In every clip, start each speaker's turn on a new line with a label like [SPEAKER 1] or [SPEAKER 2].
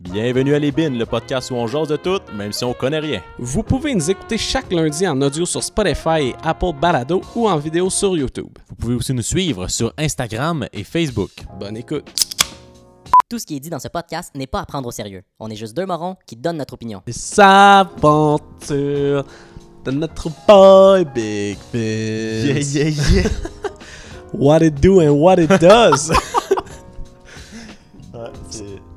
[SPEAKER 1] Bienvenue à Les Bines, le podcast où on jase de tout, même si on connaît rien.
[SPEAKER 2] Vous pouvez nous écouter chaque lundi en audio sur Spotify et Apple Balado ou en vidéo sur YouTube.
[SPEAKER 1] Vous pouvez aussi nous suivre sur Instagram et Facebook.
[SPEAKER 2] Bonne écoute.
[SPEAKER 3] Tout ce qui est dit dans ce podcast n'est pas à prendre au sérieux. On est juste deux morons qui donnent notre opinion.
[SPEAKER 2] Les aventures de notre boy Big Biz.
[SPEAKER 1] yeah.
[SPEAKER 2] What it do and what it does.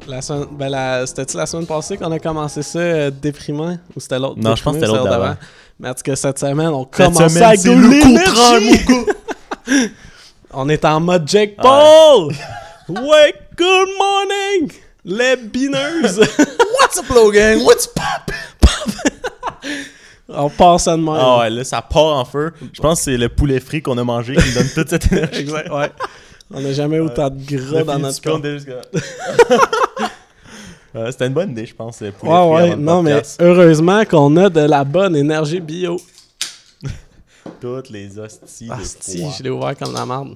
[SPEAKER 2] la semaine, ben la- c'était-tu la semaine passée qu'on a commencé ça euh, déprimant ou c'était l'autre
[SPEAKER 1] Non, je pense que
[SPEAKER 2] déprimé,
[SPEAKER 1] c'était l'autre
[SPEAKER 2] celle
[SPEAKER 1] d'avant.
[SPEAKER 2] Mais en tout cas, cette semaine, on commence
[SPEAKER 1] semaine,
[SPEAKER 2] à
[SPEAKER 1] c'est
[SPEAKER 2] goûter
[SPEAKER 1] le
[SPEAKER 2] l'énergie. On est en mode Jake Paul. ouais, good morning, les bineuses.
[SPEAKER 1] What's up, Logan? What's pop?
[SPEAKER 2] on passe ça de même.
[SPEAKER 1] Ah ouais, là, ça part en feu. Je pense que c'est le poulet frit qu'on a mangé qui nous donne toute cette énergie.
[SPEAKER 2] Exact, ouais. On n'a jamais autant de gras dans notre corps.
[SPEAKER 1] Euh, C'était une bonne idée, je pense, le poulet
[SPEAKER 2] Ouais,
[SPEAKER 1] frit
[SPEAKER 2] ouais,
[SPEAKER 1] avant le
[SPEAKER 2] non, mais
[SPEAKER 1] podcast.
[SPEAKER 2] heureusement qu'on a de la bonne énergie bio.
[SPEAKER 1] Toutes les hosties de
[SPEAKER 2] Asti,
[SPEAKER 1] foie.
[SPEAKER 2] je l'ai ouvert comme la merde.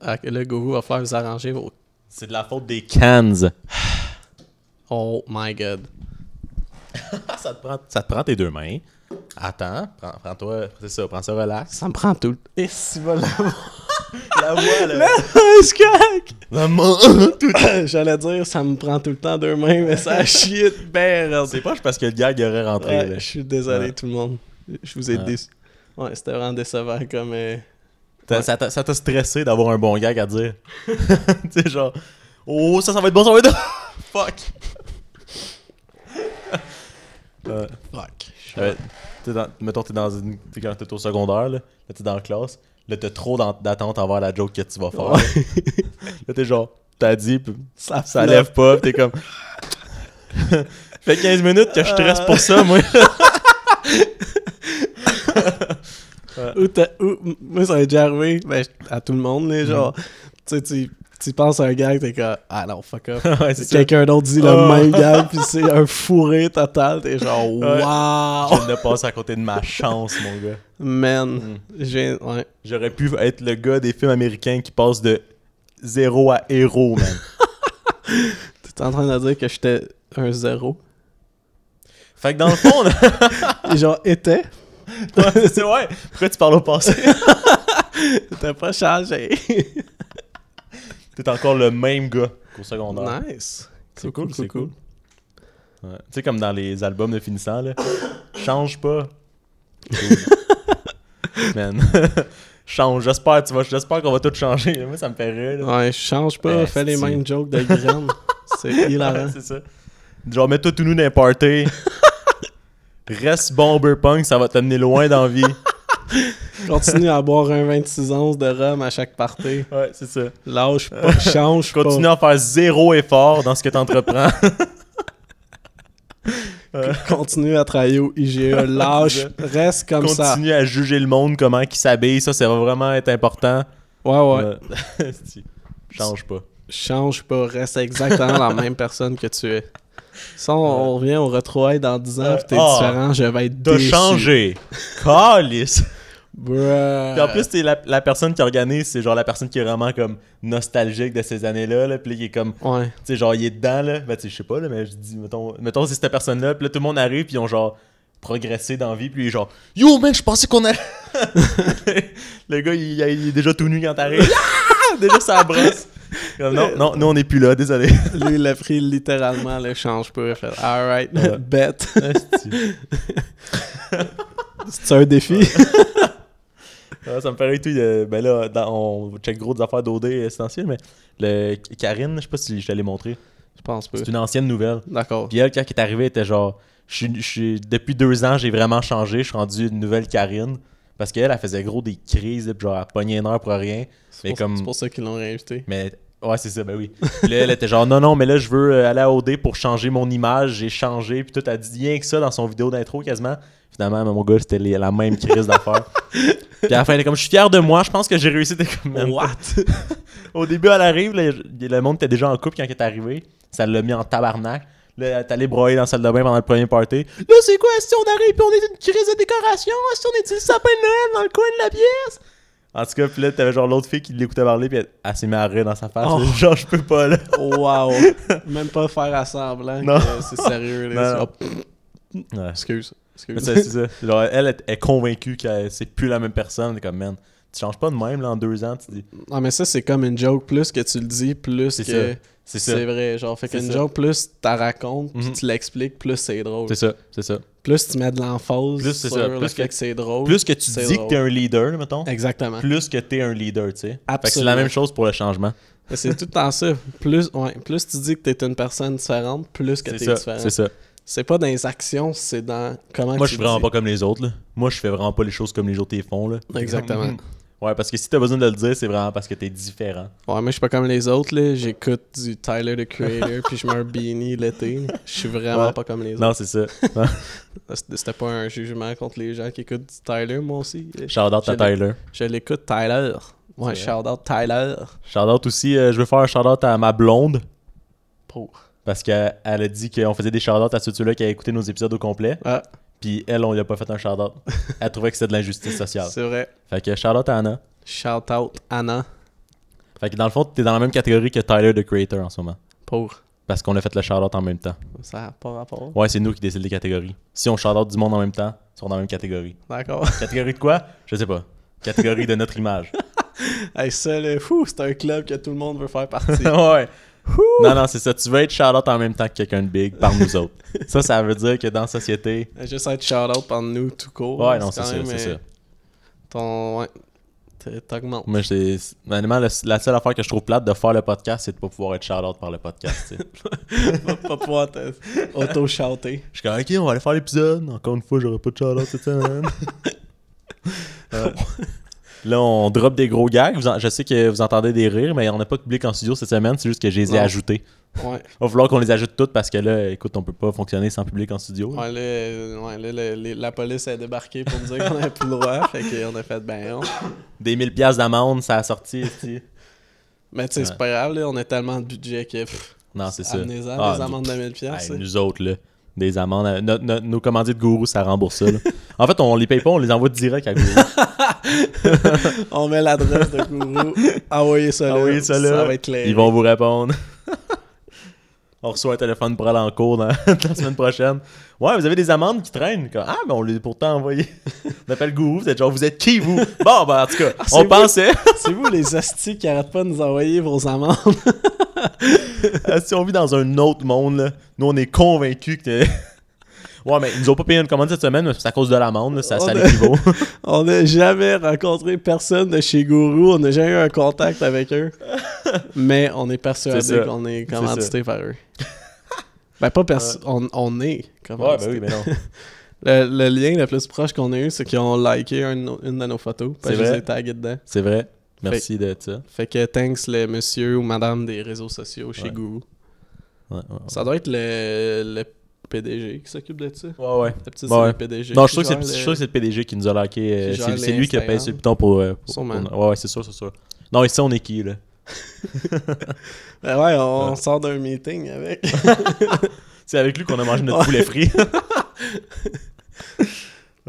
[SPEAKER 2] Ah, le gourou va falloir vous arranger vos.
[SPEAKER 1] C'est de la faute des cans.
[SPEAKER 2] Oh my god.
[SPEAKER 1] Ah, ça, te prend, ça te prend tes deux mains. Attends, prends- prends-toi, c'est ça, prends ça relax.
[SPEAKER 2] Ça me prend tout le. Eh, si bon, la
[SPEAKER 1] La voix, là. La main, tout.
[SPEAKER 2] J'allais dire, ça me prend tout le temps deux mains, mais ça chie de ben
[SPEAKER 1] C'est pas parce que le gag aurait rentré.
[SPEAKER 2] Ouais,
[SPEAKER 1] là.
[SPEAKER 2] je suis désolé
[SPEAKER 1] Ouais.
[SPEAKER 2] tout le monde. Je vous ai
[SPEAKER 1] Ouais.
[SPEAKER 2] déçu. Ouais, c'était vraiment décevant comme. euh,
[SPEAKER 1] T'as- Ça t'a ça t'a stressé d'avoir un bon gag à dire. tu sais, genre, oh, ça, ça va être bon, ça va être bon. Fuck. Euh,
[SPEAKER 2] Fuck. Je-
[SPEAKER 1] euh, t'es dans- mettons, t'es dans une. T'es quand t'es au secondaire, là, là t'es dans la classe, là, t'as trop d'en- d'attente envers la joke que tu vas faire. Là, t'es genre, t'as dit, puis
[SPEAKER 2] Ça,
[SPEAKER 1] ça lève pas, pis t'es comme. fait 15 minutes que je stresse pour ça, moi.
[SPEAKER 2] Ou t'as- ou- m- moi, ça m'est déjà arrivé ben, je- à tout le monde, les genre. Tu sais, tu- tu penses à un gag, t'es comme, ah non, fuck off.
[SPEAKER 1] ouais,
[SPEAKER 2] Si
[SPEAKER 1] c'est ça.
[SPEAKER 2] quelqu'un d'autre dit le
[SPEAKER 1] Oh.
[SPEAKER 2] même gag, puis c'est un fourré total, t'es genre,
[SPEAKER 1] Je
[SPEAKER 2] wow!
[SPEAKER 1] viens de passer à côté de ma chance, mon gars. Mm.
[SPEAKER 2] Man, j'ai. Ouais.
[SPEAKER 1] J'aurais pu être le gars des films américains qui passe de zéro à héros, man.
[SPEAKER 2] T'es en train de dire que j'étais un zéro.
[SPEAKER 1] fait que dans le fond, là,
[SPEAKER 2] Et genre, était.
[SPEAKER 1] ouais, c'est ouais. Pourquoi tu parles au passé?
[SPEAKER 2] T'as pas changé.
[SPEAKER 1] T'es encore le même gars qu'au secondaire.
[SPEAKER 2] nice.
[SPEAKER 1] C'est cool, c'est cool. Ouais. Tu sais, comme dans les albums de finissant, là. Change pas. Man. Change. J'espère tu vas- j'espère qu'on va tout changer. Moi, ça me fait rire. là.
[SPEAKER 2] Ouais, je change pas,
[SPEAKER 1] Eh,
[SPEAKER 2] fais les
[SPEAKER 1] c'est-
[SPEAKER 2] mêmes jokes de graines. c'est hilarant.
[SPEAKER 1] Ouais, c'est ça. Genre, mets-toi tout nu dans les parties. Reste bomber punk, ça va t'amener loin dans la vie.
[SPEAKER 2] Continue à boire un 26 onces de rhum à chaque party.
[SPEAKER 1] Ouais, c'est ça.
[SPEAKER 2] Lâche pas, change pas.
[SPEAKER 1] Euh, Continue à faire zéro effort dans ce que t'entreprends.
[SPEAKER 2] Continue à travailler au IGA. Lâche, reste comme ça.
[SPEAKER 1] Continue à juger le monde, comment qu'il s'habille, ça, ça va vraiment être important.
[SPEAKER 2] Ouais, ouais.
[SPEAKER 1] Euh, esti, Change pas.
[SPEAKER 2] Change pas, reste exactement la même personne que tu es. Si on, on revient au retrouvailles dans 10 ans,
[SPEAKER 1] Euh,
[SPEAKER 2] pis t'es
[SPEAKER 1] ah,
[SPEAKER 2] différent, je vais être
[SPEAKER 1] T'as
[SPEAKER 2] déçu.
[SPEAKER 1] changé. Calice.
[SPEAKER 2] Bruh.
[SPEAKER 1] Puis en
[SPEAKER 2] Euh.
[SPEAKER 1] plus, t'es la, la personne qui organise, c'est genre la personne qui est vraiment comme nostalgique de ces années-là. Là, puis là, il est comme, tu
[SPEAKER 2] Ouais.
[SPEAKER 1] sais, genre, il est dedans, là. Ben, tu sais, je sais pas, là, mais je dis, mettons, mettons, c'est cette personne-là. Puis là, tout le monde arrive, puis ils ont genre progressé dans la vie. Puis il est genre, Yo, man, je pensais qu'on allait. le gars, il, il est déjà tout nu quand t'arrives. Ah! déjà, ça brosse. Comme, non, non, nous, on n'est plus là, désolé.
[SPEAKER 2] Lui, il a pris littéralement le change pas. Il a fait Alright,
[SPEAKER 1] Ouais.
[SPEAKER 2] bête.
[SPEAKER 1] Esti.
[SPEAKER 2] C'est un défi.
[SPEAKER 1] Ouais, ça me paraît tout. euh, ben là, dans- on check gros des affaires d'OD essentielles, mais le Karine, je sais pas si je te l'ai montré.
[SPEAKER 2] Je pense pas.
[SPEAKER 1] C'est une ancienne nouvelle.
[SPEAKER 2] D'accord.
[SPEAKER 1] Puis elle, quand elle est arrivée, elle était genre je suis- je suis- Depuis deux ans, j'ai vraiment changé, je suis rendu une nouvelle Karine. Parce qu'elle, elle faisait gros des crises, là, puis genre, elle pognait une heure pour rien.
[SPEAKER 2] C'est
[SPEAKER 1] Mais
[SPEAKER 2] pour,
[SPEAKER 1] comme.
[SPEAKER 2] c'est pour ça qu'ils l'ont réinvité.
[SPEAKER 1] Mais ouais, c'est ça, ben oui. Puis là, elle était genre non, non, mais là, je veux euh, aller à OD pour changer mon image, j'ai changé. Puis tout, elle dit rien que ça dans son vidéo d'intro quasiment. Finalement, mon gars, c'était les- la même crise d'affaires. Puis à la fin, elle est comme je suis fier de moi, je pense que j'ai réussi. T'es comme, Man,
[SPEAKER 2] What?
[SPEAKER 1] Au début, elle arrive, là, le monde était déjà en couple quand elle est arrivée. Ça l'a mis en tabarnak. Là, elle est allée broyer dans la salle de bain pendant le premier party. Là, c'est quoi si on arrive puis on est une crise de décoration? Si on est du sapin de Noël dans le coin de la pièce? En tout cas, puis là, t'avais genre l'autre fille qui l'écoutait parler, puis elle, elle s'est mise à rire dans sa face.
[SPEAKER 2] Oh.
[SPEAKER 1] là. Genre, je peux pas, là.
[SPEAKER 2] Wow. Même pas faire à semblant
[SPEAKER 1] Non.
[SPEAKER 2] que c'est sérieux. Là.
[SPEAKER 1] Non.
[SPEAKER 2] Oh, pff, excuse.
[SPEAKER 1] Mais
[SPEAKER 2] Excuse.
[SPEAKER 1] ça, c'est ça. Genre, elle est- est convaincue que c'est plus la même personne. T'es comme, man, tu changes pas de même, là, en deux ans. Tu dis,
[SPEAKER 2] Ah, mais ça, c'est comme une joke. Plus que tu le dis, plus
[SPEAKER 1] C'est
[SPEAKER 2] que
[SPEAKER 1] ça. c'est ça.
[SPEAKER 2] c'est vrai. Genre, fait
[SPEAKER 1] C'est
[SPEAKER 2] qu'une
[SPEAKER 1] ça.
[SPEAKER 2] joke, plus t'as racontes, puis
[SPEAKER 1] Mhm.
[SPEAKER 2] tu l'expliques, plus c'est drôle.
[SPEAKER 1] C'est ça, c'est ça.
[SPEAKER 2] Plus tu mets de l'emphase
[SPEAKER 1] Plus c'est
[SPEAKER 2] sur
[SPEAKER 1] ça,
[SPEAKER 2] le
[SPEAKER 1] plus
[SPEAKER 2] fait
[SPEAKER 1] que-
[SPEAKER 2] que, c'est drôle.
[SPEAKER 1] Plus que tu
[SPEAKER 2] Oh, c'est
[SPEAKER 1] dis
[SPEAKER 2] drôle.
[SPEAKER 1] que t'es un leader, mettons,
[SPEAKER 2] Exactement.
[SPEAKER 1] plus que t'es un leader, tu sais. Fait que c'est
[SPEAKER 2] Absolument.
[SPEAKER 1] la même chose pour le changement.
[SPEAKER 2] Mais C'est tout le temps ça. Plus, ouais, plus tu dis que t'es une personne différente, plus que
[SPEAKER 1] C'est
[SPEAKER 2] t'es
[SPEAKER 1] ça,
[SPEAKER 2] différent.
[SPEAKER 1] c'est ça.
[SPEAKER 2] C'est pas dans les actions, Ah, c'est dans comment
[SPEAKER 1] Moi,
[SPEAKER 2] tu
[SPEAKER 1] je suis vraiment
[SPEAKER 2] dis.
[SPEAKER 1] pas comme les autres, là. Moi, je fais vraiment pas les choses comme Mhm. les autres les font, là.
[SPEAKER 2] Exactement.
[SPEAKER 1] Ouais, parce que si t'as besoin de le dire, c'est vraiment parce que t'es différent.
[SPEAKER 2] Ouais, moi, je suis pas comme les autres, là. J'écoute du Tyler, the Creator, puis je mets un beanie l'été. Je suis vraiment
[SPEAKER 1] Ouais.
[SPEAKER 2] pas comme les autres.
[SPEAKER 1] Non, c'est ça. Non.
[SPEAKER 2] C'était c'était pas un jugement contre les gens qui écoutent du Tyler, moi aussi.
[SPEAKER 1] Shout out
[SPEAKER 2] Je
[SPEAKER 1] à
[SPEAKER 2] l'ai-
[SPEAKER 1] Tyler.
[SPEAKER 2] Je l'écoute, Tyler. Ouais,
[SPEAKER 1] C'est vrai.
[SPEAKER 2] shout out Tyler.
[SPEAKER 1] Shout out aussi, euh, je veux faire un shout out à ma blonde.
[SPEAKER 2] Pro.
[SPEAKER 1] Parce qu'elle elle a dit qu'on faisait des shout outs à ceux-là qui avaient écouté nos épisodes au complet.
[SPEAKER 2] Ah,
[SPEAKER 1] Puis elle, on lui a pas fait un shout out. Elle trouvait que c'était de l'injustice sociale.
[SPEAKER 2] c'est vrai.
[SPEAKER 1] Fait que shout out à Anna.
[SPEAKER 2] Shout out Anna.
[SPEAKER 1] Fait que dans le fond, t'es dans la même catégorie que Tyler, the creator, en ce moment.
[SPEAKER 2] Pour.
[SPEAKER 1] Parce qu'on a fait le shout out en même temps.
[SPEAKER 2] Ça a pas rapport.
[SPEAKER 1] Ouais, c'est nous qui décidons les catégories. Si on shout out du monde en même temps, ils sont dans la même catégorie.
[SPEAKER 2] D'accord.
[SPEAKER 1] Catégorie de quoi Je sais pas. Catégorie de notre image.
[SPEAKER 2] hey, ça, là, fou, c'est un club que tout le monde veut faire partie.
[SPEAKER 1] ouais. Non, non, c'est ça. Tu veux être shout out en même temps que quelqu'un de big par nous autres. Ça, ça veut dire que dans la société.
[SPEAKER 2] Juste être shout out par nous tout court.
[SPEAKER 1] Ouais, non, c'est
[SPEAKER 2] quand
[SPEAKER 1] ça,
[SPEAKER 2] même,
[SPEAKER 1] c'est
[SPEAKER 2] euh,
[SPEAKER 1] ça.
[SPEAKER 2] Ton. Ouais. t- T'augmentes.
[SPEAKER 1] Moi, c'est. Honnêtement, le- la seule affaire que je trouve plate de faire le podcast, c'est de pas pouvoir être shout out par le podcast. tu sais.
[SPEAKER 2] va pas pouvoir te- auto-shouter.
[SPEAKER 1] Je suis comme, ok, on va aller faire l'épisode. Encore une fois, j'aurai pas de shout-out cette semaine. Ouais. Là, on drop des gros gags. Vous en- je sais que vous entendez des rires, mais on n'a pas de public en studio cette semaine. C'est juste que je les ai
[SPEAKER 2] Non.
[SPEAKER 1] ajoutés.
[SPEAKER 2] Ouais.
[SPEAKER 1] Va falloir qu'on les ajoute toutes parce que là, écoute, on peut pas fonctionner sans public en studio.
[SPEAKER 2] Ouais, là, euh, ouais, là, le- les- la police a débarqué pour nous dire qu'on avait plus le droit. fait qu'on a fait ben on.
[SPEAKER 1] Des 1000 piastres d'amende, ça a sorti ici.
[SPEAKER 2] Mais tu sais, c'est pas grave, là, on a tellement de budget que. pff,
[SPEAKER 1] Non, c'est ça.
[SPEAKER 2] Amenez-en
[SPEAKER 1] Ah,
[SPEAKER 2] des
[SPEAKER 1] nous-
[SPEAKER 2] amendes de 1000
[SPEAKER 1] Hey,
[SPEAKER 2] piastres.
[SPEAKER 1] nous autres, là. Des amendes. à- no- no- nos commandites de gourou, ça rembourse ça. là. en fait, on les paye pas, on les envoie direct à gourou.
[SPEAKER 2] On met l'adresse de Gourou. Envoyez ça là.
[SPEAKER 1] Envoyez ça là.
[SPEAKER 2] va être clair.
[SPEAKER 1] Ils vont vous répondre. on reçoit un téléphone pour aller en cours dans- la semaine prochaine. Ouais, vous avez des amendes qui traînent. Comme, ah, mais on les a pourtant envoyées. on appelle Gourou, vous êtes genre, vous êtes qui, vous? Bon, ben, en tout cas,
[SPEAKER 2] Ah, c'est
[SPEAKER 1] on
[SPEAKER 2] vous.
[SPEAKER 1] pensait.
[SPEAKER 2] C'est vous les hosties qui arrêtent pas de nous envoyer vos amendes.
[SPEAKER 1] Ah, si on vit dans un autre monde, là, nous, on est convaincus que... ouais, mais ils nous ont pas payé une commande cette semaine, mais c'est à cause de l'amende, là, ça, ça
[SPEAKER 2] On a-
[SPEAKER 1] l'équivaut.
[SPEAKER 2] On n'a jamais rencontré personne de chez Gourou, on n'a jamais eu un contact avec eux. Mais on est
[SPEAKER 1] C'est
[SPEAKER 2] persuadé
[SPEAKER 1] ça.
[SPEAKER 2] qu'on est
[SPEAKER 1] C'est
[SPEAKER 2] commandité par eux. Ben pas perso- on, on est
[SPEAKER 1] ouais, ben oui,
[SPEAKER 2] commandité.
[SPEAKER 1] mais non.
[SPEAKER 2] le, le lien le plus proche qu'on a eu, c'est qu'ils ont liké un de nos- une de nos photos. Parce
[SPEAKER 1] C'est
[SPEAKER 2] que je les
[SPEAKER 1] vrai.
[SPEAKER 2] ai tagués dedans.
[SPEAKER 1] C'est vrai. Merci de ça.
[SPEAKER 2] Fait que thanks le monsieur ou madame des réseaux sociaux chez
[SPEAKER 1] Ouais.
[SPEAKER 2] Gourou.
[SPEAKER 1] Ouais, ouais, ouais.
[SPEAKER 2] Ça doit être le, le PDG qui s'occupe de ça.
[SPEAKER 1] Ouais, ouais.
[SPEAKER 2] Le petit,
[SPEAKER 1] Ouais,
[SPEAKER 2] c'est
[SPEAKER 1] ouais.
[SPEAKER 2] le PDG.
[SPEAKER 1] Non, je
[SPEAKER 2] qui
[SPEAKER 1] suis sûr que c'est- je
[SPEAKER 2] gère le-
[SPEAKER 1] suis sûr que c'est le PDG qui nous a liké. euh,
[SPEAKER 2] Qui gère
[SPEAKER 1] c'est c'est lui qui a
[SPEAKER 2] l'Instagram.
[SPEAKER 1] payé sur le bouton pour. euh, pour-
[SPEAKER 2] Sûrement.
[SPEAKER 1] pour- ouais, ouais, c'est sûr, c'est sûr. Non, ici, on est qui, là
[SPEAKER 2] Ben ouais, on sort d'un meeting avec.
[SPEAKER 1] C'est avec lui qu'on a mangé notre poulet frit.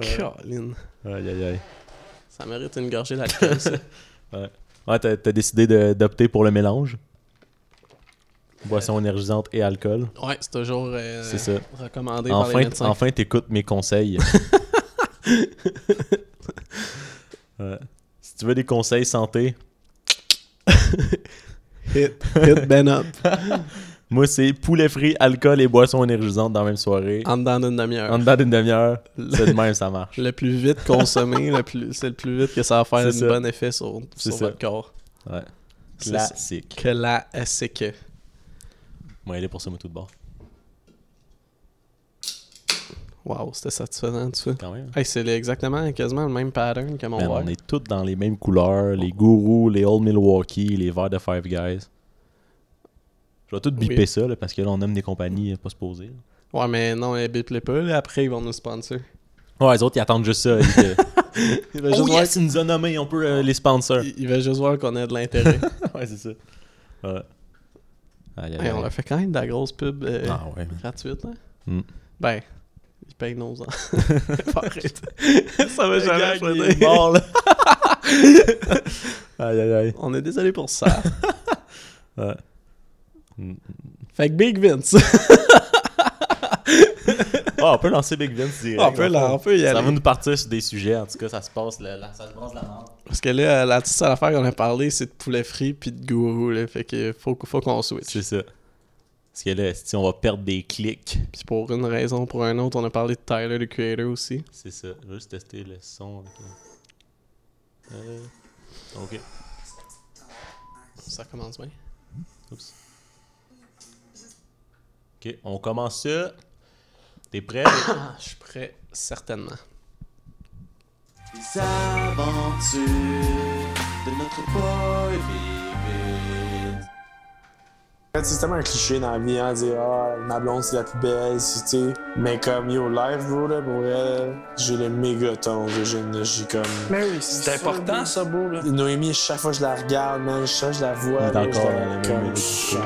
[SPEAKER 2] Caroline.
[SPEAKER 1] aïe, aïe, aïe.
[SPEAKER 2] Ça mérite une gorgée d'alcool, ça.
[SPEAKER 1] Ouais, t'as t'as décidé de- d'opter pour le mélange Boisson énergisante et alcool.
[SPEAKER 2] Ouais, c'est toujours euh,
[SPEAKER 1] C'est ça.
[SPEAKER 2] recommandé par les
[SPEAKER 1] Enfin,
[SPEAKER 2] médecins.
[SPEAKER 1] enfin t'écoutes mes conseils. Ouais. Si tu veux des conseils santé,
[SPEAKER 2] Hit, hit Ben Up.
[SPEAKER 1] moi, c'est poulet frit, alcool et boisson énergisante dans la même soirée.
[SPEAKER 2] En dedans d'une demi-heure.
[SPEAKER 1] En dedans d'une demi-heure, c'est de même, ça marche.
[SPEAKER 2] Le plus vite consommé, le plus, c'est le plus vite que ça va faire
[SPEAKER 1] C'est ça.
[SPEAKER 2] un bon effet sur,
[SPEAKER 1] C'est
[SPEAKER 2] sur
[SPEAKER 1] ça.
[SPEAKER 2] votre corps.
[SPEAKER 1] Ouais.
[SPEAKER 2] C'est
[SPEAKER 1] Classique.
[SPEAKER 2] Que la c'est que.
[SPEAKER 1] Moi, il est pour ça, moi, tout de bord.
[SPEAKER 2] Waouh, c'était satisfaisant, tout ça.
[SPEAKER 1] Quand même.
[SPEAKER 2] Hey, c'est exactement, quasiment le même pattern que mon
[SPEAKER 1] Man,
[SPEAKER 2] verre.
[SPEAKER 1] on est tous dans les mêmes couleurs. Les gourous, les Old Milwaukee, les verres de Five Guys. Je vais tout biper
[SPEAKER 2] Oui.
[SPEAKER 1] ça, là, parce que là, on aime des compagnies euh, pas se poser.
[SPEAKER 2] Ouais, mais non, les bip les pas, là, après ils vont nous sponsor.
[SPEAKER 1] Ouais, les autres, ils attendent juste ça. Ils, euh,
[SPEAKER 2] Ils veulent juste,
[SPEAKER 1] oh
[SPEAKER 2] voir-
[SPEAKER 1] yes, ils nous ont nommés, on peut euh, les sponsors.
[SPEAKER 2] ils- ils veulent juste voir qu'on a de l'intérêt.
[SPEAKER 1] ouais, c'est ça. Ouais. Aïe, aïe,
[SPEAKER 2] Hey, on
[SPEAKER 1] aïe.
[SPEAKER 2] leur fait quand même de la grosse pub. euh,
[SPEAKER 1] Ah ouais.
[SPEAKER 2] gratuite, là?
[SPEAKER 1] Mm.
[SPEAKER 2] Ben, ils payent nos ans. Faut arrêter. ça va
[SPEAKER 1] Le
[SPEAKER 2] jamais
[SPEAKER 1] gag, il
[SPEAKER 2] finir.
[SPEAKER 1] est mort, là. Aïe, aïe, aïe.
[SPEAKER 2] On est désolé pour ça.
[SPEAKER 1] Ouais. Mm.
[SPEAKER 2] Fait que Big Vince.
[SPEAKER 1] Ah, on peut lancer Big Vince direct.
[SPEAKER 2] on peut, là, on peut y
[SPEAKER 1] Ça
[SPEAKER 2] aller.
[SPEAKER 1] va nous partir sur des sujets. En tout cas, ça se passe, le- la- ça se brasse la mort.
[SPEAKER 2] Parce que là, la petite seule affaire qu'on a parlé, c'est de poulet frit puis de gourou. Là. Fait que faut, faut qu'on switch.
[SPEAKER 1] C'est ça. Parce que là, si on va perdre des clics.
[SPEAKER 2] Puis pour une raison, pour un autre, on a parlé de Tyler, le creator aussi.
[SPEAKER 1] C'est ça. Je vais juste tester le son. avec le- Euh, Ok.
[SPEAKER 2] Ça commence bien.
[SPEAKER 1] Oups. Ok, on commence ça. T'es prêt?
[SPEAKER 2] Ah, je suis prêt, certainement.
[SPEAKER 4] Les aventures de notre boy Big Vince.
[SPEAKER 5] C'est tellement un cliché dans la vie, hein, dire ah, ma blonde c'est la plus belle, si, tu sais. Mais comme yo, live, bro, là, pour elle, j'ai le méga ton, là, j'ai une- j'ai comme.
[SPEAKER 6] Mais oui, c'est important ça, beau, là.
[SPEAKER 5] Noémie, chaque fois que je la regarde, man, chaque fois que je la vois,
[SPEAKER 1] Il est
[SPEAKER 5] là,
[SPEAKER 1] encore
[SPEAKER 5] je la-
[SPEAKER 1] dans la même
[SPEAKER 5] comme-
[SPEAKER 1] mélodie du coup.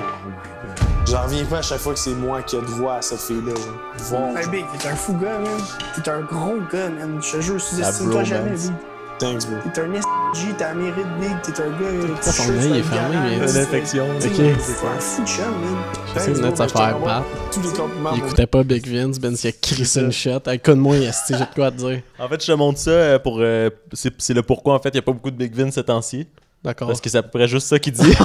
[SPEAKER 5] J'en reviens pas à chaque fois que c'est moi qui ai droit à cette fille-là. genre. Voir,
[SPEAKER 6] Hey,
[SPEAKER 5] genre,
[SPEAKER 6] Big, t'es un fou gars, man. T'es un gros gars, man. Je te jure, sous-estime-toi
[SPEAKER 1] bromance.
[SPEAKER 6] jamais, Big.
[SPEAKER 5] thanks, bro.
[SPEAKER 6] T'es un SG, t'as un mérite, Big. T'es un gars.
[SPEAKER 2] Pourquoi ton œil est fermé, mais-
[SPEAKER 1] Une infection.
[SPEAKER 6] Ok. T'es un fou de chum, man.
[SPEAKER 2] C'est une
[SPEAKER 1] ben,
[SPEAKER 2] autre affaire battre.
[SPEAKER 5] Tous les compliments,
[SPEAKER 2] Il
[SPEAKER 5] mon
[SPEAKER 2] écoutait pas Big Vince, Ben s'il a crissé une shot. Hey, Conne-moi, Yasti, j'ai de quoi à te dire.
[SPEAKER 1] En fait, je te montre ça euh, pour. euh, c'est c'est le pourquoi, en fait, il n'y a pas beaucoup de Big Vin ces temps-ci.
[SPEAKER 2] D'accord.
[SPEAKER 1] Parce que c'est à peu près juste ça qu'il dit.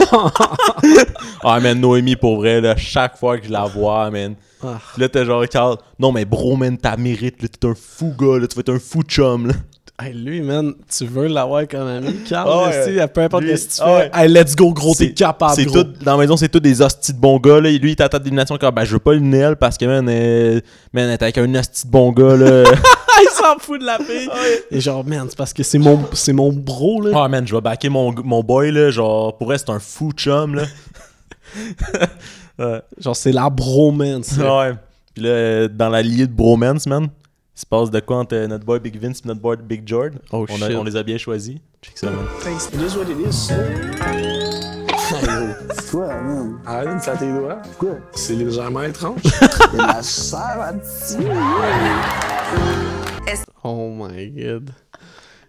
[SPEAKER 1] ah, man, Noémie, pour vrai, là, chague fois que je la vois, man.
[SPEAKER 2] Ah.
[SPEAKER 1] Puis là, t'es genre, Carl, non, mais bro, man, t'as mérite, là, t'es un fou gars, là, tu vas être un fou chum, là.
[SPEAKER 2] Hey, lui, man, tu veux l'avoir comme ami? Carl,
[SPEAKER 1] Ah ouais.
[SPEAKER 2] Yasti, peu importe
[SPEAKER 1] Lui-
[SPEAKER 2] ce que tu
[SPEAKER 1] ah
[SPEAKER 2] fais. Hey, let's go, gros, t'es
[SPEAKER 1] C'est-
[SPEAKER 2] capable,
[SPEAKER 1] c'est
[SPEAKER 2] gros.
[SPEAKER 1] tout, dans la maison, c'est tout des hosties de bons gars, là. Et Lui, il t'attend d'élimination quand, ben, je veux pas éliminer elle parce que, man, euh, man, elle est avec un hostie de bon gars, là.
[SPEAKER 2] Ah, il s'en fout de la fille. Et genre, man, c'est parce que c'est mon, c'est mon bro, là.
[SPEAKER 1] Ah man, je vais backer mon, mon boy là, genre pour elle c'est un fou chum là.
[SPEAKER 2] Genre, c'est la bromance. là.
[SPEAKER 1] ouais. Puis là euh, dans la liée de bromance man, il se passe de quoi entre euh, notre boy Big Vince et notre boy Big George.
[SPEAKER 2] Oh,
[SPEAKER 1] on, a-
[SPEAKER 2] shit.
[SPEAKER 1] on les a bien choisis. Check ça man.
[SPEAKER 5] It is what it is. Quoi, man? Arrête de me flatter les doigts. Pourquoi? C'est légèrement étrange.
[SPEAKER 6] Ma soeur a dit.
[SPEAKER 2] Oh my god.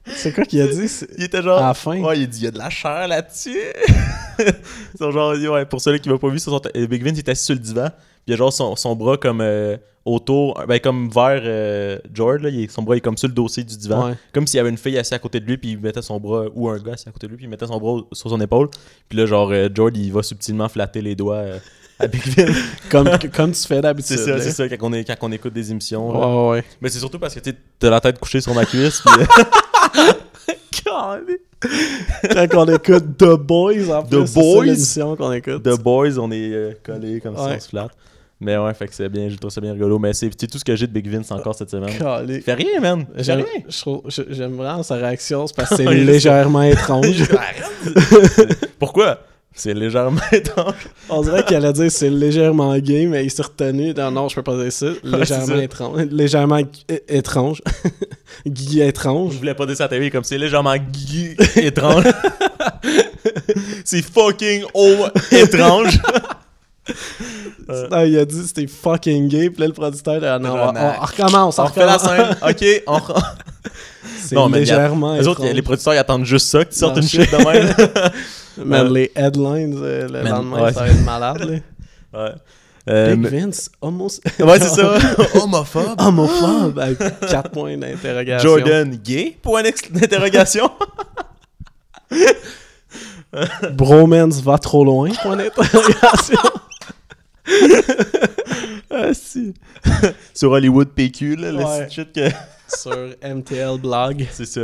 [SPEAKER 2] C'est quoi qu'il a dit? c'est-
[SPEAKER 1] Il était genre
[SPEAKER 2] À la fin.
[SPEAKER 1] Ah. Ouais, il dit il y a de la chair là-dessus. Ils sont genre ouais, pour ceux qui m'ont pas vu, ils sont- euh, Big Vince il est assis sur le divan, puis il a genre son, son bras comme euh, autour ben comme vers euh, George là, il est- son bras est comme sur le dossier du divan.
[SPEAKER 2] Ouais.
[SPEAKER 1] Comme s'il y avait une fille assise à côté de lui, puis il mettait son bras, ou un gars assis à côté de lui, puis il mettait son bras sur son épaule. Puis là, genre, euh, George, il va subtilement flatter les doigts euh, à Big Vin.
[SPEAKER 2] Comme, que- comme tu fais d'habitude.
[SPEAKER 1] c'est ça,
[SPEAKER 2] là.
[SPEAKER 1] c'est ça, quand on, est- quand on écoute des émissions. là.
[SPEAKER 2] Ouais, ouais.
[SPEAKER 1] Mais c'est surtout parce que tu sais, t'as la tête couchée sur ma cuisse, puis euh,
[SPEAKER 2] Quand on écoute The Boys, en plus. c'est ça
[SPEAKER 1] Boys?
[SPEAKER 2] l'émission qu'on écoute.
[SPEAKER 1] euh, The Boys, on est euh, collés comme ça,
[SPEAKER 2] Ouais.
[SPEAKER 1] on se flatte. Mais ouais, fait que c'est bien, je trouve ça bien rigolo. Mais c'est c'est tout ce que j'ai de Big Vince encore cette semaine.
[SPEAKER 2] Calé.
[SPEAKER 1] Fais rien, man! Fais
[SPEAKER 2] J'aime
[SPEAKER 1] rien!
[SPEAKER 2] je trouve- je- j'aime vraiment sa réaction, c'est parce que c'est
[SPEAKER 1] Oui,
[SPEAKER 2] légèrement étrange.
[SPEAKER 1] Pourquoi? C'est légèrement étrange.
[SPEAKER 2] On dirait qu'elle a dit c'est légèrement gay, mais il s'est retenu. Non, non, je peux pas dire ça. Légèrement
[SPEAKER 1] c'est ça.
[SPEAKER 2] étrange. Légèrement gu- é- étrange. Guy
[SPEAKER 1] Je
[SPEAKER 2] étrange.
[SPEAKER 1] voulais pas dire ça à ta vie comme c'est légèrement gui- étrange. c'est fucking oh étrange! Euh.
[SPEAKER 2] Non, Ah, il a dit c'était fucking gay, puis là le producteur a dit non, on,
[SPEAKER 1] Tabarnak.
[SPEAKER 2] on recommence, on,
[SPEAKER 1] On refait la
[SPEAKER 2] recommence.
[SPEAKER 1] scène. OK, on re-
[SPEAKER 2] C'est
[SPEAKER 1] Non, mais il y a-
[SPEAKER 2] légèrement
[SPEAKER 1] Les autres,
[SPEAKER 2] étrange.
[SPEAKER 1] les producteurs, ils attendent juste ça, que tu sortes
[SPEAKER 2] Non,
[SPEAKER 1] une
[SPEAKER 2] shit.
[SPEAKER 1] shit de même.
[SPEAKER 2] Man,
[SPEAKER 1] Euh,
[SPEAKER 2] les headlines euh, le
[SPEAKER 1] man,
[SPEAKER 2] lendemain,
[SPEAKER 1] ouais.
[SPEAKER 2] ça va être malade. Là.
[SPEAKER 1] ouais. Euh,
[SPEAKER 2] Big
[SPEAKER 1] mais-
[SPEAKER 2] Vince, homos-
[SPEAKER 1] ouais, c'est ça. Homophobe.
[SPEAKER 2] homophobe, avec 4 points d'interrogation.
[SPEAKER 1] Jordan gay? Point d'ex- d'interrogation.
[SPEAKER 2] Bromance va trop loin, point d'interrogation.
[SPEAKER 1] ah, si. Sur Hollywood PQ, là, le
[SPEAKER 2] Ouais.
[SPEAKER 1] site shit que.
[SPEAKER 2] Sur MTL Blog.
[SPEAKER 1] C'est ça.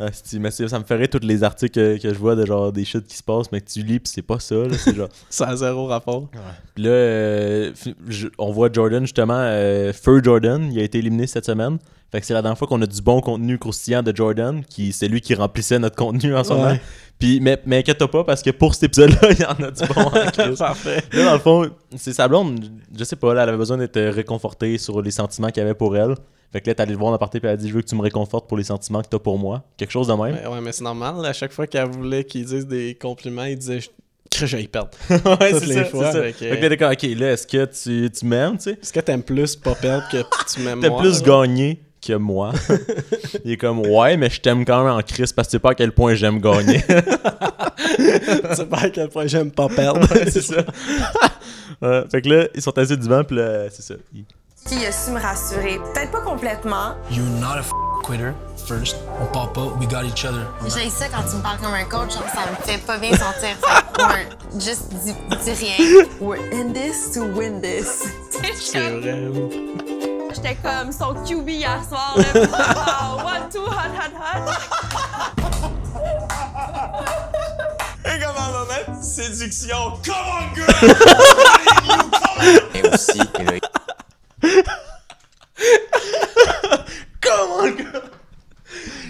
[SPEAKER 1] Ah, si, mais c'est- ça me ferait tous les articles que, que je vois de genre des shit qui se passent, mais que tu lis, pis c'est pas ça. Là, c'est genre.
[SPEAKER 2] Ça a zéro rapport.
[SPEAKER 1] Puis là, euh, fi- je- on voit Jordan justement, euh, Feu Jordan, il a été éliminé cette semaine. Fait que c'est la dernière fois qu'on a du bon contenu croustillant de Jordan, qui c'est lui qui remplissait notre contenu en ce moment.
[SPEAKER 2] Ouais.
[SPEAKER 1] Puis, mais, mais inquiète-toi pas, parce que pour cet épisode-là, il y en a du bon en crise.
[SPEAKER 2] Parfait.
[SPEAKER 1] Là, dans le fond, c'est sa blonde, je sais pas, là, elle avait besoin d'être réconfortée sur les sentiments qu'elle avait pour elle. Fait que là, t'es allé le voir en aparté, puis elle a dit Je veux que tu me réconfortes pour les sentiments que t'as pour moi. Quelque chose de même.
[SPEAKER 2] Ouais, ouais, mais c'est normal. À chaque fois qu'elle voulait qu'ils disent des compliments, ils disaient je- que j'aille perdre.
[SPEAKER 1] ouais,
[SPEAKER 2] Toutes
[SPEAKER 1] c'est
[SPEAKER 2] les
[SPEAKER 1] ça.
[SPEAKER 2] fois,
[SPEAKER 1] c'est ça.
[SPEAKER 2] fait que-
[SPEAKER 1] Fait que là, t'es comme, ok, là, est-ce que tu, tu m'aimes, tu sais
[SPEAKER 2] Est-ce que t'aimes plus pas perdre que tu m'aimes
[SPEAKER 1] T'as
[SPEAKER 2] moi?
[SPEAKER 1] plus gagné que moi. il est comme ouais, mais je t'aime quand même en crise parce que tu sais pas à quel point j'aime gagner.
[SPEAKER 2] C'est pas à quel point j'aime pas perdre.
[SPEAKER 1] Ouais, c'est ça. Ouais, fait que là, ils sont assis du banc, puis là, c'est ça. Ils-
[SPEAKER 7] qui a su me rassurer. Peut-être pas complètement.
[SPEAKER 8] You're not a f-
[SPEAKER 5] hein?
[SPEAKER 8] quitter. First, on pop out, we got each other.
[SPEAKER 9] J'ai ça quand tu me parles comme un coach, genre, ça me fait pas bien sentir. Fait, que, ouais, juste dis, dis rien.
[SPEAKER 7] We're in this to win this.
[SPEAKER 2] C'est vrai.
[SPEAKER 7] J'étais comme son QB hier soir. Là. Wow, one, two, hot, hot, hot.
[SPEAKER 5] Et comme un moment de séduction, come on girl!
[SPEAKER 4] Et aussi, et le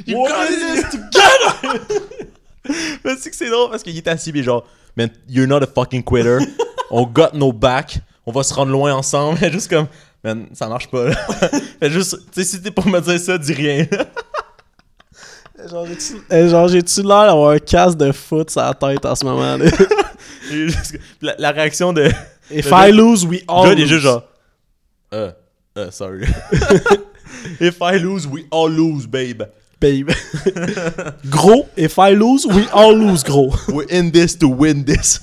[SPEAKER 1] You got this together! Mais c'est que c'est drôle parce qu'il était assis, mais genre, man, you're not a fucking quitter. On got no back. On va se rendre loin ensemble. Mais juste comme, man, ça marche pas. là. Fait juste, tu sais, si t'es pour me dire ça, dis rien.
[SPEAKER 2] Genre, j'ai-tu eh, genre, j'ai-tu l'air d'avoir un casque de foot sur la tête en ce moment? là?
[SPEAKER 1] Et juste- la, la réaction de.
[SPEAKER 2] If
[SPEAKER 1] gars-
[SPEAKER 2] I lose, we all
[SPEAKER 1] Là, il est
[SPEAKER 2] lose.
[SPEAKER 1] juste genre, euh, euh, sorry. If I lose, we all lose, babe.
[SPEAKER 2] Babe. gros, if I lose, we all lose, gros.
[SPEAKER 1] We're in this to win this.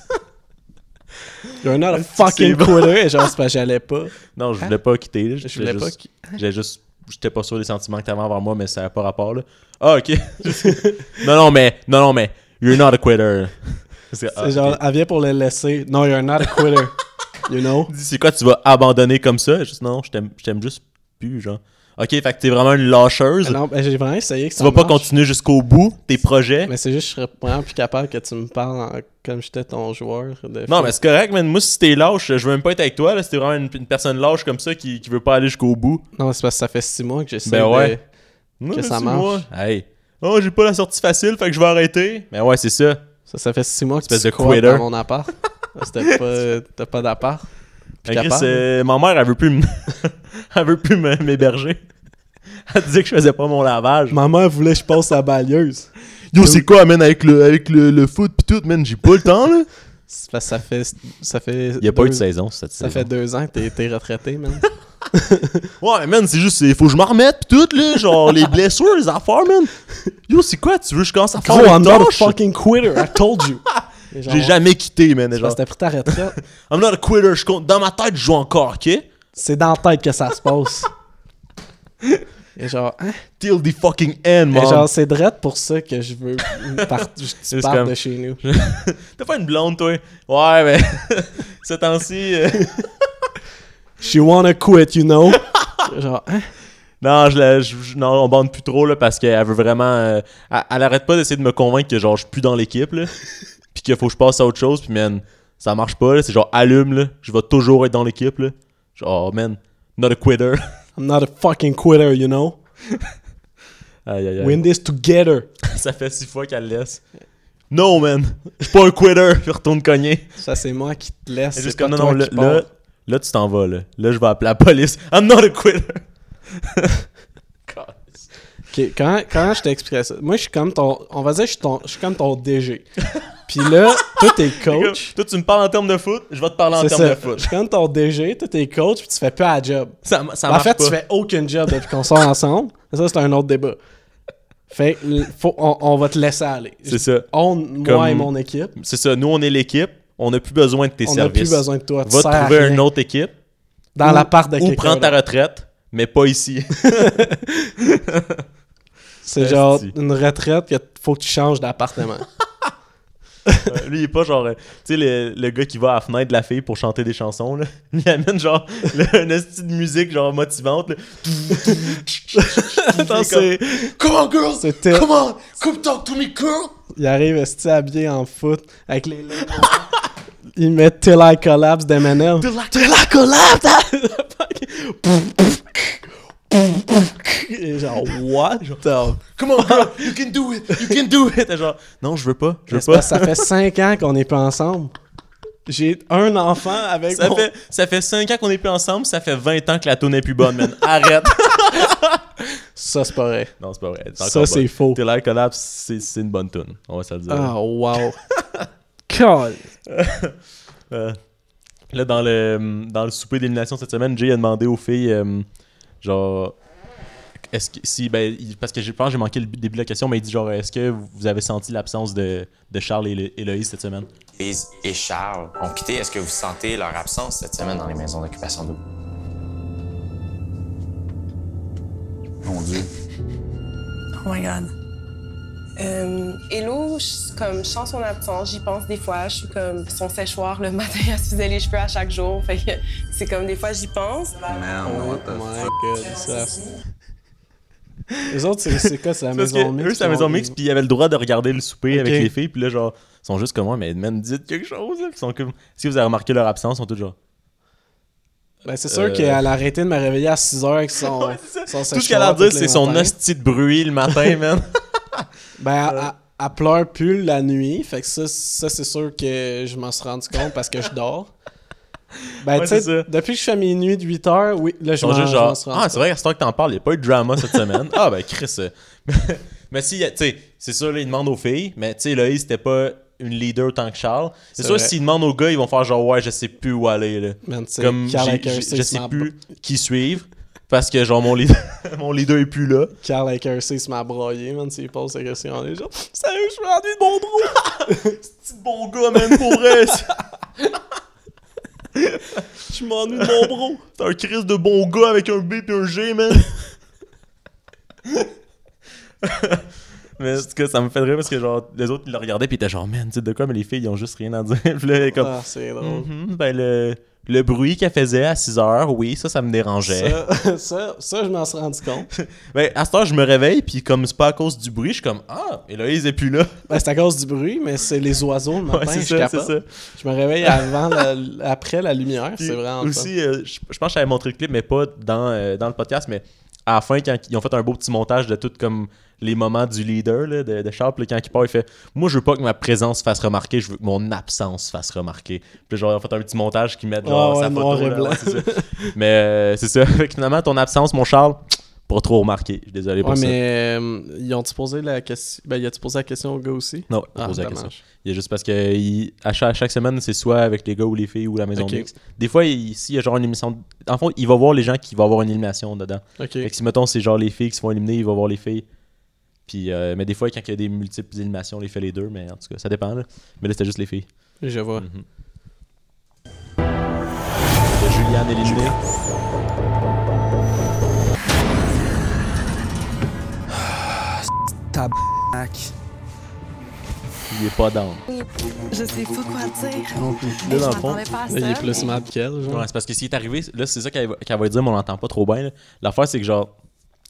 [SPEAKER 2] You're not a
[SPEAKER 1] c'est
[SPEAKER 2] fucking
[SPEAKER 1] bon.
[SPEAKER 2] quitter. Et genre, c'est parce que j'allais pas.
[SPEAKER 1] Non, je voulais pas quitter. là.
[SPEAKER 2] Hein? Je voulais pas
[SPEAKER 1] juste-
[SPEAKER 2] qui- hein?
[SPEAKER 1] J'ai juste. J'étais pas sûr des sentiments que t'avais envers moi, mais ça n'a pas rapport, là. Ah, ok. non, non, mais. Non, non, mais. You're not a quitter. C'est ah,
[SPEAKER 2] C'est genre,
[SPEAKER 1] ok.
[SPEAKER 2] elle vient pour le laisser. Non, you're not a quitter. you know?
[SPEAKER 1] Dis, C'est quoi, tu vas abandonner comme ça? Juste, non, je t'aime je t'aime juste plus, genre. Ok, fait que t'es vraiment une lâcheuse.
[SPEAKER 2] Mais Non, ben, j'ai vraiment essayé que
[SPEAKER 1] tu
[SPEAKER 2] ça
[SPEAKER 1] vas pas
[SPEAKER 2] marche.
[SPEAKER 1] continuer jusqu'au bout tes projets.
[SPEAKER 2] Mais c'est juste, je serais vraiment plus capable que tu me parles en- comme j'étais ton joueur. De
[SPEAKER 1] Non,
[SPEAKER 2] foot.
[SPEAKER 1] mais c'est correct, man. Moi, si t'es lâche, je veux même pas être avec toi, là. Si t'es vraiment une, une personne lâche comme ça qui, qui veut pas aller jusqu'au bout.
[SPEAKER 2] Non, c'est parce que ça fait six mois que j'essaie
[SPEAKER 1] Ben ouais.
[SPEAKER 2] de-
[SPEAKER 1] Non, mais
[SPEAKER 2] ça
[SPEAKER 1] c'est
[SPEAKER 2] marche.
[SPEAKER 1] moi. Hey. Oh, j'ai pas la sortie facile, fait que je vais arrêter. Mais ouais, c'est ça.
[SPEAKER 2] Ça, ça fait six mois que tu
[SPEAKER 1] Espèce de
[SPEAKER 2] squattes
[SPEAKER 1] quitter.
[SPEAKER 2] dans mon appart. C'était pas... T'as pas d'appart. Plus
[SPEAKER 1] Chris,
[SPEAKER 2] capable.
[SPEAKER 1] euh, ma mère, elle veut plus me- elle veut plus me- m'héberger. Elle disait que je faisais pas mon lavage.
[SPEAKER 2] Ma mère voulait que je passe à balieuse.
[SPEAKER 1] Yo, c'est quoi, man, avec le, avec le, le foot pis tout, man, j'ai pas le temps, là. Euh,
[SPEAKER 2] C'est parce que ça fait... Ça fait
[SPEAKER 1] Il y a pas eu de
[SPEAKER 2] deux-
[SPEAKER 1] saison cette
[SPEAKER 2] Ça fait deux ans que t'es- t'es retraité, man.
[SPEAKER 1] Ouais, mais man, c'est juste, il faut que je m'en remette pis tout, là. Genre, les blessures, les affaires, man. Yo, c'est quoi, tu veux que je commence à faire
[SPEAKER 2] Gros,
[SPEAKER 1] une
[SPEAKER 2] I'm not a
[SPEAKER 1] tâche?
[SPEAKER 2] fucking quitter, I told you. Et genre,
[SPEAKER 1] J'ai jamais quitté, man.
[SPEAKER 2] c'est
[SPEAKER 1] Genre,
[SPEAKER 2] parce que t'as pris ta retraite.
[SPEAKER 1] I'm not a quitter, je compte. Dans ma tête, je joue encore, ok?
[SPEAKER 2] C'est dans la tête que ça se passe. Et genre, hein?
[SPEAKER 1] Till the fucking end,
[SPEAKER 2] Et
[SPEAKER 1] man.
[SPEAKER 2] genre, c'est drette pour ça que je veux par- que tu
[SPEAKER 1] C'est
[SPEAKER 2] partes
[SPEAKER 1] comme-
[SPEAKER 2] de chez nous.
[SPEAKER 1] T'as pas une blonde, toi? Ouais, mais. ce temps-ci. euh,
[SPEAKER 2] She wanna quit, you know? genre, hein?
[SPEAKER 1] Non, je la- je- je- non, on bande plus trop là, parce qu'elle veut vraiment. euh, elle, elle arrête pas d'essayer de me convaincre que genre je suis plus dans l'équipe là, puis qu'il faut que je passe à autre chose. Puis man, ça marche pas. là, C'est genre allume là, je vais toujours être dans l'équipe là. Genre oh, man, not a quitter.
[SPEAKER 2] I'm not a fucking quitter, you know?
[SPEAKER 1] Aïe, aïe, aïe.
[SPEAKER 2] Win this together.
[SPEAKER 1] Ça fait six fois qu'elle laisse. No man, je suis pas un quitter. Puis retourne cogner.
[SPEAKER 2] Ça, c'est moi qui te laisse.
[SPEAKER 1] Et
[SPEAKER 2] C'est
[SPEAKER 1] juste
[SPEAKER 2] pas
[SPEAKER 1] comme non
[SPEAKER 2] toi
[SPEAKER 1] non là,
[SPEAKER 2] qui pars.
[SPEAKER 1] là, là, tu t'en vas là. Là je vais appeler la police. I'm not a quitter.
[SPEAKER 2] Ok, Comment, comment je t'expliquerais ça? Moi, je suis comme ton. On va dire, je suis, ton, je suis comme ton DG. Puis là, toi, t'es coach.
[SPEAKER 1] Toi tu me parles en termes de foot, je vais te parler en
[SPEAKER 2] C'est
[SPEAKER 1] termes
[SPEAKER 2] ça.
[SPEAKER 1] de
[SPEAKER 2] Je
[SPEAKER 1] foot.
[SPEAKER 2] suis comme ton DG, toi, t'es coach, puis tu fais pas la job.
[SPEAKER 1] Ça, ça
[SPEAKER 2] en
[SPEAKER 1] marche
[SPEAKER 2] fait,
[SPEAKER 1] pas.
[SPEAKER 2] tu fais aucun job depuis qu'on sort ensemble. Ça, c'est un autre débat. Fait que l- faut, on, on va te laisser aller.
[SPEAKER 1] C'est ça.
[SPEAKER 2] On, moi
[SPEAKER 1] Comme-
[SPEAKER 2] et mon équipe,
[SPEAKER 1] C'est ça, nous on est l'équipe, on n'a plus besoin de tes
[SPEAKER 2] on n'a
[SPEAKER 1] services.
[SPEAKER 2] plus besoin de toi. Tu
[SPEAKER 1] Va
[SPEAKER 2] sers à
[SPEAKER 1] trouver
[SPEAKER 2] rien.
[SPEAKER 1] une autre équipe
[SPEAKER 2] Dans la part de
[SPEAKER 1] ou
[SPEAKER 2] quelqu'un.
[SPEAKER 1] prends ta
[SPEAKER 2] d'autre.
[SPEAKER 1] retraite, mais pas ici.
[SPEAKER 2] C'est genre
[SPEAKER 1] Esti.
[SPEAKER 2] une retraite que faut que tu changes d'appartement.
[SPEAKER 1] Euh, Lui, il est pas genre, euh, tu sais, le, le gars qui va à la fenêtre de la fille pour chanter des chansons, là. Il amène genre le, un esti de musique genre motivante, là.
[SPEAKER 2] Attends,
[SPEAKER 1] c'est
[SPEAKER 2] c'est.
[SPEAKER 1] Come on, girl!
[SPEAKER 2] C'était.
[SPEAKER 1] Come on! Come talk to me, girl!
[SPEAKER 2] Il arrive, est habillé en foot avec les lèvres. Il met Till I Collapse d'Eminem.
[SPEAKER 1] Till I- till I collapse!
[SPEAKER 2] Et genre, what the
[SPEAKER 1] Come on, girl! You can do it! You can do it! T'es genre, non, je veux pas, je veux
[SPEAKER 2] C'est parce
[SPEAKER 1] pas.
[SPEAKER 2] que Ça fait 5 ans qu'on n'est pas ensemble. J'ai un enfant avec
[SPEAKER 1] Ça
[SPEAKER 2] mon-
[SPEAKER 1] fait, ça fait 5 ans qu'on est plus ensemble, ça fait 20 ans que la tune n'est plus bonne, man. Arrête!
[SPEAKER 2] Ça, c'est pas vrai.
[SPEAKER 1] Non, c'est pas vrai. elle est
[SPEAKER 2] Ça,
[SPEAKER 1] encore
[SPEAKER 2] c'est
[SPEAKER 1] bonne.
[SPEAKER 2] faux.
[SPEAKER 1] Till I Collapse, c'est c'est une bonne tune. On va se le dire.
[SPEAKER 2] Ah, wow. God.
[SPEAKER 1] Euh, là, dans le, dans le souper d'élimination cette semaine, Jay a demandé aux filles, euh, genre, est-ce que si ben il- parce que j'ai pense que j'ai manqué le début de la question mais il dit genre est-ce que vous avez senti l'absence de, de Charles et, Lo- et Loïs cette semaine
[SPEAKER 10] Lise et Charles ont quitté. Est-ce que vous sentez leur absence cette semaine dans les maisons d'occupation double?
[SPEAKER 11] Mon Dieu.
[SPEAKER 6] Oh my god. Euh, Hello, je suis comme je sens son absence, j'y pense des fois. Je suis comme son séchoir le matin à se les cheveux à chaque jour. Fait que c'est comme des fois j'y pense.
[SPEAKER 2] Oh my god, ça. Les autres, c'est- c'est quoi, c'est la
[SPEAKER 1] Parce que
[SPEAKER 2] maison mixte?
[SPEAKER 1] eux c'est la maison
[SPEAKER 2] ils-
[SPEAKER 1] mixte puis ils avaient le droit de regarder le souper avec
[SPEAKER 2] Ok.
[SPEAKER 1] les filles puis là genre ils sont juste comme moi mais man dites quelque chose là. Ils sont comme si vous avez remarqué leur absence ils sont tous genre
[SPEAKER 2] Ben, c'est sûr
[SPEAKER 1] Euh.
[SPEAKER 2] qu'elle a arrêté de me réveiller à 6 heures avec son. son
[SPEAKER 1] tout ce
[SPEAKER 2] séchoir
[SPEAKER 1] qu'elle a à dire
[SPEAKER 2] tous les
[SPEAKER 1] c'est son
[SPEAKER 2] matins.
[SPEAKER 1] hostie de bruit le matin man
[SPEAKER 2] Ben, elle- elle, elle pleure plus la nuit. Fait que ça, ça c'est sûr que je m'en suis rendu compte parce que je dors. Ben,
[SPEAKER 1] Ouais,
[SPEAKER 2] tu sais,
[SPEAKER 1] c'est ça.
[SPEAKER 2] depuis que je fais mes nuits de 8 heures, oui, là,
[SPEAKER 1] Ils
[SPEAKER 2] je
[SPEAKER 1] sont
[SPEAKER 2] m'en je
[SPEAKER 1] juste
[SPEAKER 2] m'en
[SPEAKER 1] genre
[SPEAKER 2] suis rendu
[SPEAKER 1] ah c'est vrai à ce temps que t'en parles il n'y a pas eu de drama cette semaine ah ben Chris euh. mais si tu sais c'est sûr là, ils demandent aux filles mais tu sais Loïs c'était pas une leader tant que Charles c'est
[SPEAKER 2] C'est
[SPEAKER 1] sûr
[SPEAKER 2] vrai.
[SPEAKER 1] s'ils demandent aux gars ils vont faire genre ouais je sais plus où aller là
[SPEAKER 2] Man, tu sais,
[SPEAKER 1] comme
[SPEAKER 2] Carl
[SPEAKER 1] j'ai-
[SPEAKER 2] avec un
[SPEAKER 1] j'ai-
[SPEAKER 2] six
[SPEAKER 1] je sais
[SPEAKER 2] m'a-
[SPEAKER 1] plus qui suivre parce que genre mon leader mon leader est plus là
[SPEAKER 2] Carl avec un C se m'a broyé, man, s'il pose cette question. là genre, sérieux, je suis rendu de bon trou!
[SPEAKER 1] c'est bon gars même pour reste je m'ennuie de mon bro t'es un Chris de bon gars avec un B et un G man Mais en tout cas, ça me fait rire parce que genre les autres ils le regardaient puis ils étaient genre man, tu sais de quoi mais les filles ils ont juste rien à dire. Puis là, comme
[SPEAKER 2] Ah, c'est drôle.
[SPEAKER 1] Mhm, ben le le bruit qu'elle faisait à 6 heures, oui, ça ça me dérangeait.
[SPEAKER 2] Ça, ça, ça, je m'en suis rendu compte.
[SPEAKER 1] Ben à cette heure, je me réveille puis comme c'est pas à cause du bruit, je suis comme ah, Héloïse est plus là.
[SPEAKER 2] Ben, c'est à cause du bruit, mais c'est les oiseaux le matin.
[SPEAKER 1] Ouais, c'est
[SPEAKER 2] je
[SPEAKER 1] ça, c'est
[SPEAKER 2] capote.
[SPEAKER 1] ça.
[SPEAKER 2] Je me réveille avant la- après la lumière,
[SPEAKER 1] Puis
[SPEAKER 2] c'est vraiment ça.
[SPEAKER 1] aussi, euh, je, je pense que j'avais montré le clip, mais pas dans, euh, dans le podcast, mais à la fin, quand ils ont fait un beau petit montage de tout comme les moments du leader là, de, de Charles, puis quand il part, il fait Moi, je veux pas que ma présence fasse remarquer, je veux que mon absence fasse remarquer. Puis genre, ils ont fait un petit montage qui met genre,
[SPEAKER 2] Ah ouais,
[SPEAKER 1] sa photo.
[SPEAKER 2] noir et
[SPEAKER 1] là,
[SPEAKER 2] blanc.
[SPEAKER 1] ouais, c'est ça. mais euh, c'est ça. Fait que finalement, ton absence, mon Charles, pas trop remarqué. Je suis désolé pour
[SPEAKER 2] Ouais,
[SPEAKER 1] ça.
[SPEAKER 2] mais euh, ils ont-tu posé la question Ben, y a-tu posé la question au gars aussi
[SPEAKER 1] Non, il a
[SPEAKER 2] Ah,
[SPEAKER 1] posé la
[SPEAKER 2] dommage.
[SPEAKER 1] question. Il y a juste parce que il- à, chaque, à chaque semaine, c'est soit avec les gars ou les filles ou la maison
[SPEAKER 2] Ok.
[SPEAKER 1] mixte. Des fois, il- s'il y a genre une émission. En fond, il va voir les gens qui vont avoir une élimination dedans.
[SPEAKER 2] Ok.
[SPEAKER 1] Fait que si, mettons, c'est genre les filles qui se font éliminer, il va voir les filles. Puis, euh, mais des fois, quand il y a des multiples éliminations, on les fait les deux, mais en tout cas, ça dépend. Là. Mais là, c'était juste les filles. Mhm.
[SPEAKER 2] Je vois.
[SPEAKER 1] Hmm. Il y a Juliane éliminée.
[SPEAKER 12] Tabac.
[SPEAKER 1] Il est pas down.
[SPEAKER 12] Je sais pas quoi dire.
[SPEAKER 1] Là, dans le fond,
[SPEAKER 2] mad qu'elle, genre.
[SPEAKER 1] Ouais, c'est parce que s'il est arrivé, là, c'est ça qu'elle va, qu'elle va dire, mais on l'entend pas trop bien. là. L'affaire, c'est que genre,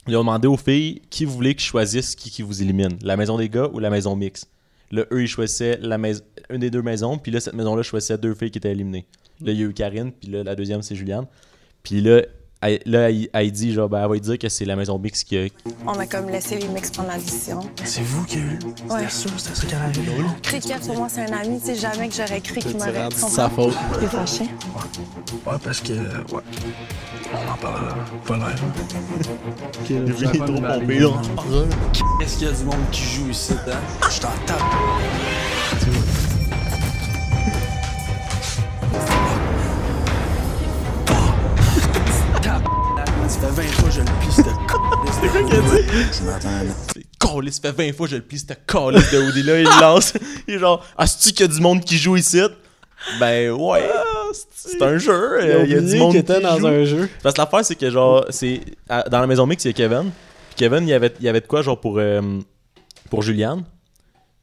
[SPEAKER 1] ils ont demandé aux filles qui vous voulez qu'ils choisissent qui, qui vous élimine, la maison des gars ou la maison mixte. Là, eux, ils choisissaient la mais- une des deux maisons, puis là, cette maison-là choisissait deux filles qui étaient éliminées. Là, il y a eu Karine, puis là, la deuxième, c'est Juliane. Puis là, elle, là, elle, elle dit, genre, ben, elle va lui dire que c'est la maison mixte qui a.
[SPEAKER 13] On a comme laissé les mecs prendre la décision.
[SPEAKER 1] C'est vous qui avez.
[SPEAKER 13] Ouais.
[SPEAKER 12] C'est ça qu'elle a vu.
[SPEAKER 13] Cricket, pour moi, c'est un ami. C'est jamais que j'aurais cru qu'il m'aurait.
[SPEAKER 12] C'est sa faute.
[SPEAKER 13] T'es fâché?
[SPEAKER 12] Ouais, parce que. Ouais. On en parle pas live.
[SPEAKER 2] Il
[SPEAKER 12] est trop pompé,
[SPEAKER 2] là.
[SPEAKER 12] Est-ce qu'il y a du monde qui joue ici dedans? Je t'en tape. Tabarnak, man, Ça fait 20 fois que je le pisse de C'est quoi qu'il a dit? Je m'attends.
[SPEAKER 1] Callis, ça fait 20 fois que je le pisse, cette calice de Woody là, il le lance. Il est genre, Asti qu'il y a du monde qui joue ici? Ben ouais,
[SPEAKER 2] Ah,
[SPEAKER 1] c'est un jeu.
[SPEAKER 2] Il a
[SPEAKER 1] euh, Il y a
[SPEAKER 2] oublié
[SPEAKER 1] du monde
[SPEAKER 2] qu'il
[SPEAKER 1] qui
[SPEAKER 2] était dans
[SPEAKER 1] joue.
[SPEAKER 2] un jeu.
[SPEAKER 1] Parce que l'affaire, c'est que genre, c'est à- dans la maison mix, il y a Kevin. Puis Kevin, il y avait, il y avait de quoi, genre, pour, euh, pour Juliane.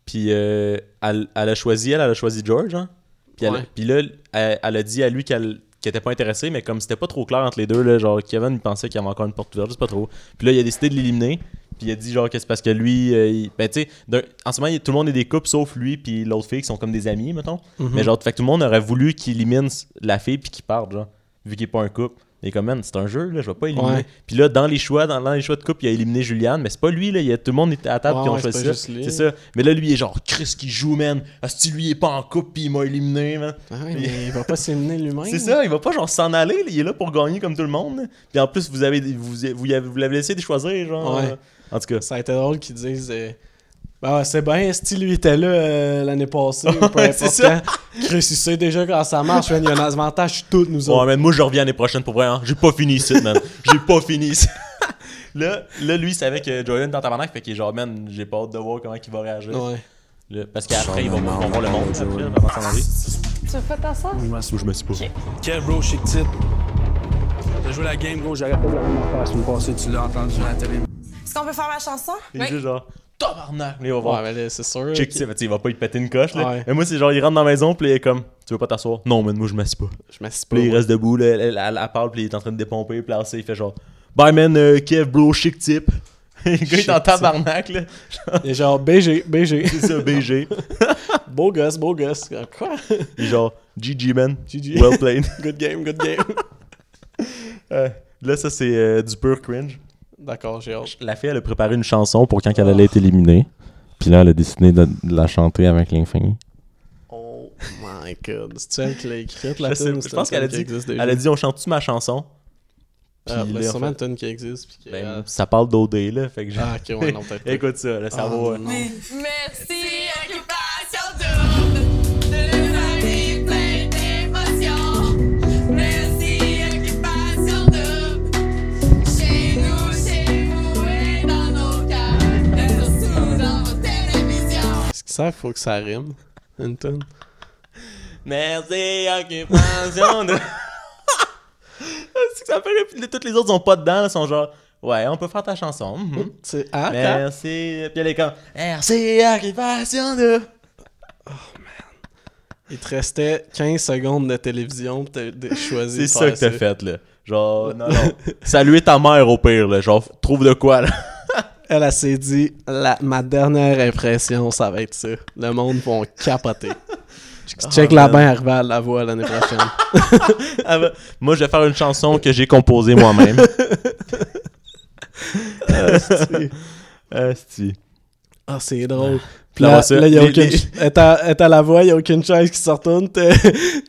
[SPEAKER 1] Puis euh, elle, elle a choisi, elle, elle a choisi George. Hein? Puis, elle-
[SPEAKER 2] Ouais.
[SPEAKER 1] puis là, elle, elle a dit à lui qu'elle qu'elle était pas intéressée, mais comme c'était pas trop clair entre les deux, là, genre Kevin il pensait qu'il y avait encore une porte ouverte, je sais pas trop. Puis là, il a décidé de l'éliminer. Puis il a dit genre que c'est parce que lui, euh, il- ben tu sais, d'un- en ce moment il- tout le monde est des couples sauf lui puis l'autre fille qui sont comme des amis, mettons.
[SPEAKER 2] Mhm.
[SPEAKER 1] Mais genre, fait que tout le monde aurait voulu qu'il élimine la fille puis qu'il parte, genre, vu qu'il est pas un couple. Mais comme man, c'est un jeu, là, je vais pas éliminer.
[SPEAKER 2] Ouais.
[SPEAKER 1] Puis là, dans les choix, dans, dans les choix de couple, il a éliminé Juliane, mais c'est pas lui, là, il y a, tout le monde était à table
[SPEAKER 2] Ouais,
[SPEAKER 1] puis on
[SPEAKER 2] ouais, c'est
[SPEAKER 1] choisit
[SPEAKER 2] pas
[SPEAKER 1] ça.
[SPEAKER 2] juste lui.
[SPEAKER 1] C'est ça. Mais là, lui, il est genre, Chris qui joue, man. Asti, lui, il est pas en couple puis il m'a éliminé, man.
[SPEAKER 2] Ouais, mais il va pas s'éliminer lui-même.
[SPEAKER 1] Ah C'est ça, il va pas genre s'en aller, là, il est là pour gagner comme tout le monde. Puis en plus, vous avez vous, vous, y avez- vous l'avez laissé de choisir, genre.
[SPEAKER 2] Ouais.
[SPEAKER 1] En tout cas.
[SPEAKER 2] Ça a été drôle qu'ils disent. euh, Ben ouais, c'est bien, si lui était là euh, l'année passée, ou peu
[SPEAKER 1] Ouais,
[SPEAKER 2] importe
[SPEAKER 1] c'est ça.
[SPEAKER 2] quand. Chris, il sait déjà quand ça marche, man, il y a un avantage sur toutes nous
[SPEAKER 1] Ouais,
[SPEAKER 2] autres.
[SPEAKER 1] man, moi je reviens l'année prochaine pour vrai, hein. J'ai pas fini ici, man. J'ai pas fini ici. Là, là, lui, il savait que Joyon dans tabarnak, fait qu'il est genre, man, j'ai pas hâte de voir comment il va réagir.
[SPEAKER 2] Ouais.
[SPEAKER 1] Là, parce qu'après, il va on va voir le monde après, avant de s'en aller.
[SPEAKER 13] Tu veux pas ta soeur?
[SPEAKER 1] Je me suis pas.
[SPEAKER 14] Quel bro, chic type. T'as joué la game, gros, j'aurais pas eu la même affaire la semaine passée, tu l'as entendu à la télé.
[SPEAKER 7] Est-ce qu'on peut faire la chanson?
[SPEAKER 1] Il est juste genre, tabarnak. Là, il va voir.
[SPEAKER 2] Ouais, mais là, c'est sûr.
[SPEAKER 1] Check
[SPEAKER 2] que-
[SPEAKER 1] ça, mais tu sais, il va pas y péter une coche. Là.
[SPEAKER 2] Ouais.
[SPEAKER 1] Mais moi, c'est genre, il rentre dans la maison, puis il est comme, tu veux pas t'asseoir? Non, mais moi, je m'assieds pas.
[SPEAKER 2] Je m'assieds
[SPEAKER 1] Puis là, il
[SPEAKER 2] pas,
[SPEAKER 1] reste debout, là, elle, elle- elle- elle parle, puis il est en train de dépomper, puis là, il fait genre, bye man, euh, Kev, bro, chic type. le gars, il est en
[SPEAKER 2] Chic type.
[SPEAKER 1] tabarnak, là.
[SPEAKER 2] Il est genre BG, BG.
[SPEAKER 1] C'est ça, BG.
[SPEAKER 2] beau gosse, beau gosse. Quoi?
[SPEAKER 1] Il est genre, GG man.
[SPEAKER 2] GG.
[SPEAKER 1] Well played.
[SPEAKER 2] good game, good game.
[SPEAKER 1] Euh, là, ça, c'est euh, du pur cringe.
[SPEAKER 2] D'accord, j'ai hâte.
[SPEAKER 1] La fille, elle a préparé une chanson pour quand elle allait être éliminée.
[SPEAKER 15] Puis là, elle a décidé de, de la chanter avec l'infini.
[SPEAKER 2] Oh my god. C'est-tu elle qui l'a écrite, la
[SPEAKER 1] Je, sais-
[SPEAKER 2] tune, ou
[SPEAKER 1] je
[SPEAKER 2] c'est
[SPEAKER 1] pense
[SPEAKER 2] une
[SPEAKER 1] qu'elle a
[SPEAKER 2] tune qui
[SPEAKER 1] dit,
[SPEAKER 2] existe déjà?
[SPEAKER 1] elle a dit, on chante-tu ma chanson?
[SPEAKER 2] Ah,
[SPEAKER 1] Puis
[SPEAKER 2] ben,
[SPEAKER 1] là,
[SPEAKER 2] c'est
[SPEAKER 1] en
[SPEAKER 2] sûrement
[SPEAKER 1] fait-
[SPEAKER 2] une tune qui existe. Puis qui, euh,
[SPEAKER 1] Ça parle d'OD, là. Fait que je-
[SPEAKER 2] Ah, ok, ouais, non, peut-être pas.
[SPEAKER 1] Écoute ça, là, ça
[SPEAKER 2] Ah,
[SPEAKER 1] va.
[SPEAKER 2] non.
[SPEAKER 7] Merci, occupation double, de la vie pleine d'émotions. Merci, occupation double, chez nous, chez vous et dans nos cœurs, et surtout dans vos télévisions.
[SPEAKER 2] Est-ce que ça, faut que ça rime? Une tune?
[SPEAKER 1] Merci, occupation de. Ah, C'est que ça paraît. Puis là, toutes les autres sont pas dedans, là, sont genre. Ouais, on peut faire ta chanson. mhm.
[SPEAKER 2] C'est ah, quand?
[SPEAKER 1] Merci. Puis elle est comme. Merci, occupation de.
[SPEAKER 2] Il te restait 15 secondes de télévision, puis t'as de- choisi.
[SPEAKER 1] C'est
[SPEAKER 2] de
[SPEAKER 1] ça
[SPEAKER 2] faire
[SPEAKER 1] que t'as fait, là. Genre, non, non. Saluer ta mère au pire, là. Genre, trouve de quoi, là.
[SPEAKER 2] Elle, elle s'est dit, la, ma dernière impression, ça va être ça. Le monde vont capoter.
[SPEAKER 1] Ah,
[SPEAKER 2] Check la
[SPEAKER 1] man.
[SPEAKER 2] bain arriver à la voix l'année prochaine.
[SPEAKER 1] Elle va- Moi, je vais faire une chanson que j'ai composée moi-même.
[SPEAKER 2] Asti.
[SPEAKER 1] Asti.
[SPEAKER 2] Ah, c'est drôle. Puis
[SPEAKER 1] Puis avant
[SPEAKER 2] là,
[SPEAKER 1] ça,
[SPEAKER 2] là, il y a
[SPEAKER 1] les-
[SPEAKER 2] aucune.
[SPEAKER 1] les-
[SPEAKER 2] Elle est à- elle est à la voix, il n'y a aucune chaise qui se retourne. T'as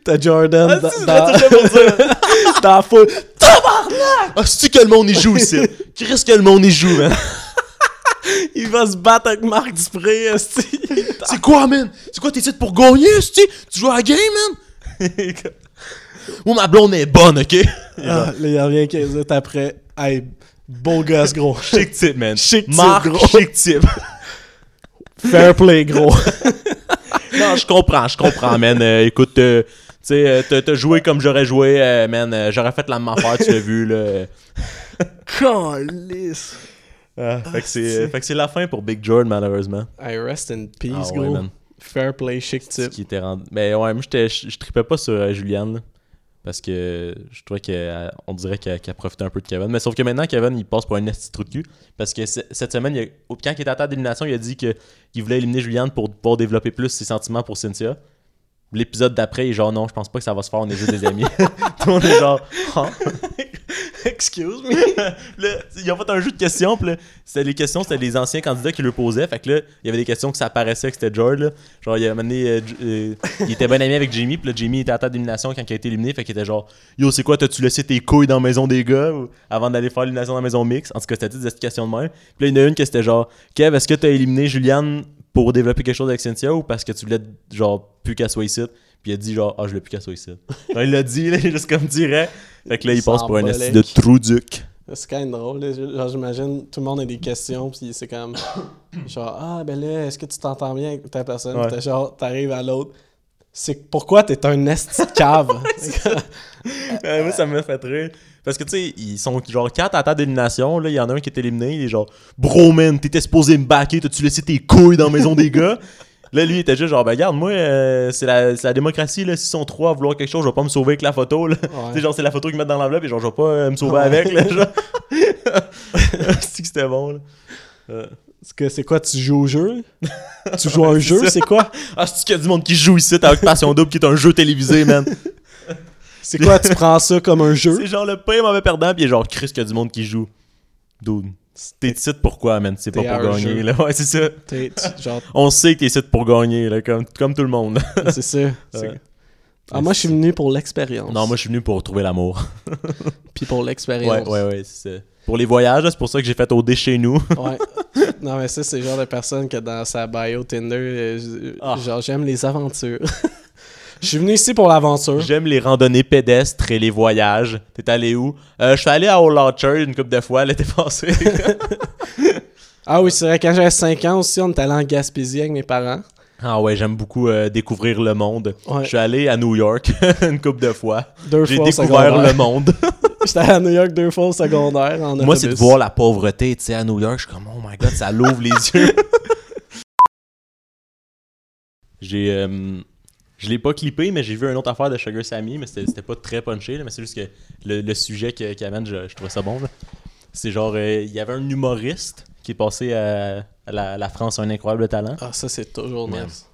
[SPEAKER 2] t'as Jordan dans, dans- dans la foule.
[SPEAKER 1] Ah, c'est-tu que le monde y joue ici? Qu'est-ce que le monde y joue, man?
[SPEAKER 2] Il va se battre avec Marc Dupré, esti.
[SPEAKER 1] C'est quoi, man? C'est quoi tes titres pour gagner, esti? Tu joues à la game, man? Moi, ma blonde est bonne, ok?
[SPEAKER 2] Ah, là, il revient 15 minutes après. Hey, beau gosse, gros.
[SPEAKER 1] Chic type, man.
[SPEAKER 2] Chic type,
[SPEAKER 1] Marc,
[SPEAKER 2] gros.
[SPEAKER 1] chic type.
[SPEAKER 2] Fair play, gros.
[SPEAKER 1] non, je comprends, je comprends, man. Euh, écoute, euh, tu sais, euh, t'as- t'as joué comme j'aurais joué, euh, man. Euh, j'aurais fait la même affaire, tu l'as vu, là.
[SPEAKER 2] Calice.
[SPEAKER 1] Ah, fait que c'est euh, fait que c'est la fin pour Big Jordan, malheureusement.
[SPEAKER 2] I rest in peace,
[SPEAKER 1] Ah ouais,
[SPEAKER 2] gros.
[SPEAKER 1] man.
[SPEAKER 2] Fair play, chic type.
[SPEAKER 1] qui était rendu. Mais ouais, moi, j'étais- je je tripais pas sur euh, Juliane. là, parce que je trouvais qu'on dirait qu'elle qu'elle profitait un peu de Kevin. Mais sauf que maintenant, Kevin, il passe pour un petit trou de cul. Parce que c- cette semaine, il a- au- quand il était à la table d'élimination, il a dit que il voulait éliminer Juliane pour pouvoir développer plus ses sentiments pour Cynthia. L'épisode d'après, il est genre non, je pense pas que ça va se faire, on est juste des amis. Tout le monde est genre, Ah.
[SPEAKER 2] Excuse me.
[SPEAKER 1] Là, ils ont fait un jeu de questions. Puis là, c'était les questions, c'était les anciens candidats qui le posaient. Fait que là, il y avait des questions que ça apparaissait que c'était George. Là. Genre, il a amené. euh, J- euh, il était bon ami avec Jimmy. Puis là, Jimmy était à la table d'élimination quand il a été éliminé. Fait qu'il était genre, Yo, c'est quoi, t'as-tu laissé tes couilles dans la maison des gars ou- avant d'aller faire l'élimination dans la maison mix? En tout cas, c'était des questions de même. Puis là, il y en a une qui était genre, Kev, est-ce que t'as éliminé Juliane pour développer quelque chose avec Cynthia ou parce que tu voulais, genre, plus qu'elle soit ici? Puis il a dit genre, ah, je voulais plus qu'elle soit ici. Genre, il l'a dit, là, juste comme direct. Fait que là, il
[SPEAKER 2] Sans
[SPEAKER 1] passe pour un esti de
[SPEAKER 2] bolec.
[SPEAKER 1] trou duc.
[SPEAKER 2] C'est quand même drôle. là. Genre, j'imagine, tout le monde a des questions, puis c'est comme, genre, ah, ben là, est-ce que tu t'entends bien avec ta personne?
[SPEAKER 1] Ouais.
[SPEAKER 2] Puis t'es genre, t'arrives à l'autre. C'est que pourquoi t'es un esti de cave?
[SPEAKER 1] Ouais, moi, ça me fait rire. Parce que, tu sais, ils sont genre 4 à la table d'élimination. Là, il y en a un qui est éliminé. Il est genre, Bro, man, t'étais supposé me backer. T'as-tu laissé tes couilles dans la maison des gars? Là, lui, il était juste genre, ben, regarde, moi, euh, c'est la, c'est la démocratie. Là, s'ils sont trois à vouloir quelque chose, je vais pas me sauver avec la photo. Là. Tu sais, genre, c'est la photo qu'ils mettent dans l'enveloppe et genre, je vais pas euh, me sauver
[SPEAKER 2] Ouais.
[SPEAKER 1] avec. Là, genre. c'est que c'était bon, là. Euh,
[SPEAKER 2] Est-ce que c'est quoi, tu joues au jeu? tu joues à un jeu,
[SPEAKER 1] ça.
[SPEAKER 2] c'est quoi?
[SPEAKER 1] Ah, c'est-tu qu'il y a du monde qui joue ici avec Passion Double qui est un jeu télévisé, man?
[SPEAKER 2] C'est quoi, tu prends ça comme un jeu?
[SPEAKER 1] C'est genre le pire mauvais perdant, puis il est genre Chris qu'il y a du monde qui joue. Dude. T'es ici pourquoi, man? C'est pas
[SPEAKER 2] T'es à
[SPEAKER 1] pour
[SPEAKER 2] un
[SPEAKER 1] gagner,
[SPEAKER 2] jeu.
[SPEAKER 1] là. Ouais, c'est ça.
[SPEAKER 2] T'es- tu- genre,
[SPEAKER 1] On sait que t'es ici pour gagner, là, comme, comme tout le monde.
[SPEAKER 2] c'est ça. C'est-
[SPEAKER 1] Ouais.
[SPEAKER 2] Ah, moi, je suis venu pour l'expérience.
[SPEAKER 1] Non, moi, je suis venu pour trouver l'amour.
[SPEAKER 2] Puis pour
[SPEAKER 1] Ouais,
[SPEAKER 2] l'expérience.
[SPEAKER 1] ouais, ouais, c'est ça. Pour les voyages, là, c'est pour ça que j'ai fait au dé chez nous.
[SPEAKER 2] Ouais. Non, mais ça, c'est
[SPEAKER 1] Ah.
[SPEAKER 2] le genre de personne que dans sa bio Tinder, euh, j- genre, j'aime les aventures. Je suis venu ici pour l'aventure.
[SPEAKER 1] J'aime les randonnées pédestres et les voyages. T'es allé où? Euh, je suis allé à Old Orchard une couple de fois l'été passé.
[SPEAKER 2] ah oui, c'est vrai, quand j'avais 5 ans aussi, on est allé en Gaspésie avec mes parents.
[SPEAKER 1] Ah ouais, j'aime beaucoup euh, découvrir le monde. Je suis allé à New York une couple de fois.
[SPEAKER 2] Deux
[SPEAKER 1] J'ai
[SPEAKER 2] fois au
[SPEAKER 1] découvert
[SPEAKER 2] secondaire.
[SPEAKER 1] le monde.
[SPEAKER 2] J'étais allé à New York deux fois au secondaire en
[SPEAKER 1] Moi, c'est de
[SPEAKER 2] autobus.
[SPEAKER 1] voir la pauvreté, tu sais, à New York, je suis comme, oh my god, ça l'ouvre les yeux. j'ai. euh, je l'ai pas clippé, mais j'ai vu une autre affaire de Sugar Sammy, mais c'était c'était pas très punché, là, mais c'est juste que le, le sujet que- qu'il amène, je, je trouvais ça bon. là. C'est genre, euh, il y avait un humoriste qui est passé à, à la, la France a un incroyable talent.
[SPEAKER 2] Ah, ça, c'est toujours
[SPEAKER 1] Ouais.
[SPEAKER 2] nice.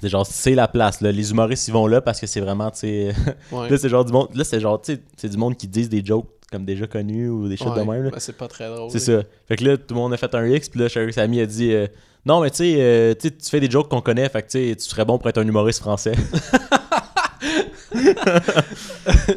[SPEAKER 1] C'est genre, c'est la place, là. Les humoristes, ils vont là parce que c'est vraiment, tu sais.
[SPEAKER 2] Ouais.
[SPEAKER 1] là, c'est genre du monde. Là, c'est genre, tu sais, c'est du monde qui disent des jokes comme déjà connus ou des choses
[SPEAKER 2] Ouais.
[SPEAKER 1] de même. là.
[SPEAKER 2] Ben, c'est pas très drôle,
[SPEAKER 1] C'est
[SPEAKER 2] là.
[SPEAKER 1] ça. Fait que là, tout le monde a fait un X, puis là, Sherry Sammy a dit euh, Non, mais tu sais, euh, tu sais, tu fais des jokes qu'on connaît, fait que tu sais, tu serais bon pour être un humoriste français.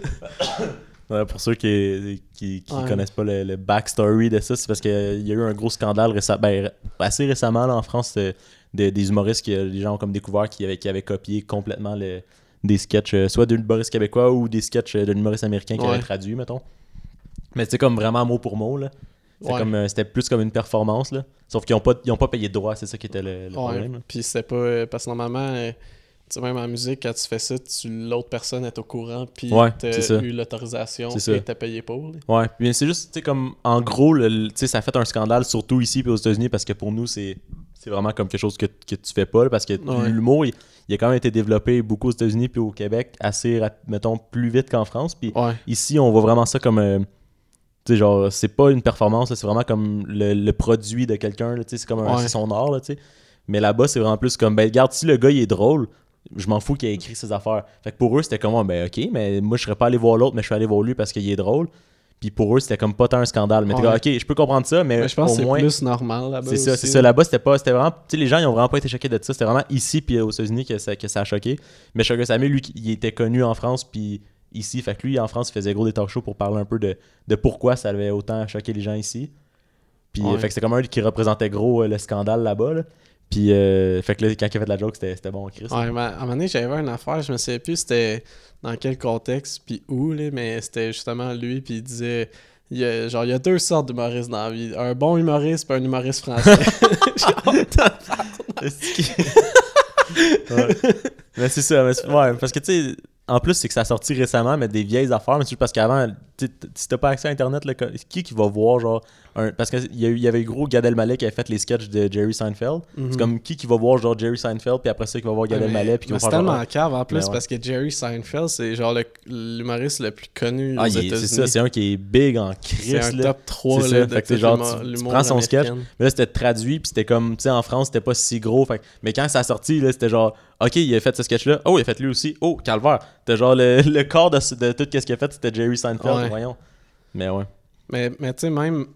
[SPEAKER 1] Ouais, pour ceux qui, qui, qui
[SPEAKER 2] Ouais.
[SPEAKER 1] connaissent pas le, le backstory de ça, c'est parce qu'il y a eu un gros scandale récem- ben, assez récemment là, en France euh, de- des humoristes que les gens ont comme découvert qui avaient, qui avaient copié complètement le- des sketchs, euh, soit de l'humoriste québécois ou des sketchs euh, de l'humoriste américain qui
[SPEAKER 2] Ouais.
[SPEAKER 1] avait traduit, mettons. Mais c'est comme vraiment mot pour mot. là. Fait
[SPEAKER 2] Ouais.
[SPEAKER 1] comme, euh, C'était plus comme une performance. Là. Sauf qu'ils n'ont pas, ils ont pas payé de droit, c'est ça qui était le, le
[SPEAKER 2] Ouais,
[SPEAKER 1] problème. là.
[SPEAKER 2] Puis c'était pas. euh, parce que normalement, euh, tu sais, même en musique, quand tu fais ça, tu- l'autre personne est au courant, puis
[SPEAKER 1] Ouais, c'est
[SPEAKER 2] t'as
[SPEAKER 1] ça.
[SPEAKER 2] eu l'autorisation
[SPEAKER 1] C'est ça.
[SPEAKER 2] et t'as payé pour. là.
[SPEAKER 1] Ouais, puis c'est juste, tu sais, comme, en gros, le- le- tu sais, ça a fait un scandale, surtout ici puis aux États-Unis, parce que pour nous, c'est c'est vraiment comme quelque chose que, que tu fais pas, là, parce que
[SPEAKER 2] Ouais.
[SPEAKER 1] l'humour, il, il a quand même été développé beaucoup aux États-Unis puis au Québec, assez, rap- mettons, plus vite qu'en France. Puis ici, on voit vraiment ça comme, euh, tu sais, genre, c'est pas une performance, là, c'est vraiment comme le, le produit de quelqu'un, là, tu sais, c'est comme un-
[SPEAKER 2] Ouais.
[SPEAKER 1] c'est son art, là, tu sais. Mais là-bas, c'est vraiment plus comme, ben, regarde, si le gars, il est drôle, je m'en fous qu'il ait écrit ses affaires. Fait que pour eux, c'était comme, Ah, ben, ok, mais moi, je serais pas allé voir l'autre, mais je suis allé voir lui parce qu'il est drôle. Puis pour eux, c'était comme pas tant un scandale. Mais t'es
[SPEAKER 2] Ouais.
[SPEAKER 1] comme, ok, je peux comprendre ça, mais,
[SPEAKER 2] Mais je pense
[SPEAKER 1] Euh, au
[SPEAKER 2] que c'est
[SPEAKER 1] moins.
[SPEAKER 2] plus normal là-bas.
[SPEAKER 1] C'est ça,
[SPEAKER 2] aussi,
[SPEAKER 1] c'est ça. Là-bas, c'était pas. C'était vraiment. Tu sais, les gens, ils ont vraiment pas été choqués de ça. C'était vraiment ici, puis aux États-Unis, que ça, que ça a choqué. Mais Sugar Sammy, lui, il était connu en France, puis ici. Fait que lui, en France, il faisait gros des talk shows pour parler un peu de, de pourquoi ça avait autant choqué les gens ici. Puis, euh,
[SPEAKER 2] Ouais.
[SPEAKER 1] fait que c'était comme un qui représentait gros euh, le scandale là-bas. là. Puis, euh, fait que là, quand il a fait de la joke, c'était c'était bon, Chris.
[SPEAKER 2] Ouais, mais à un moment donné, j'avais une affaire, je me souviens plus c'était dans quel contexte, puis où, là, mais c'était justement lui, puis il disait, il y a, genre, il y a deux sortes d'humoristes dans la vie, un bon humoriste, puis un humoriste français.
[SPEAKER 1] Ouais. mais c'est ça. mais c'est- ouais, parce que tu sais, en plus, c'est que ça a sorti récemment, mais des vieilles affaires. Mais c'est juste parce qu'avant, tu sais, t- si t'as pas accès à Internet, là, co- qui qui va voir, genre, un- parce qu'il y, a eu- il y avait eu gros Gad Elmaleh qui avait fait les sketchs de Jerry Seinfeld.
[SPEAKER 2] Mhm.
[SPEAKER 1] C'est comme qui qui va voir, genre, Jerry Seinfeld, puis après ça, qui va voir Gad
[SPEAKER 2] Ouais, mais-
[SPEAKER 1] Elmaleh, puis qui va
[SPEAKER 2] mais c'est
[SPEAKER 1] faire genre,
[SPEAKER 2] tellement
[SPEAKER 1] ah.
[SPEAKER 2] cave en plus
[SPEAKER 1] Mais ouais.
[SPEAKER 2] parce que Jerry Seinfeld, c'est genre le- l'humoriste le, plus connu
[SPEAKER 1] Ah,
[SPEAKER 2] aux
[SPEAKER 1] il est-
[SPEAKER 2] États-Unis.
[SPEAKER 1] c'est ça, c'est un qui est big en
[SPEAKER 2] C'est
[SPEAKER 1] crise.
[SPEAKER 2] un
[SPEAKER 1] là.
[SPEAKER 2] top
[SPEAKER 1] C'est
[SPEAKER 2] 3 là,
[SPEAKER 1] ça,
[SPEAKER 2] de
[SPEAKER 1] fait que c'est
[SPEAKER 2] tout
[SPEAKER 1] genre,
[SPEAKER 2] l'humour-
[SPEAKER 1] tu- tu,
[SPEAKER 2] l'humour
[SPEAKER 1] prends son sketch,
[SPEAKER 2] américain.
[SPEAKER 1] mais là, c'était traduit, puis c'était comme, tu sais, en France, c'était pas si gros. Fait que- mais quand ça a sorti, là, c'était genre, OK, il a fait ce sketch-là. Oh, il a fait lui aussi. Oh, calvaire. C'était genre, le, le corps de, ce- de tout ce qu'il a fait, c'était Jerry Seinfeld,
[SPEAKER 2] Ouais.
[SPEAKER 1] voyons. Mais ouais.
[SPEAKER 2] Mais, mais tu sais, même, tu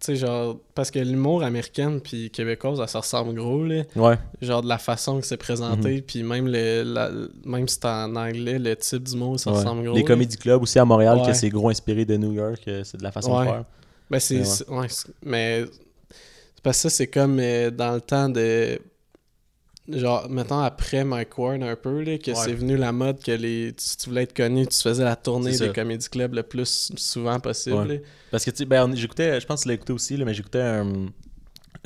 [SPEAKER 2] sais, genre, parce que l'humour américaine puis québécoise, ça se ressemble gros, là.
[SPEAKER 1] Ouais.
[SPEAKER 2] Genre de la façon que c'est
[SPEAKER 1] Mhm.
[SPEAKER 2] présenté, puis même, le, la- même si c'est en anglais, le type d'humour, ça
[SPEAKER 1] Ouais.
[SPEAKER 2] ressemble gros.
[SPEAKER 1] Les
[SPEAKER 2] là.
[SPEAKER 1] comedy clubs aussi à Montréal,
[SPEAKER 2] Ouais.
[SPEAKER 1] que c'est gros inspiré de New York, euh, c'est de la façon de faire.
[SPEAKER 2] Ben, c'est,
[SPEAKER 1] Mais ouais.
[SPEAKER 2] c'est- ouais, c'est- mais c'est parce que ça, c'est comme euh, dans le temps de. Genre, mettons, après Mike Ward, un peu, là, que
[SPEAKER 1] Ouais.
[SPEAKER 2] c'est venu la mode que les, si tu voulais être connu, tu faisais la tournée
[SPEAKER 1] C'est
[SPEAKER 2] des
[SPEAKER 1] ça.
[SPEAKER 2] comédie clubs le plus souvent possible.
[SPEAKER 1] Ouais.
[SPEAKER 2] là.
[SPEAKER 1] Parce que, tu sais, ben, on- j'écoutais, je pense que tu l'as écouté aussi, là, mais j'écoutais un,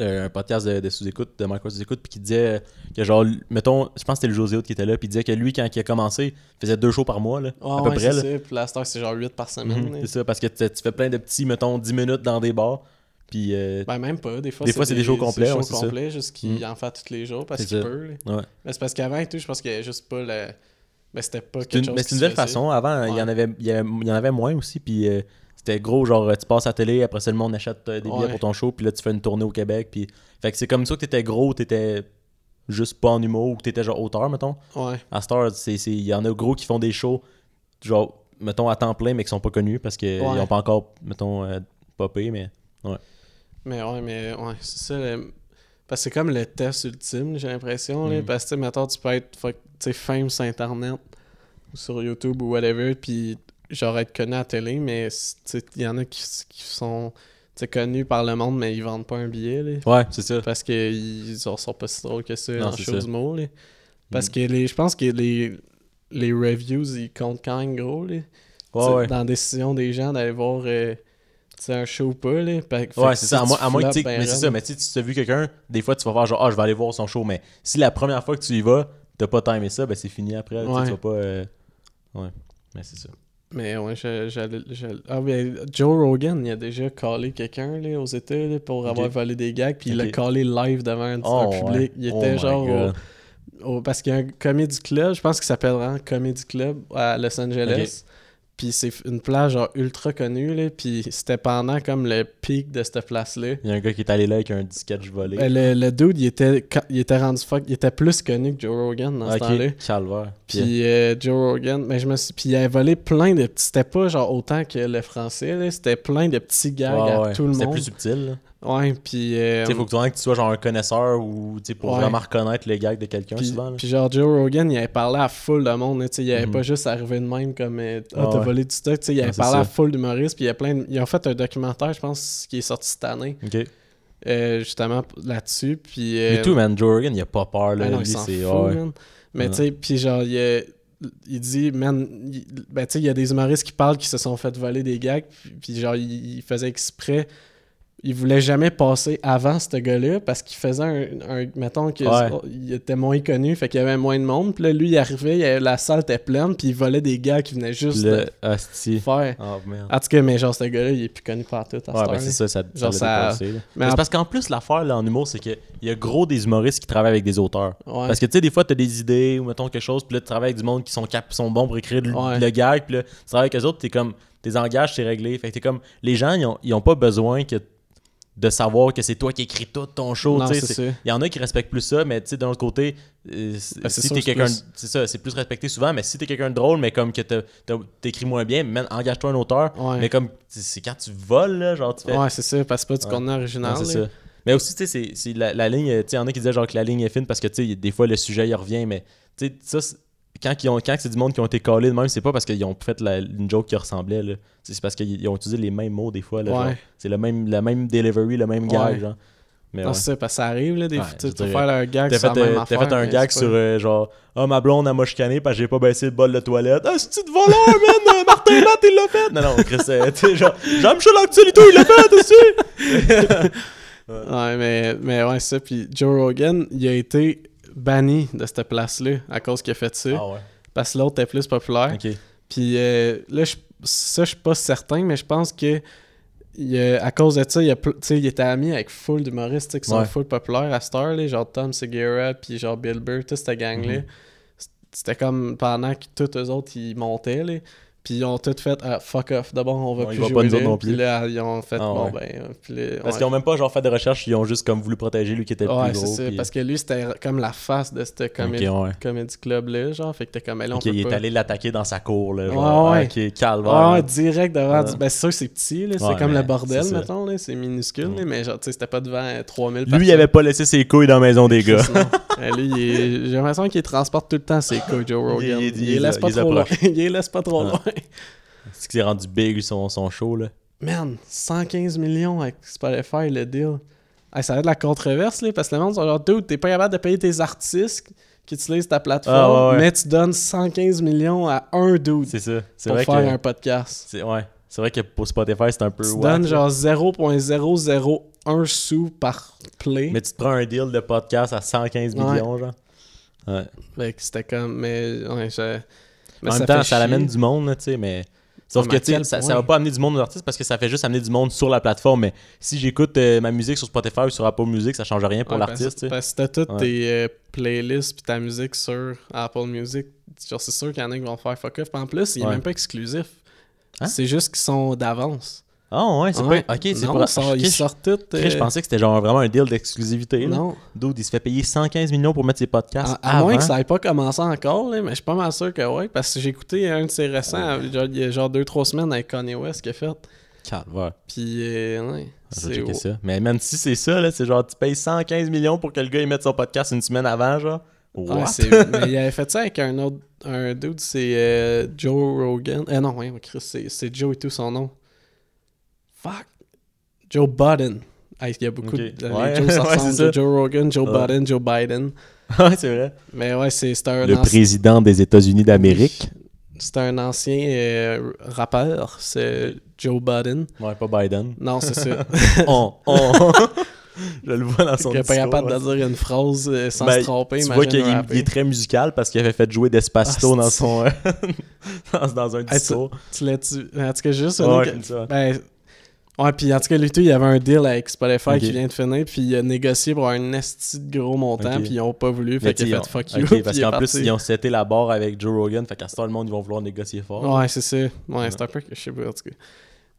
[SPEAKER 1] euh, un podcast de, de sous-écoute, de Micro sous-écoute, puis qui disait que, genre, mettons, je pense que c'était le José Haute qui était là, puis il disait que lui, quand il a commencé, il faisait deux shows par mois, là,
[SPEAKER 2] Ah
[SPEAKER 1] à peu
[SPEAKER 2] ouais,
[SPEAKER 1] près.
[SPEAKER 2] c'est
[SPEAKER 1] là.
[SPEAKER 2] ça. Puis la star, c'est genre 8 par semaine.
[SPEAKER 1] Mhm,
[SPEAKER 2] là.
[SPEAKER 1] c'est ça, parce que tu tu fais plein de petits, mettons, 10 minutes dans des bars, puis. euh,
[SPEAKER 2] Ben, même pas. Des fois,
[SPEAKER 1] Des fois, c'est des shows
[SPEAKER 2] c'est
[SPEAKER 1] complets,
[SPEAKER 2] shows
[SPEAKER 1] ouais, c'est ça.
[SPEAKER 2] complets, juste qu'il
[SPEAKER 1] Mm.
[SPEAKER 2] en fait tous les jours parce
[SPEAKER 1] C'est
[SPEAKER 2] qu'il
[SPEAKER 1] ça.
[SPEAKER 2] peut. là.
[SPEAKER 1] Ouais.
[SPEAKER 2] Mais c'est parce qu'avant et tout, je pense qu'il y avait juste pas le. Ben, c'était pas
[SPEAKER 1] C'est
[SPEAKER 2] quelque
[SPEAKER 1] une,
[SPEAKER 2] chose.
[SPEAKER 1] mais c'est
[SPEAKER 2] qui
[SPEAKER 1] une
[SPEAKER 2] se
[SPEAKER 1] belle
[SPEAKER 2] faisait.
[SPEAKER 1] façon. Avant, il, y en avait, il, y avait- il y en avait moins aussi. Puis euh, c'était gros, genre, tu passes à la télé, après ça, le monde achète euh, des billets
[SPEAKER 2] Ouais.
[SPEAKER 1] pour ton show, puis là, tu fais une tournée au Québec. Puis... Fait que c'est comme ça que t'étais gros, t'étais juste pas en humour, ou que t'étais genre auteur, mettons.
[SPEAKER 2] Ouais.
[SPEAKER 1] À Star, il y en a gros qui font des shows, genre, mettons, à temps plein, mais qui sont pas connus parce qu'ils
[SPEAKER 2] Ouais.
[SPEAKER 1] ont pas encore, mettons, euh, popé, mais ouais.
[SPEAKER 2] Mais ouais, mais ouais, c'est ça. le- Parce que c'est comme le test ultime, j'ai l'impression. là.
[SPEAKER 1] Mm.
[SPEAKER 2] Parce que, tu sais, mettons, tu peux être fuck- tu sais, fame sur Internet ou sur YouTube ou whatever, puis genre être connu à la télé, mais c'est- tu sais, il y en a qui, qui sont tu sais, connus par le monde, mais ils vendent pas un billet. là.
[SPEAKER 1] Ouais, c'est ça.
[SPEAKER 2] Parce qu'ils sont pas si drôles que ça
[SPEAKER 1] Non,
[SPEAKER 2] en
[SPEAKER 1] c'est
[SPEAKER 2] show
[SPEAKER 1] ça. Mm.
[SPEAKER 2] d'humour. là. Parce que les, je pense que les, les reviews, ils comptent quand même gros, là.
[SPEAKER 1] Ouais,
[SPEAKER 2] T'sais,
[SPEAKER 1] ouais.
[SPEAKER 2] Dans la décision des gens d'aller voir euh, t'sais, un show ou pas, là. Fait que- fait
[SPEAKER 1] ouais,
[SPEAKER 2] que
[SPEAKER 1] c'est
[SPEAKER 2] si
[SPEAKER 1] ça. À
[SPEAKER 2] tu
[SPEAKER 1] moins, à moins que
[SPEAKER 2] flops
[SPEAKER 1] tu sais-
[SPEAKER 2] ben
[SPEAKER 1] mais c'est
[SPEAKER 2] raide,
[SPEAKER 1] ça, mais tu sais, tu as vu quelqu'un, des fois tu vas faire genre, ah, je vais aller voir son show, mais si la première fois que tu y vas, t'as pas timé ça, ben c'est fini après. tu sais,
[SPEAKER 2] Ouais.
[SPEAKER 1] Tu vas pas. euh, Ouais, mais c'est ça.
[SPEAKER 2] Mais ouais, je- j'allais. j'allais- Ah, ben, Joe Rogan, il a déjà callé quelqu'un là, aux États là, pour avoir
[SPEAKER 1] Ok.
[SPEAKER 2] volé des gags, puis il l'a
[SPEAKER 1] Ok.
[SPEAKER 2] callé live devant un,
[SPEAKER 1] Oh,
[SPEAKER 2] un public. Il
[SPEAKER 1] ouais.
[SPEAKER 2] était
[SPEAKER 1] Oh my
[SPEAKER 2] genre.
[SPEAKER 1] God.
[SPEAKER 2] au- au- parce qu'il y a un comedy club, je pense qu'il s'appelle vraiment Comedy Club à Los Angeles. Puis c'est une plage genre ultra connue, là, puis c'était pendant comme le pic de cette place-là.
[SPEAKER 1] Il y a un gars qui est allé là avec un disquette volé.
[SPEAKER 2] Ben, le, le dude, il était, quand- il était rendu fuck, il était plus connu que Joe Rogan dans ce
[SPEAKER 1] Ok,
[SPEAKER 2] temps-là.
[SPEAKER 1] calvaire.
[SPEAKER 2] Puis euh, Joe Rogan, mais je me suis, puis il avait volé plein de petits. C'était pas genre autant que le français, là, c'était plein de petits gags
[SPEAKER 1] Ouais,
[SPEAKER 2] à
[SPEAKER 1] ouais.
[SPEAKER 2] tout le monde.
[SPEAKER 1] C'était plus subtil,
[SPEAKER 2] Ouais, puis.
[SPEAKER 1] Tu
[SPEAKER 2] euh,
[SPEAKER 1] sais, faut que tu vraiment que tu sois genre un connaisseur ou tu sais, pour
[SPEAKER 2] Ouais.
[SPEAKER 1] vraiment reconnaître le gag de quelqu'un
[SPEAKER 2] puis,
[SPEAKER 1] souvent. là.
[SPEAKER 2] puis genre Joe Rogan, il avait parlé à full de monde, hein, tu sais, il avait
[SPEAKER 1] Mhm.
[SPEAKER 2] pas juste arrivé de même comme euh, ah
[SPEAKER 1] Ouais,
[SPEAKER 2] t'as
[SPEAKER 1] ouais.
[SPEAKER 2] volé du stock, tu sais, il
[SPEAKER 1] Ouais,
[SPEAKER 2] avait
[SPEAKER 1] c'est
[SPEAKER 2] parlé à
[SPEAKER 1] ça.
[SPEAKER 2] full d'humoristes, puis il y a plein, de- ils ont fait un documentaire, je pense, qui est sorti cette année.
[SPEAKER 1] Ok.
[SPEAKER 2] Euh, justement p- là-dessus, puis.
[SPEAKER 1] Mais
[SPEAKER 2] euh,
[SPEAKER 1] tout, man, Joe Rogan, il a pas peur. Là,
[SPEAKER 2] Ah non,
[SPEAKER 1] lui,
[SPEAKER 2] il s'en
[SPEAKER 1] c'est.
[SPEAKER 2] fout,
[SPEAKER 1] ouais.
[SPEAKER 2] man. Mais
[SPEAKER 1] Ouais.
[SPEAKER 2] tu sais, puis genre, il, euh, il dit, man, il- ben tu sais, il y a des humoristes qui parlent qui se sont fait voler des gags, puis- puis genre, il, il faisait exprès. Il voulait jamais passer avant ce gars-là parce qu'il faisait un, un- Mettons qu'il
[SPEAKER 1] Ouais.
[SPEAKER 2] était moins connu, fait qu'il y avait moins de monde. Puis là, lui, il arrivait, il y avait- la salle était pleine, puis il volait des gags qui venaient juste
[SPEAKER 1] Le
[SPEAKER 2] de
[SPEAKER 1] hostie.
[SPEAKER 2] faire.
[SPEAKER 1] Oh, merde.
[SPEAKER 2] En tout cas, mais genre, ce gars-là, il est plus connu par tout. à cette
[SPEAKER 1] Ouais, ben
[SPEAKER 2] heure-là.
[SPEAKER 1] c'est ça, ça,
[SPEAKER 2] Genre,
[SPEAKER 1] ça
[SPEAKER 2] ça-
[SPEAKER 1] l'a dépassé, là.
[SPEAKER 2] mais
[SPEAKER 1] Mais c'est
[SPEAKER 2] en-
[SPEAKER 1] parce qu'en plus, l'affaire là, en humour, c'est qu'il y a gros des humoristes qui travaillent avec des auteurs.
[SPEAKER 2] Ouais.
[SPEAKER 1] Parce que tu sais, des fois, t'as des idées ou mettons quelque chose, puis là, tu travailles avec du monde qui sont, cap sont bons pour écrire le,
[SPEAKER 2] Ouais.
[SPEAKER 1] le gag, puis là, tu travailles avec eux autres, t'es comme, tes engages, c'est réglé. Fait que t'es comme, les gens, ils ont, ils ont pas besoin que de savoir que c'est toi qui écris tout ton show.
[SPEAKER 2] Non,
[SPEAKER 1] tu sais,
[SPEAKER 2] c'est
[SPEAKER 1] c'est-
[SPEAKER 2] ça.
[SPEAKER 1] Il y en a qui respectent plus ça, mais tu sais, d'un autre côté, euh,
[SPEAKER 2] Ben, c'est
[SPEAKER 1] si
[SPEAKER 2] sûr
[SPEAKER 1] t'es
[SPEAKER 2] que c'est
[SPEAKER 1] quelqu'un.
[SPEAKER 2] plus-
[SPEAKER 1] C'est ça, c'est plus respecté souvent, mais si t'es quelqu'un de drôle, mais comme que t'as- t'as- t'écris moins bien, man, engage-toi un auteur.
[SPEAKER 2] Ouais.
[SPEAKER 1] Mais comme, c'est quand tu voles, là, genre, tu fais.
[SPEAKER 2] Ouais, c'est ça, parce que c'est pas du
[SPEAKER 1] Ouais.
[SPEAKER 2] contenu original.
[SPEAKER 1] Non, c'est
[SPEAKER 2] là.
[SPEAKER 1] ça. Mais aussi, tu sais, c'est- c'est la, la ligne. euh, Tu sais, il y en a qui disaient genre que la ligne est fine parce que, tu sais, des fois, le sujet, il revient. Mais, tu sais, ça, c'est- quand, ils ont- quand c'est du monde qui ont été collés de même, c'est pas parce qu'ils ont fait la- une joke qui ressemblait. là. Tu sais, C'est parce qu'ils ils ont utilisé les mêmes mots des fois. là,
[SPEAKER 2] Ouais.
[SPEAKER 1] genre. C'est le même, la même delivery, le même gag.
[SPEAKER 2] Ouais.
[SPEAKER 1] Genre. Mais
[SPEAKER 2] non,
[SPEAKER 1] ouais.
[SPEAKER 2] c'est ça, parce que ça arrive, là, des
[SPEAKER 1] Ouais,
[SPEAKER 2] fois,
[SPEAKER 1] je
[SPEAKER 2] tu sais, pour
[SPEAKER 1] dirais.
[SPEAKER 2] faire un gag,
[SPEAKER 1] T'as
[SPEAKER 2] c'est la
[SPEAKER 1] fait,
[SPEAKER 2] même
[SPEAKER 1] euh, t'as
[SPEAKER 2] affaire,
[SPEAKER 1] fait un
[SPEAKER 2] mais
[SPEAKER 1] gag
[SPEAKER 2] c'est
[SPEAKER 1] sur
[SPEAKER 2] pas-
[SPEAKER 1] euh, genre Ah, ma blonde, elle m'a chicané parce que j'ai pas baissé le bol de toilette. Ah, c'est-tu de voleur, man Euh, Martin Matt, il l'a fait Non, non, Chris, euh, tu sais, genre Jean-Michel Anctil et tout, il l'a fait aussi euh,
[SPEAKER 2] Ouais, mais, mais ouais, c'est ça. Puis Joe Rogan, il a été banni de cette place-là à cause qu'il a fait ça.
[SPEAKER 1] Ah ouais.
[SPEAKER 2] Parce que l'autre était plus populaire.
[SPEAKER 1] Ok.
[SPEAKER 2] Puis euh, là, je- ça, je suis pas certain, mais je pense que il, a- à cause de ça, il, a, pl- tu sais, il était ami avec full d'humoristes tu sais, qui sont
[SPEAKER 1] Ouais.
[SPEAKER 2] full populaires à cette heure, là, genre Tom Segura, puis genre Bill Burr, toute cette gang-là.
[SPEAKER 1] Mhm.
[SPEAKER 2] C'était comme pendant que tous eux autres, ils montaient, là. Puis ils ont tout fait ah, fuck off. D'abord, on va
[SPEAKER 1] On y
[SPEAKER 2] plus
[SPEAKER 1] va
[SPEAKER 2] jouer
[SPEAKER 1] pas nous
[SPEAKER 2] là.
[SPEAKER 1] autres non
[SPEAKER 2] Puis
[SPEAKER 1] plus.
[SPEAKER 2] là, ils ont fait
[SPEAKER 1] Ah
[SPEAKER 2] bon,
[SPEAKER 1] ouais.
[SPEAKER 2] ben. euh, puis là,
[SPEAKER 1] Parce
[SPEAKER 2] ouais.
[SPEAKER 1] qu'ils ont même pas genre fait de recherche, ils ont juste comme voulu protéger lui qui était le
[SPEAKER 2] Ouais,
[SPEAKER 1] plus
[SPEAKER 2] c'est
[SPEAKER 1] gros.
[SPEAKER 2] ça.
[SPEAKER 1] puis-
[SPEAKER 2] Parce que lui, c'était comme la face de ce comédie,
[SPEAKER 1] Ok, ouais.
[SPEAKER 2] comédie club-là, genre. Fait que t'es comme, mais là, on
[SPEAKER 1] Ok,
[SPEAKER 2] peut
[SPEAKER 1] il
[SPEAKER 2] pas.
[SPEAKER 1] est allé l'attaquer dans sa cour, là.
[SPEAKER 2] Ouais,
[SPEAKER 1] Genre,
[SPEAKER 2] ouais.
[SPEAKER 1] ok, calvaire.
[SPEAKER 2] Ah,
[SPEAKER 1] là.
[SPEAKER 2] direct devant.
[SPEAKER 1] Ouais.
[SPEAKER 2] du- Ben, c'est sûr que c'est petit, là.
[SPEAKER 1] Ouais,
[SPEAKER 2] c'est comme
[SPEAKER 1] mais
[SPEAKER 2] le bordel,
[SPEAKER 1] c'est ça.
[SPEAKER 2] mettons, là. C'est minuscule, là, mais genre, tu sais, c'était pas devant euh, 3000
[SPEAKER 1] Lui, il avait pas laissé ses couilles dans la maison des gars.
[SPEAKER 2] personnes. Euh, lui, il est- j'ai l'impression qu'il transporte tout le temps ses couilles, Joe Rogan.
[SPEAKER 1] il-
[SPEAKER 2] Il
[SPEAKER 1] il-
[SPEAKER 2] les laisse
[SPEAKER 1] il-
[SPEAKER 2] pas
[SPEAKER 1] il les
[SPEAKER 2] trop loin.
[SPEAKER 1] approche.
[SPEAKER 2] Il les laisse pas trop
[SPEAKER 1] Ouais.
[SPEAKER 2] loin.
[SPEAKER 1] C'est qu'il s'est rendu big son, son show, là.
[SPEAKER 2] Man, 115 millions avec Spotify, le deal. Hey, ça va être la controverse, là, parce que le monde sont genre, dude, t'es pas capable de payer tes artistes qui utilisent ta plateforme,
[SPEAKER 1] Ah, ouais, ouais.
[SPEAKER 2] mais tu donnes 115 millions à un dude
[SPEAKER 1] C'est ça. C'est
[SPEAKER 2] pour
[SPEAKER 1] vrai
[SPEAKER 2] faire
[SPEAKER 1] que.
[SPEAKER 2] un podcast.
[SPEAKER 1] c'est- Ouais. C'est vrai que pour Spotify, c'est un peu.
[SPEAKER 2] Tu
[SPEAKER 1] whack,
[SPEAKER 2] donnes
[SPEAKER 1] là.
[SPEAKER 2] genre 0.001 sous par play.
[SPEAKER 1] Mais tu te prends un deal de podcast à 115
[SPEAKER 2] Ouais.
[SPEAKER 1] millions, genre. Ouais.
[SPEAKER 2] Fait que c'était comme, mais ouais, je- mais
[SPEAKER 1] en
[SPEAKER 2] ça
[SPEAKER 1] même temps,
[SPEAKER 2] fait
[SPEAKER 1] ça l'amène
[SPEAKER 2] chier.
[SPEAKER 1] du monde, là, tu sais, mais. Sauf
[SPEAKER 2] Ouais,
[SPEAKER 1] que
[SPEAKER 2] mais à
[SPEAKER 1] tu sais,
[SPEAKER 2] quel
[SPEAKER 1] ça,
[SPEAKER 2] point?
[SPEAKER 1] ça va pas amener du monde aux artistes parce que ça fait juste amener du monde sur la plateforme. Mais si j'écoute euh, ma musique sur Spotify ou sur Apple Music, ça change rien pour
[SPEAKER 2] Ouais, ben,
[SPEAKER 1] l'artiste. tu
[SPEAKER 2] parce-
[SPEAKER 1] sais.
[SPEAKER 2] Parce que t'as toutes
[SPEAKER 1] Ouais.
[SPEAKER 2] tes euh, playlists puis ta musique sur Apple Music. Genre, c'est sûr qu'il y en a qui vont faire fuck off. Puis En plus, il est
[SPEAKER 1] Ouais.
[SPEAKER 2] même pas exclusif.
[SPEAKER 1] Hein?
[SPEAKER 2] C'est juste qu'ils sont d'avance.
[SPEAKER 1] Ah ouais, c'est
[SPEAKER 2] Ouais.
[SPEAKER 1] pas. Ok, c'est
[SPEAKER 2] Non,
[SPEAKER 1] pas.
[SPEAKER 2] ils sortent-
[SPEAKER 1] Ok,
[SPEAKER 2] ils
[SPEAKER 1] je-
[SPEAKER 2] sortent tout,
[SPEAKER 1] Chris, Je
[SPEAKER 2] euh,
[SPEAKER 1] pensais que c'était genre vraiment un deal d'exclusivité. là.
[SPEAKER 2] Non. Ah,
[SPEAKER 1] Dude, il se fait payer 115 millions pour mettre ses podcasts.
[SPEAKER 2] À, à moins
[SPEAKER 1] avant.
[SPEAKER 2] que ça ait pas commencé encore, là, mais je suis pas mal sûr que oui. Parce que j'ai écouté un de ses récents, genre, il y a genre 2-3 semaines avec Kanye West qui a fait.
[SPEAKER 1] Calvaire.
[SPEAKER 2] Puis, euh, ouais,
[SPEAKER 1] Je vais
[SPEAKER 2] c'est-
[SPEAKER 1] checker ça. Mais même si c'est ça, là, c'est genre tu payes 115 millions pour que le gars il mette son podcast une semaine avant, genre.
[SPEAKER 2] Ouais,
[SPEAKER 1] What?
[SPEAKER 2] c'est- mais il avait fait ça avec un autre un dude, c'est euh, Joe Rogan. Eh non, ouais, Chris, c'est c'est Joe et tout son nom. Fuck. Joe Budden. Hey, il y a beaucoup
[SPEAKER 1] Ok.
[SPEAKER 2] de. les
[SPEAKER 1] Ouais,
[SPEAKER 2] jokes, ça
[SPEAKER 1] ouais,
[SPEAKER 2] ressemble.
[SPEAKER 1] c'est ça. Ah.
[SPEAKER 2] Joe Rogan, Joe
[SPEAKER 1] Ouais.
[SPEAKER 2] Biden, Joe Biden.
[SPEAKER 1] Ouais, c'est vrai.
[SPEAKER 2] Mais ouais, c'est c'était un,
[SPEAKER 15] Le
[SPEAKER 2] anci-
[SPEAKER 15] président des États-Unis d'Amérique.
[SPEAKER 2] c'était un ancien euh, rappeur, c'est Joe Biden.
[SPEAKER 1] Ouais, pas Biden.
[SPEAKER 2] Non, c'est ça.
[SPEAKER 1] On, on. Je le vois dans son
[SPEAKER 2] Il est pas
[SPEAKER 1] discours,
[SPEAKER 2] capable
[SPEAKER 1] ouais.
[SPEAKER 2] de dire une phrase euh, sans
[SPEAKER 1] Ben,
[SPEAKER 2] se tromper.
[SPEAKER 1] Tu
[SPEAKER 2] imagine
[SPEAKER 1] vois qu'il
[SPEAKER 2] un
[SPEAKER 1] il
[SPEAKER 2] rapper.
[SPEAKER 1] est très musical parce qu'il avait fait jouer Despacito
[SPEAKER 2] Ah,
[SPEAKER 1] dans
[SPEAKER 2] c'est-
[SPEAKER 1] son. euh, dans, dans un
[SPEAKER 2] Hey, tu,
[SPEAKER 1] discours.
[SPEAKER 2] tu l'as tu en tout cas juste
[SPEAKER 1] Ouais,
[SPEAKER 2] un autre-
[SPEAKER 1] je finis ça.
[SPEAKER 2] ben ouais puis en tout cas lui tout il y avait un deal avec Spotify
[SPEAKER 1] Ok.
[SPEAKER 2] qui vient de finir puis il a négocié pour un esti de gros montant
[SPEAKER 1] Ok.
[SPEAKER 2] puis ils ont pas voulu
[SPEAKER 1] Mais
[SPEAKER 2] fait qu'il a
[SPEAKER 1] tu
[SPEAKER 2] fait
[SPEAKER 1] sais,
[SPEAKER 2] fuck
[SPEAKER 1] ils ont-
[SPEAKER 2] you
[SPEAKER 1] ok,
[SPEAKER 2] puis
[SPEAKER 1] parce
[SPEAKER 2] il est
[SPEAKER 1] qu'en plus,
[SPEAKER 2] parti.
[SPEAKER 1] ils ont seté la barre avec Joe Rogan. Fait qu'à ce temps, le monde, ils vont vouloir négocier fort.
[SPEAKER 2] ouais c'est ça ouais, c'est un peu je sais pas en tout cas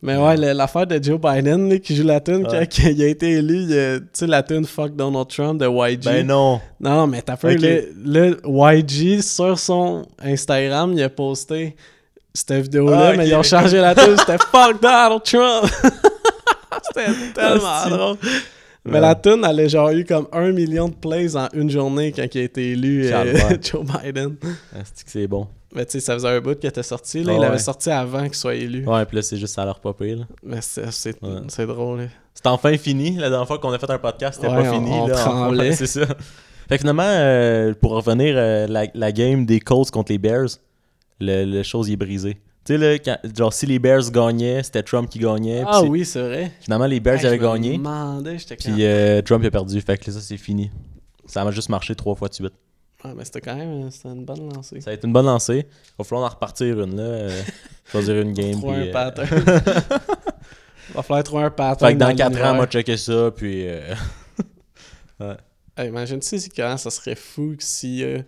[SPEAKER 2] mais ouais, le- l'affaire de Joe Biden là, qui joue la tune
[SPEAKER 1] Ouais.
[SPEAKER 2] quand il a été élu, il a- tu sais la tune fuck Donald Trump de YG.
[SPEAKER 1] Ben non.
[SPEAKER 2] Non, non, mais t'as peur,
[SPEAKER 1] Ok.
[SPEAKER 2] le, YG, sur son Instagram, il a posté cette
[SPEAKER 1] Ah,
[SPEAKER 2] vidéo-là,
[SPEAKER 1] ok.
[SPEAKER 2] mais ils ont changé la tune, c'était Fuck Donald Trump! c'était tellement
[SPEAKER 1] Hostie.
[SPEAKER 2] drôle! Mais
[SPEAKER 1] Ouais.
[SPEAKER 2] la tune, elle a genre eu comme un million de plays en une journée quand il a été élu euh,
[SPEAKER 1] Calvaire.
[SPEAKER 2] Joe Biden.
[SPEAKER 1] Asti que c'est bon.
[SPEAKER 2] Mais tu sais, ça faisait un bout que t'es sorti, là,
[SPEAKER 1] Ah
[SPEAKER 2] il l'avait
[SPEAKER 1] ouais.
[SPEAKER 2] sorti avant qu'il soit élu.
[SPEAKER 1] Ouais, puis là, c'est juste à leur popper. là.
[SPEAKER 2] Mais c'est c'est- c'est drôle. là.
[SPEAKER 1] C'est enfin fini. La dernière fois qu'on a fait un podcast, c'était
[SPEAKER 2] Ouais,
[SPEAKER 1] pas
[SPEAKER 2] on-
[SPEAKER 1] fini.
[SPEAKER 2] on
[SPEAKER 1] là.
[SPEAKER 2] tremblait.
[SPEAKER 1] Ouais, c'est ça. Fait que finalement, euh, pour revenir, euh, la, la game des Colts contre les Bears, le, le chose y est brisée. Tu sais, là, quand- genre, si les Bears gagnaient, c'était Trump qui gagnait. puis
[SPEAKER 2] Ah
[SPEAKER 1] c'est-
[SPEAKER 2] oui, c'est vrai.
[SPEAKER 1] Finalement, les Bears
[SPEAKER 2] Hey, je
[SPEAKER 1] avaient
[SPEAKER 2] me
[SPEAKER 1] gagné.
[SPEAKER 2] demandais, j'étais comme-
[SPEAKER 1] Puis euh, Trump a perdu. Fait que là, ça, c'est fini. Ça m'a juste marché trois fois de suite.
[SPEAKER 2] Ouais, ah, mais c'était quand même euh, c'était une bonne lancée.
[SPEAKER 1] Ça a été une bonne lancée. Va falloir en repartir une, là. euh, choisir une game.
[SPEAKER 2] Trouver
[SPEAKER 1] puis,
[SPEAKER 2] un
[SPEAKER 1] euh,
[SPEAKER 2] pattern. Va falloir trouver un pattern.
[SPEAKER 1] fait que dans 4 ans,
[SPEAKER 2] l'univers.
[SPEAKER 1] on va checker ça. Puis. euh, ouais.
[SPEAKER 2] Hey, Imagine-tu si comment ça serait fou que si euh,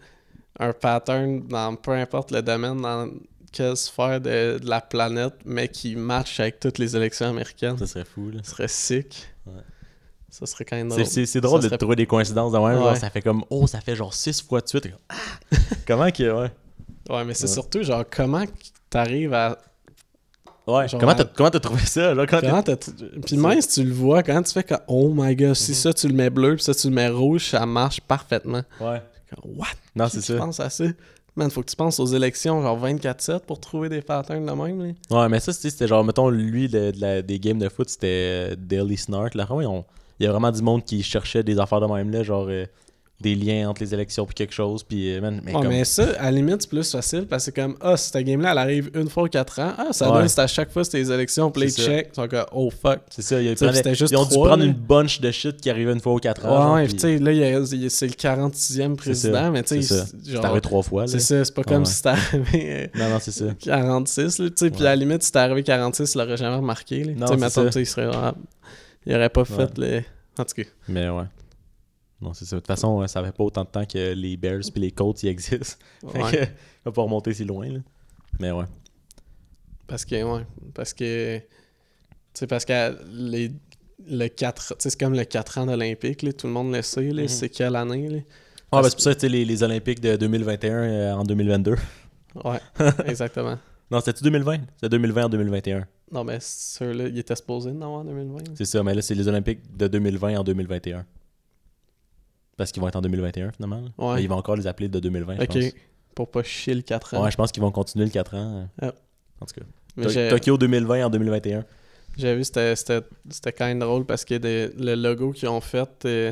[SPEAKER 2] un pattern dans peu importe le domaine, dans quelle sphère de, de la planète, mais qui match avec toutes les élections américaines.
[SPEAKER 1] Ça serait fou, là.
[SPEAKER 2] Ça serait sick. Ça serait quand même
[SPEAKER 1] C'est-
[SPEAKER 2] drôle.
[SPEAKER 1] C'est c'est drôle
[SPEAKER 2] Ça
[SPEAKER 1] de
[SPEAKER 2] serait-
[SPEAKER 1] trouver des coïncidences de même. genre,
[SPEAKER 2] Ouais.
[SPEAKER 1] ça fait comme, oh, ça fait genre 6 fois de suite. T'es comme, Ah! Comment que, ouais.
[SPEAKER 2] Ouais, mais c'est
[SPEAKER 1] Ouais.
[SPEAKER 2] surtout genre comment t'arrives à.
[SPEAKER 1] Ouais,
[SPEAKER 2] genre,
[SPEAKER 1] comment
[SPEAKER 2] à-
[SPEAKER 1] t'as comment t'as trouvé ça? Genre, quand Ah, t'es-
[SPEAKER 2] Comment t'as- Puis même si tu le vois, quand tu fais que oh my god,
[SPEAKER 1] Mhm.
[SPEAKER 2] si ça tu le mets bleu, puis ça tu le mets rouge, ça marche parfaitement.
[SPEAKER 1] Ouais.
[SPEAKER 2] Comme, What?
[SPEAKER 1] Non,
[SPEAKER 2] Qui
[SPEAKER 1] c'est
[SPEAKER 2] qui
[SPEAKER 1] ça.
[SPEAKER 2] pense à ça? Man, faut que tu penses aux élections genre 24-7 pour trouver des patterns de même. là.
[SPEAKER 1] Ouais, mais ça, c'était c'était genre, mettons, lui, le- de la- des games de foot, c'était euh, Daily Snark. Là, vraiment, ils ont- il y a vraiment du monde qui cherchait des affaires de même, là, genre euh, des liens entre les élections puis quelque chose. Puis, euh, man, mais
[SPEAKER 2] Ouais,
[SPEAKER 1] comme-
[SPEAKER 2] mais ça, à la limite, c'est plus facile parce que c'est comme, ah, cette game-là, elle arrive une fois aux quatre ans. Ah, ça
[SPEAKER 1] Ouais.
[SPEAKER 2] donne, c'est à chaque fois, c'est les élections, play
[SPEAKER 1] C'est ça.
[SPEAKER 2] check. Ils sont comme, oh fuck.
[SPEAKER 1] C'est ça, il y a-
[SPEAKER 2] Tu sais, puis
[SPEAKER 1] prenaient-
[SPEAKER 2] c'était juste
[SPEAKER 1] ils ont dû
[SPEAKER 2] trois,
[SPEAKER 1] prendre
[SPEAKER 2] là.
[SPEAKER 1] une bunch de shit qui arrivait une fois aux 4
[SPEAKER 2] Ouais,
[SPEAKER 1] ans. Ah, genre,
[SPEAKER 2] ouais,
[SPEAKER 1] puis-
[SPEAKER 2] puis tu sais, là, il y a- il y a- c'est le 46e
[SPEAKER 1] ça.
[SPEAKER 2] président, mais tu sais,
[SPEAKER 1] C'est ça.
[SPEAKER 2] il-
[SPEAKER 1] C'est
[SPEAKER 2] genre-
[SPEAKER 1] arrivé trois fois, là.
[SPEAKER 2] C'est ça, c'est pas
[SPEAKER 1] Ah
[SPEAKER 2] comme
[SPEAKER 1] ouais.
[SPEAKER 2] si c'était arrivé. euh,
[SPEAKER 1] Non, non, c'est ça.
[SPEAKER 2] 46, là, tu sais, puis à la limite, si c'était arrivé 46, il l'aurait jamais remarqué, là. Tu
[SPEAKER 1] Non,
[SPEAKER 2] sais,
[SPEAKER 1] c'est
[SPEAKER 2] mettons,
[SPEAKER 1] ça.
[SPEAKER 2] tu sais, il serait vraiment- Il aurait pas
[SPEAKER 1] Ouais.
[SPEAKER 2] fait le. En tout cas.
[SPEAKER 1] Mais ouais. Non, c'est ça. De toute façon, euh, ça fait pas autant de temps que les Bears puis les Colts y existent. Fait que,
[SPEAKER 2] Ouais.
[SPEAKER 1] euh, on va pas remonter si loin, là. Mais ouais.
[SPEAKER 2] Parce que, ouais, parce que, tu sais, parce que les, le 4, tu sais, c'est comme le 4 ans d'Olympique, là, tout le monde le sait, là,
[SPEAKER 1] Mhm.
[SPEAKER 2] c'est quelle année, là?
[SPEAKER 1] Ah, bah,
[SPEAKER 2] Parce
[SPEAKER 1] c'est pour ça, tu sais, les, les Olympiques de 2021 euh, en 2022.
[SPEAKER 2] que- Ouais, exactement.
[SPEAKER 1] Non, c'était-tu 2020? C'était 2020 en 2021.
[SPEAKER 2] Non, mais ceux-là, ils étaient supposés de en 2020.
[SPEAKER 1] C'est ça, mais là, c'est les Olympiques de 2020 en 2021. Parce qu'ils vont être en 2021, finalement. là.
[SPEAKER 2] Ouais.
[SPEAKER 1] Mais Ils vont encore les appeler de 2020,
[SPEAKER 2] ok,
[SPEAKER 1] je
[SPEAKER 2] pour pas chier le 4
[SPEAKER 1] pense.
[SPEAKER 2] ans.
[SPEAKER 1] Ouais, je pense qu'ils vont continuer le 4 ans. euh.
[SPEAKER 2] Ah.
[SPEAKER 1] En tout cas.
[SPEAKER 2] Mais
[SPEAKER 1] To-
[SPEAKER 2] j'ai-
[SPEAKER 1] Tokyo 2020 en 2021.
[SPEAKER 2] J'ai vu, c'était- c'était c'était quand même drôle parce que des- le logo qu'ils ont fait euh,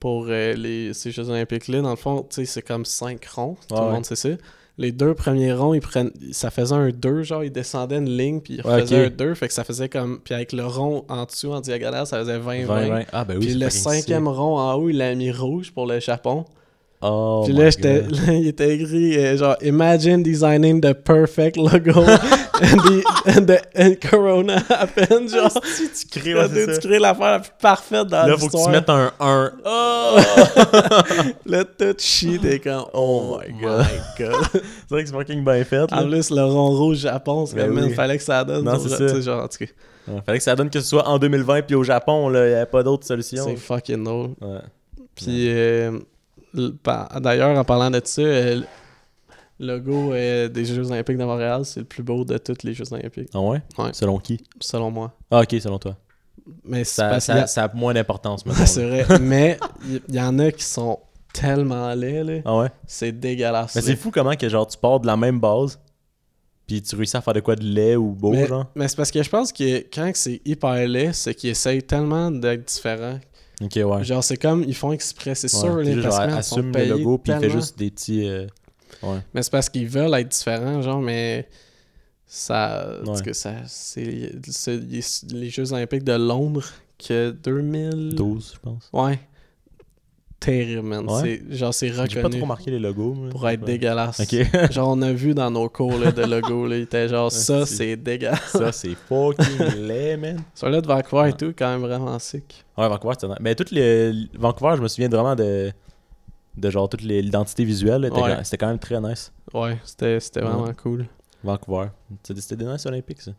[SPEAKER 2] pour euh, les, ces Jeux Olympiques-là, dans le fond, tu sais, c'est comme cinq ronds. Tout
[SPEAKER 1] Ouais,
[SPEAKER 2] le
[SPEAKER 1] ouais.
[SPEAKER 2] monde sait ça. Les deux premiers ronds, ils prennent, ça faisait un 2, genre, ils descendaient une ligne, puis ils
[SPEAKER 1] Ouais,
[SPEAKER 2] faisaient
[SPEAKER 1] ok.
[SPEAKER 2] un 2, fait que ça faisait comme. Puis avec le rond en dessous, en diagonale, ça faisait 20-20.
[SPEAKER 1] 20. Ah, ben oui,
[SPEAKER 2] Puis
[SPEAKER 1] c'est
[SPEAKER 2] le
[SPEAKER 1] fucking
[SPEAKER 2] cinquième rond en haut, il l'a mis rouge pour le Japon.
[SPEAKER 1] Oh,
[SPEAKER 2] Puis
[SPEAKER 1] my
[SPEAKER 2] là, j'étais-
[SPEAKER 1] God.
[SPEAKER 2] là, il était écrit euh, genre Imagine designing the perfect logo and, the, and the- and Corona happens. Genre,
[SPEAKER 1] tu crées,
[SPEAKER 2] là,
[SPEAKER 1] ouais, c'est
[SPEAKER 2] tu
[SPEAKER 1] ça.
[SPEAKER 2] crées l'affaire la plus parfaite dans
[SPEAKER 1] Là,
[SPEAKER 2] l'histoire.
[SPEAKER 1] faut que tu mettes un 1.
[SPEAKER 2] Oh! là, tout shit t'es comme Oh my god.
[SPEAKER 1] c'est vrai que c'est fucking bien fait. là.
[SPEAKER 2] en plus, le rond rouge Japon, c'est
[SPEAKER 1] Ben
[SPEAKER 2] comme, man,
[SPEAKER 1] oui.
[SPEAKER 2] fallait que ça donne.
[SPEAKER 1] Non,
[SPEAKER 2] pour-
[SPEAKER 1] c'est ça.
[SPEAKER 2] tu sais, Genre, en tout cas,
[SPEAKER 1] Ouais, fallait que ça donne que ce soit en 2020 puis au Japon, là, il n'y avait pas d'autre solution.
[SPEAKER 2] c'est fucking drôle.
[SPEAKER 1] Ouais.
[SPEAKER 2] Puis, euh, le- par- d'ailleurs, en parlant de ça, euh, le logo euh, des Jeux Olympiques de Montréal, c'est le plus beau de tous les Jeux Olympiques,
[SPEAKER 1] Ah ouais?
[SPEAKER 2] Ouais.
[SPEAKER 1] Selon qui?
[SPEAKER 2] selon moi.
[SPEAKER 1] Ah ok, selon toi.
[SPEAKER 2] Mais c'est
[SPEAKER 1] Ça,
[SPEAKER 2] parce
[SPEAKER 1] ça,
[SPEAKER 2] que-
[SPEAKER 1] ça a moins d'importance
[SPEAKER 2] Ouais,
[SPEAKER 1] maintenant.
[SPEAKER 2] Ah, c'est vrai. mais il y, y en a qui sont tellement laids, là.
[SPEAKER 1] Ah ouais?
[SPEAKER 2] C'est dégueulasse.
[SPEAKER 1] Mais
[SPEAKER 2] là.
[SPEAKER 1] c'est fou comment que genre tu pars de la même base, Puis tu réussis à faire de quoi de laid ou beau,
[SPEAKER 2] mais,
[SPEAKER 1] genre.
[SPEAKER 2] mais c'est parce que je pense que quand c'est hyper laid, c'est qu'ils essayent tellement d'être différents.
[SPEAKER 1] Ok, ouais.
[SPEAKER 2] Genre, c'est comme, ils font exprès, c'est sûr,
[SPEAKER 1] Ouais,
[SPEAKER 2] les
[SPEAKER 1] juste, genre,
[SPEAKER 2] placements ils sont
[SPEAKER 1] assume
[SPEAKER 2] payés
[SPEAKER 1] le logo, puis il fait
[SPEAKER 2] tellement.
[SPEAKER 1] juste des petits. euh, Ouais.
[SPEAKER 2] Mais c'est parce qu'ils veulent être différents, genre, mais ça. en tout
[SPEAKER 1] Ouais.
[SPEAKER 2] cas, ça c'est c'est les, les Jeux Olympiques de Londres que 2000.
[SPEAKER 1] 12, je pense.
[SPEAKER 2] Ouais. Terrible, man.
[SPEAKER 1] Ouais.
[SPEAKER 2] C'est- Genre, c'est reconnu.
[SPEAKER 1] J'ai pas trop marqué les logos. moi.
[SPEAKER 2] Pour être
[SPEAKER 1] Ouais.
[SPEAKER 2] dégueulasse.
[SPEAKER 1] Ok.
[SPEAKER 2] genre, on a vu dans nos cours là, de logo, là, il était genre, ça,
[SPEAKER 1] Asti.
[SPEAKER 2] c'est dégueulasse.
[SPEAKER 1] Ça, c'est fucking laid, man.
[SPEAKER 2] Celui-là de Vancouver et tout, est quand même vraiment sick.
[SPEAKER 1] Ouais, Vancouver, c'était. Mais tout le. Vancouver, je me souviens vraiment de. De genre toute les- l'identité visuelle. là, était
[SPEAKER 2] Ouais.
[SPEAKER 1] quand- C'était quand même très nice.
[SPEAKER 2] Ouais, c'était c'était vraiment
[SPEAKER 1] Ouais.
[SPEAKER 2] cool.
[SPEAKER 1] Vancouver. C'était c'était des nice olympiques, ça.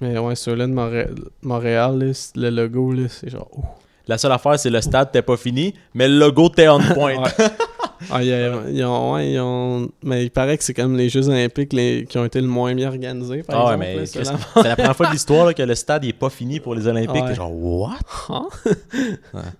[SPEAKER 2] Mais ouais, celui-là de Moré- Montréal, là, c'est- le logo, là, c'est genre, oh.
[SPEAKER 1] La seule affaire, c'est le stade t'es pas fini, mais le logo t'es on point.
[SPEAKER 2] Ah, ils, euh, ils ont, ouais, ils ont- Mais il paraît que c'est comme les Jeux Olympiques les- qui ont été le moins bien organisés, par
[SPEAKER 1] Ah ouais,
[SPEAKER 2] exemple.
[SPEAKER 1] mais
[SPEAKER 2] là,
[SPEAKER 1] Chris, c'est
[SPEAKER 2] selon-
[SPEAKER 1] la première fois de l'histoire là, que le stade n'est pas fini pour les Olympiques.
[SPEAKER 2] Ouais.
[SPEAKER 1] Genre, what?
[SPEAKER 2] Hein?
[SPEAKER 1] Ouais.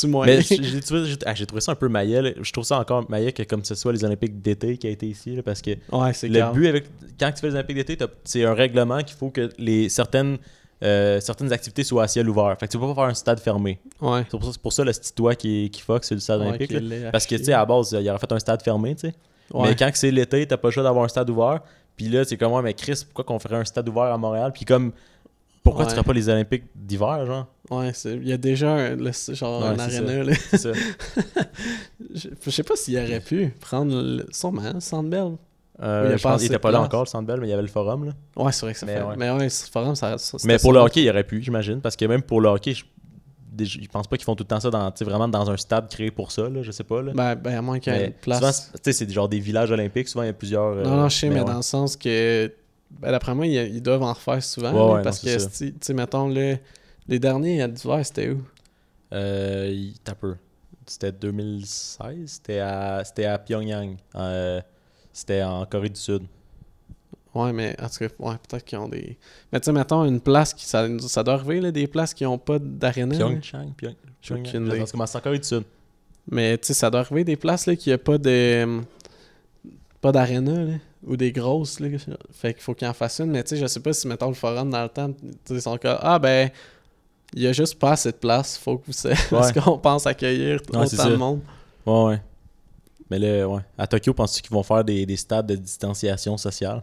[SPEAKER 2] Tu m'as-
[SPEAKER 1] Mais j'ai j'ai trouvé, j'ai- ah, j'ai trouvé ça un peu maillet. là. Je trouve ça encore maillet que comme ce soit les Olympiques d'été qui a été ici. là, parce que
[SPEAKER 2] Ouais, c'est
[SPEAKER 1] le
[SPEAKER 2] clair.
[SPEAKER 1] but avec. Quand tu fais les Olympiques d'été, t'as- c'est un règlement qu'il faut que les certaines. euh, certaines activités soient à ciel ouvert. Fait que tu peux pas faire un stade fermé.
[SPEAKER 2] Ouais.
[SPEAKER 1] C'est pour ça, c'est pour ça le petit toit qui, qui fuck sur le stade
[SPEAKER 2] Ouais,
[SPEAKER 1] olympique.
[SPEAKER 2] qui est laid
[SPEAKER 1] là.
[SPEAKER 2] à
[SPEAKER 1] Parce que, tu sais,
[SPEAKER 2] chier.
[SPEAKER 1] à la base, il aurait fait un stade fermé, tu sais.
[SPEAKER 2] Ouais.
[SPEAKER 1] Mais quand que c'est l'été, t'as pas le choix d'avoir un stade ouvert. Puis là, c'est comme, ouais, mais Chris, pourquoi qu'on ferait un stade ouvert à Montréal? Puis comme, pourquoi
[SPEAKER 2] Ouais.
[SPEAKER 1] tu ferais pas les Olympiques d'hiver, genre?
[SPEAKER 2] Ouais, c'est- il y a déjà un, le- genre
[SPEAKER 1] Ouais,
[SPEAKER 2] un
[SPEAKER 1] c'est
[SPEAKER 2] aréna,
[SPEAKER 1] ça.
[SPEAKER 2] là.
[SPEAKER 1] C'est ça.
[SPEAKER 2] je, je sais pas s'il aurait pu prendre le, sûrement le Centre Bell.
[SPEAKER 1] Euh,
[SPEAKER 2] Ou il a
[SPEAKER 1] je
[SPEAKER 2] pas
[SPEAKER 1] pense- il
[SPEAKER 2] assez
[SPEAKER 1] était
[SPEAKER 2] de
[SPEAKER 1] pas là
[SPEAKER 2] place.
[SPEAKER 1] encore, le Centre Bell, mais il y avait le forum, là.
[SPEAKER 2] Ouais, c'est vrai que ça
[SPEAKER 1] Mais
[SPEAKER 2] fait.
[SPEAKER 1] ouais.
[SPEAKER 2] Mais ouais, ce forum, ça. ça-
[SPEAKER 1] Mais
[SPEAKER 2] c'était
[SPEAKER 1] pour le
[SPEAKER 2] ça.
[SPEAKER 1] hockey, il aurait pu, j'imagine. Parce que même pour le hockey, je, des- je pense pas qu'ils font tout le temps ça dans, tu sais, vraiment dans un stade créé pour ça, là, je sais pas. Là.
[SPEAKER 2] Ben- ben, à moins qu'il y ait
[SPEAKER 1] Mais
[SPEAKER 2] une place.
[SPEAKER 1] souvent, c'est- tu sais, c'est genre des villages olympiques, souvent il y a plusieurs. euh,
[SPEAKER 2] Non, non, je sais, mais,
[SPEAKER 1] ouais.
[SPEAKER 2] dans le sens que. Ben, d'après moi, ils, ils doivent en refaire souvent.
[SPEAKER 1] Ouais,
[SPEAKER 2] là,
[SPEAKER 1] ouais,
[SPEAKER 2] parce
[SPEAKER 1] non,
[SPEAKER 2] que,
[SPEAKER 1] c'est ça.
[SPEAKER 2] si- tu sais, mettons, le, les derniers à d'hiver, c'était où
[SPEAKER 1] Euh, il- t'as peu. C'était 2016, c'était à, c'était à Pyongyang. euh, c'était en Corée du Sud.
[SPEAKER 2] Ouais, mais en tout cas, ouais, peut-être qu'ils ont des. Mais tu sais, mettons, une place qui. Ça, ça doit arriver, là, des places qui n'ont pas d'aréna. là.
[SPEAKER 1] Pyeongchang, Pyong-
[SPEAKER 2] J'ai aucune
[SPEAKER 1] Pyongyang.
[SPEAKER 2] idée.
[SPEAKER 1] Parce que moi, c'est en Corée du Sud.
[SPEAKER 2] Mais tu sais, ça doit arriver des places là qu'il n'y a pas de pas d'aréna là, ou des grosses là. Fait qu'il faut qu'ils en fassent une. Mais tu sais, je sais pas si mettons le forum dans le temps, tu sais, ils sont comme ah ben il y a juste pas assez de place, faut que vous parce
[SPEAKER 1] Ouais.
[SPEAKER 2] qu'on pense accueillir
[SPEAKER 1] Ouais, c'est
[SPEAKER 2] autant de
[SPEAKER 1] ça.
[SPEAKER 2] monde.
[SPEAKER 1] Ouais, ouais. Mais là, ouais. À Tokyo, penses-tu qu'ils vont faire des, des stades de distanciation sociale?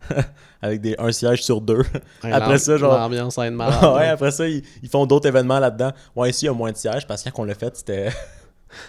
[SPEAKER 1] Avec des, un siège sur deux.
[SPEAKER 2] Ouais,
[SPEAKER 1] après
[SPEAKER 2] l'amb-
[SPEAKER 1] ça, genre.
[SPEAKER 2] l'ambiance va être malade,
[SPEAKER 1] ouais,
[SPEAKER 2] là.
[SPEAKER 1] après ça, ils, ils font d'autres événements là-dedans. Ouais, ici, il y a moins de sièges parce que quand on l'a fait, c'était.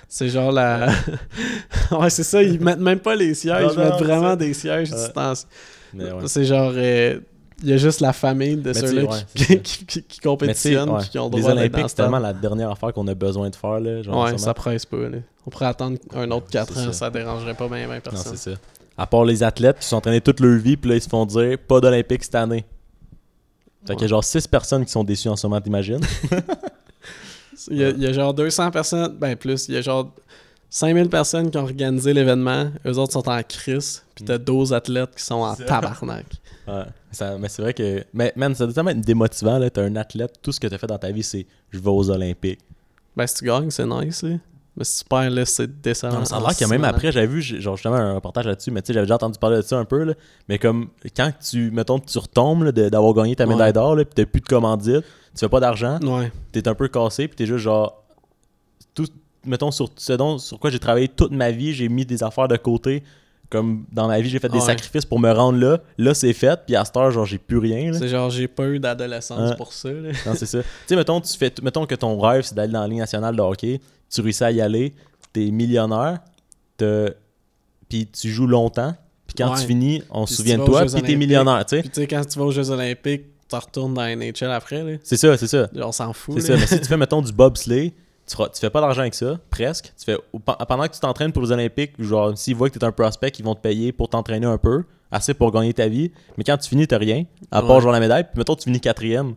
[SPEAKER 2] C'est genre la Ouais, c'est ça, ils mettent même pas les sièges,
[SPEAKER 1] Non,
[SPEAKER 2] ils
[SPEAKER 1] non,
[SPEAKER 2] mettent
[SPEAKER 1] c'est
[SPEAKER 2] vraiment
[SPEAKER 1] ça.
[SPEAKER 2] des sièges
[SPEAKER 1] Ouais.
[SPEAKER 2] distancés.
[SPEAKER 1] Mais ouais.
[SPEAKER 2] C'est genre euh, il y a juste la famille de
[SPEAKER 1] Mais tu sais,
[SPEAKER 2] ceux-là
[SPEAKER 1] ouais,
[SPEAKER 2] qui,
[SPEAKER 1] c'est ça.
[SPEAKER 2] qui, qui- qui
[SPEAKER 1] Mais tu sais,
[SPEAKER 2] compétitionnent,
[SPEAKER 1] ouais,
[SPEAKER 2] puis qui ont le
[SPEAKER 1] Les
[SPEAKER 2] droit d'être dans
[SPEAKER 1] Olympiques,
[SPEAKER 2] le
[SPEAKER 1] c'est
[SPEAKER 2] stade.
[SPEAKER 1] tellement la dernière affaire qu'on a besoin de faire. Là, genre, en ce
[SPEAKER 2] Ouais,
[SPEAKER 1] moment.
[SPEAKER 2] ça presse pas. là. On pourrait attendre un autre 4
[SPEAKER 1] C'est
[SPEAKER 2] ans, ça.
[SPEAKER 1] ça.
[SPEAKER 2] dérangerait pas bien, bien personne.
[SPEAKER 1] Non, c'est ça. À part les athlètes qui sont entraînés toute leur vie, puis là, ils se font dire pas d'Olympique cette année. Fait qu'il y a genre 6 personnes qui sont déçues en ce moment, t'imagines?
[SPEAKER 2] Il y, a, il y a genre 200 personnes, ben plus, il y a genre 5000 personnes qui ont organisé l'événement, eux autres sont en crise, puis t'as 12 athlètes qui sont en
[SPEAKER 1] C'est Hmm. ça.
[SPEAKER 2] tabarnak.
[SPEAKER 1] Ouais. Ça- mais c'est vrai que. Mais man, ça doit tellement être démotivant, là. T'es un athlète, tout ce que t'as fait dans ta vie, c'est je vais aux Olympiques.
[SPEAKER 2] Ben si tu gagnes, c'est nice, là. Mais si tu perds, là, c'est Ah, descendant.
[SPEAKER 1] Non, mais ça a l'air que même après, j'avais vu j'ai- genre, justement un reportage là-dessus, mais tu sais, j'avais déjà entendu parler de ça un peu, là. Mais comme quand tu, mettons, tu retombes là, de- d'avoir gagné ta
[SPEAKER 2] Ouais.
[SPEAKER 1] médaille d'or, là, pis t'as plus de commandite, tu fais pas d'argent,
[SPEAKER 2] Ouais.
[SPEAKER 1] t'es un peu cassé, pis t'es juste genre. Tout, mettons, sur ce dont, sur quoi j'ai travaillé toute ma vie, j'ai mis des affaires de côté. Comme dans ma vie, j'ai fait des
[SPEAKER 2] Ouais.
[SPEAKER 1] sacrifices pour me rendre là. Là, c'est fait, puis à cette heure, genre, j'ai plus rien. là.
[SPEAKER 2] C'est genre, j'ai pas eu d'adolescence
[SPEAKER 1] Hein?
[SPEAKER 2] pour ça, là.
[SPEAKER 1] Non, c'est ça. Tu sais, mettons, tu fais, mettons que ton rêve, c'est d'aller dans la Ligue nationale de hockey. Tu réussis à y aller. T'es millionnaire. t'as- Puis tu joues longtemps. Puis quand
[SPEAKER 2] Ouais.
[SPEAKER 1] tu finis, on se
[SPEAKER 2] Puis si
[SPEAKER 1] souvient
[SPEAKER 2] tu
[SPEAKER 1] de
[SPEAKER 2] vas aux
[SPEAKER 1] toi.
[SPEAKER 2] Jeux
[SPEAKER 1] Puis t'es
[SPEAKER 2] Olympiques,
[SPEAKER 1] millionnaire, tu sais.
[SPEAKER 2] Puis tu sais, quand tu vas aux Jeux Olympiques, tu retournes dans la NHL après, là.
[SPEAKER 1] C'est ça, c'est ça.
[SPEAKER 2] On s'en fout,
[SPEAKER 1] C'est
[SPEAKER 2] là.
[SPEAKER 1] ça. Mais si tu fais, mettons, du bobsleigh, tu, feras- tu fais pas d'argent avec ça, presque. Tu fais, ou pen- pendant que tu t'entraînes pour les Olympiques, genre, s'ils voient que t'es un prospect, ils vont te payer pour t'entraîner un peu, assez pour gagner ta vie. Mais quand tu finis, t'as rien, à part
[SPEAKER 2] Ouais.
[SPEAKER 1] genre la médaille. Puis mettons, tu finis quatrième.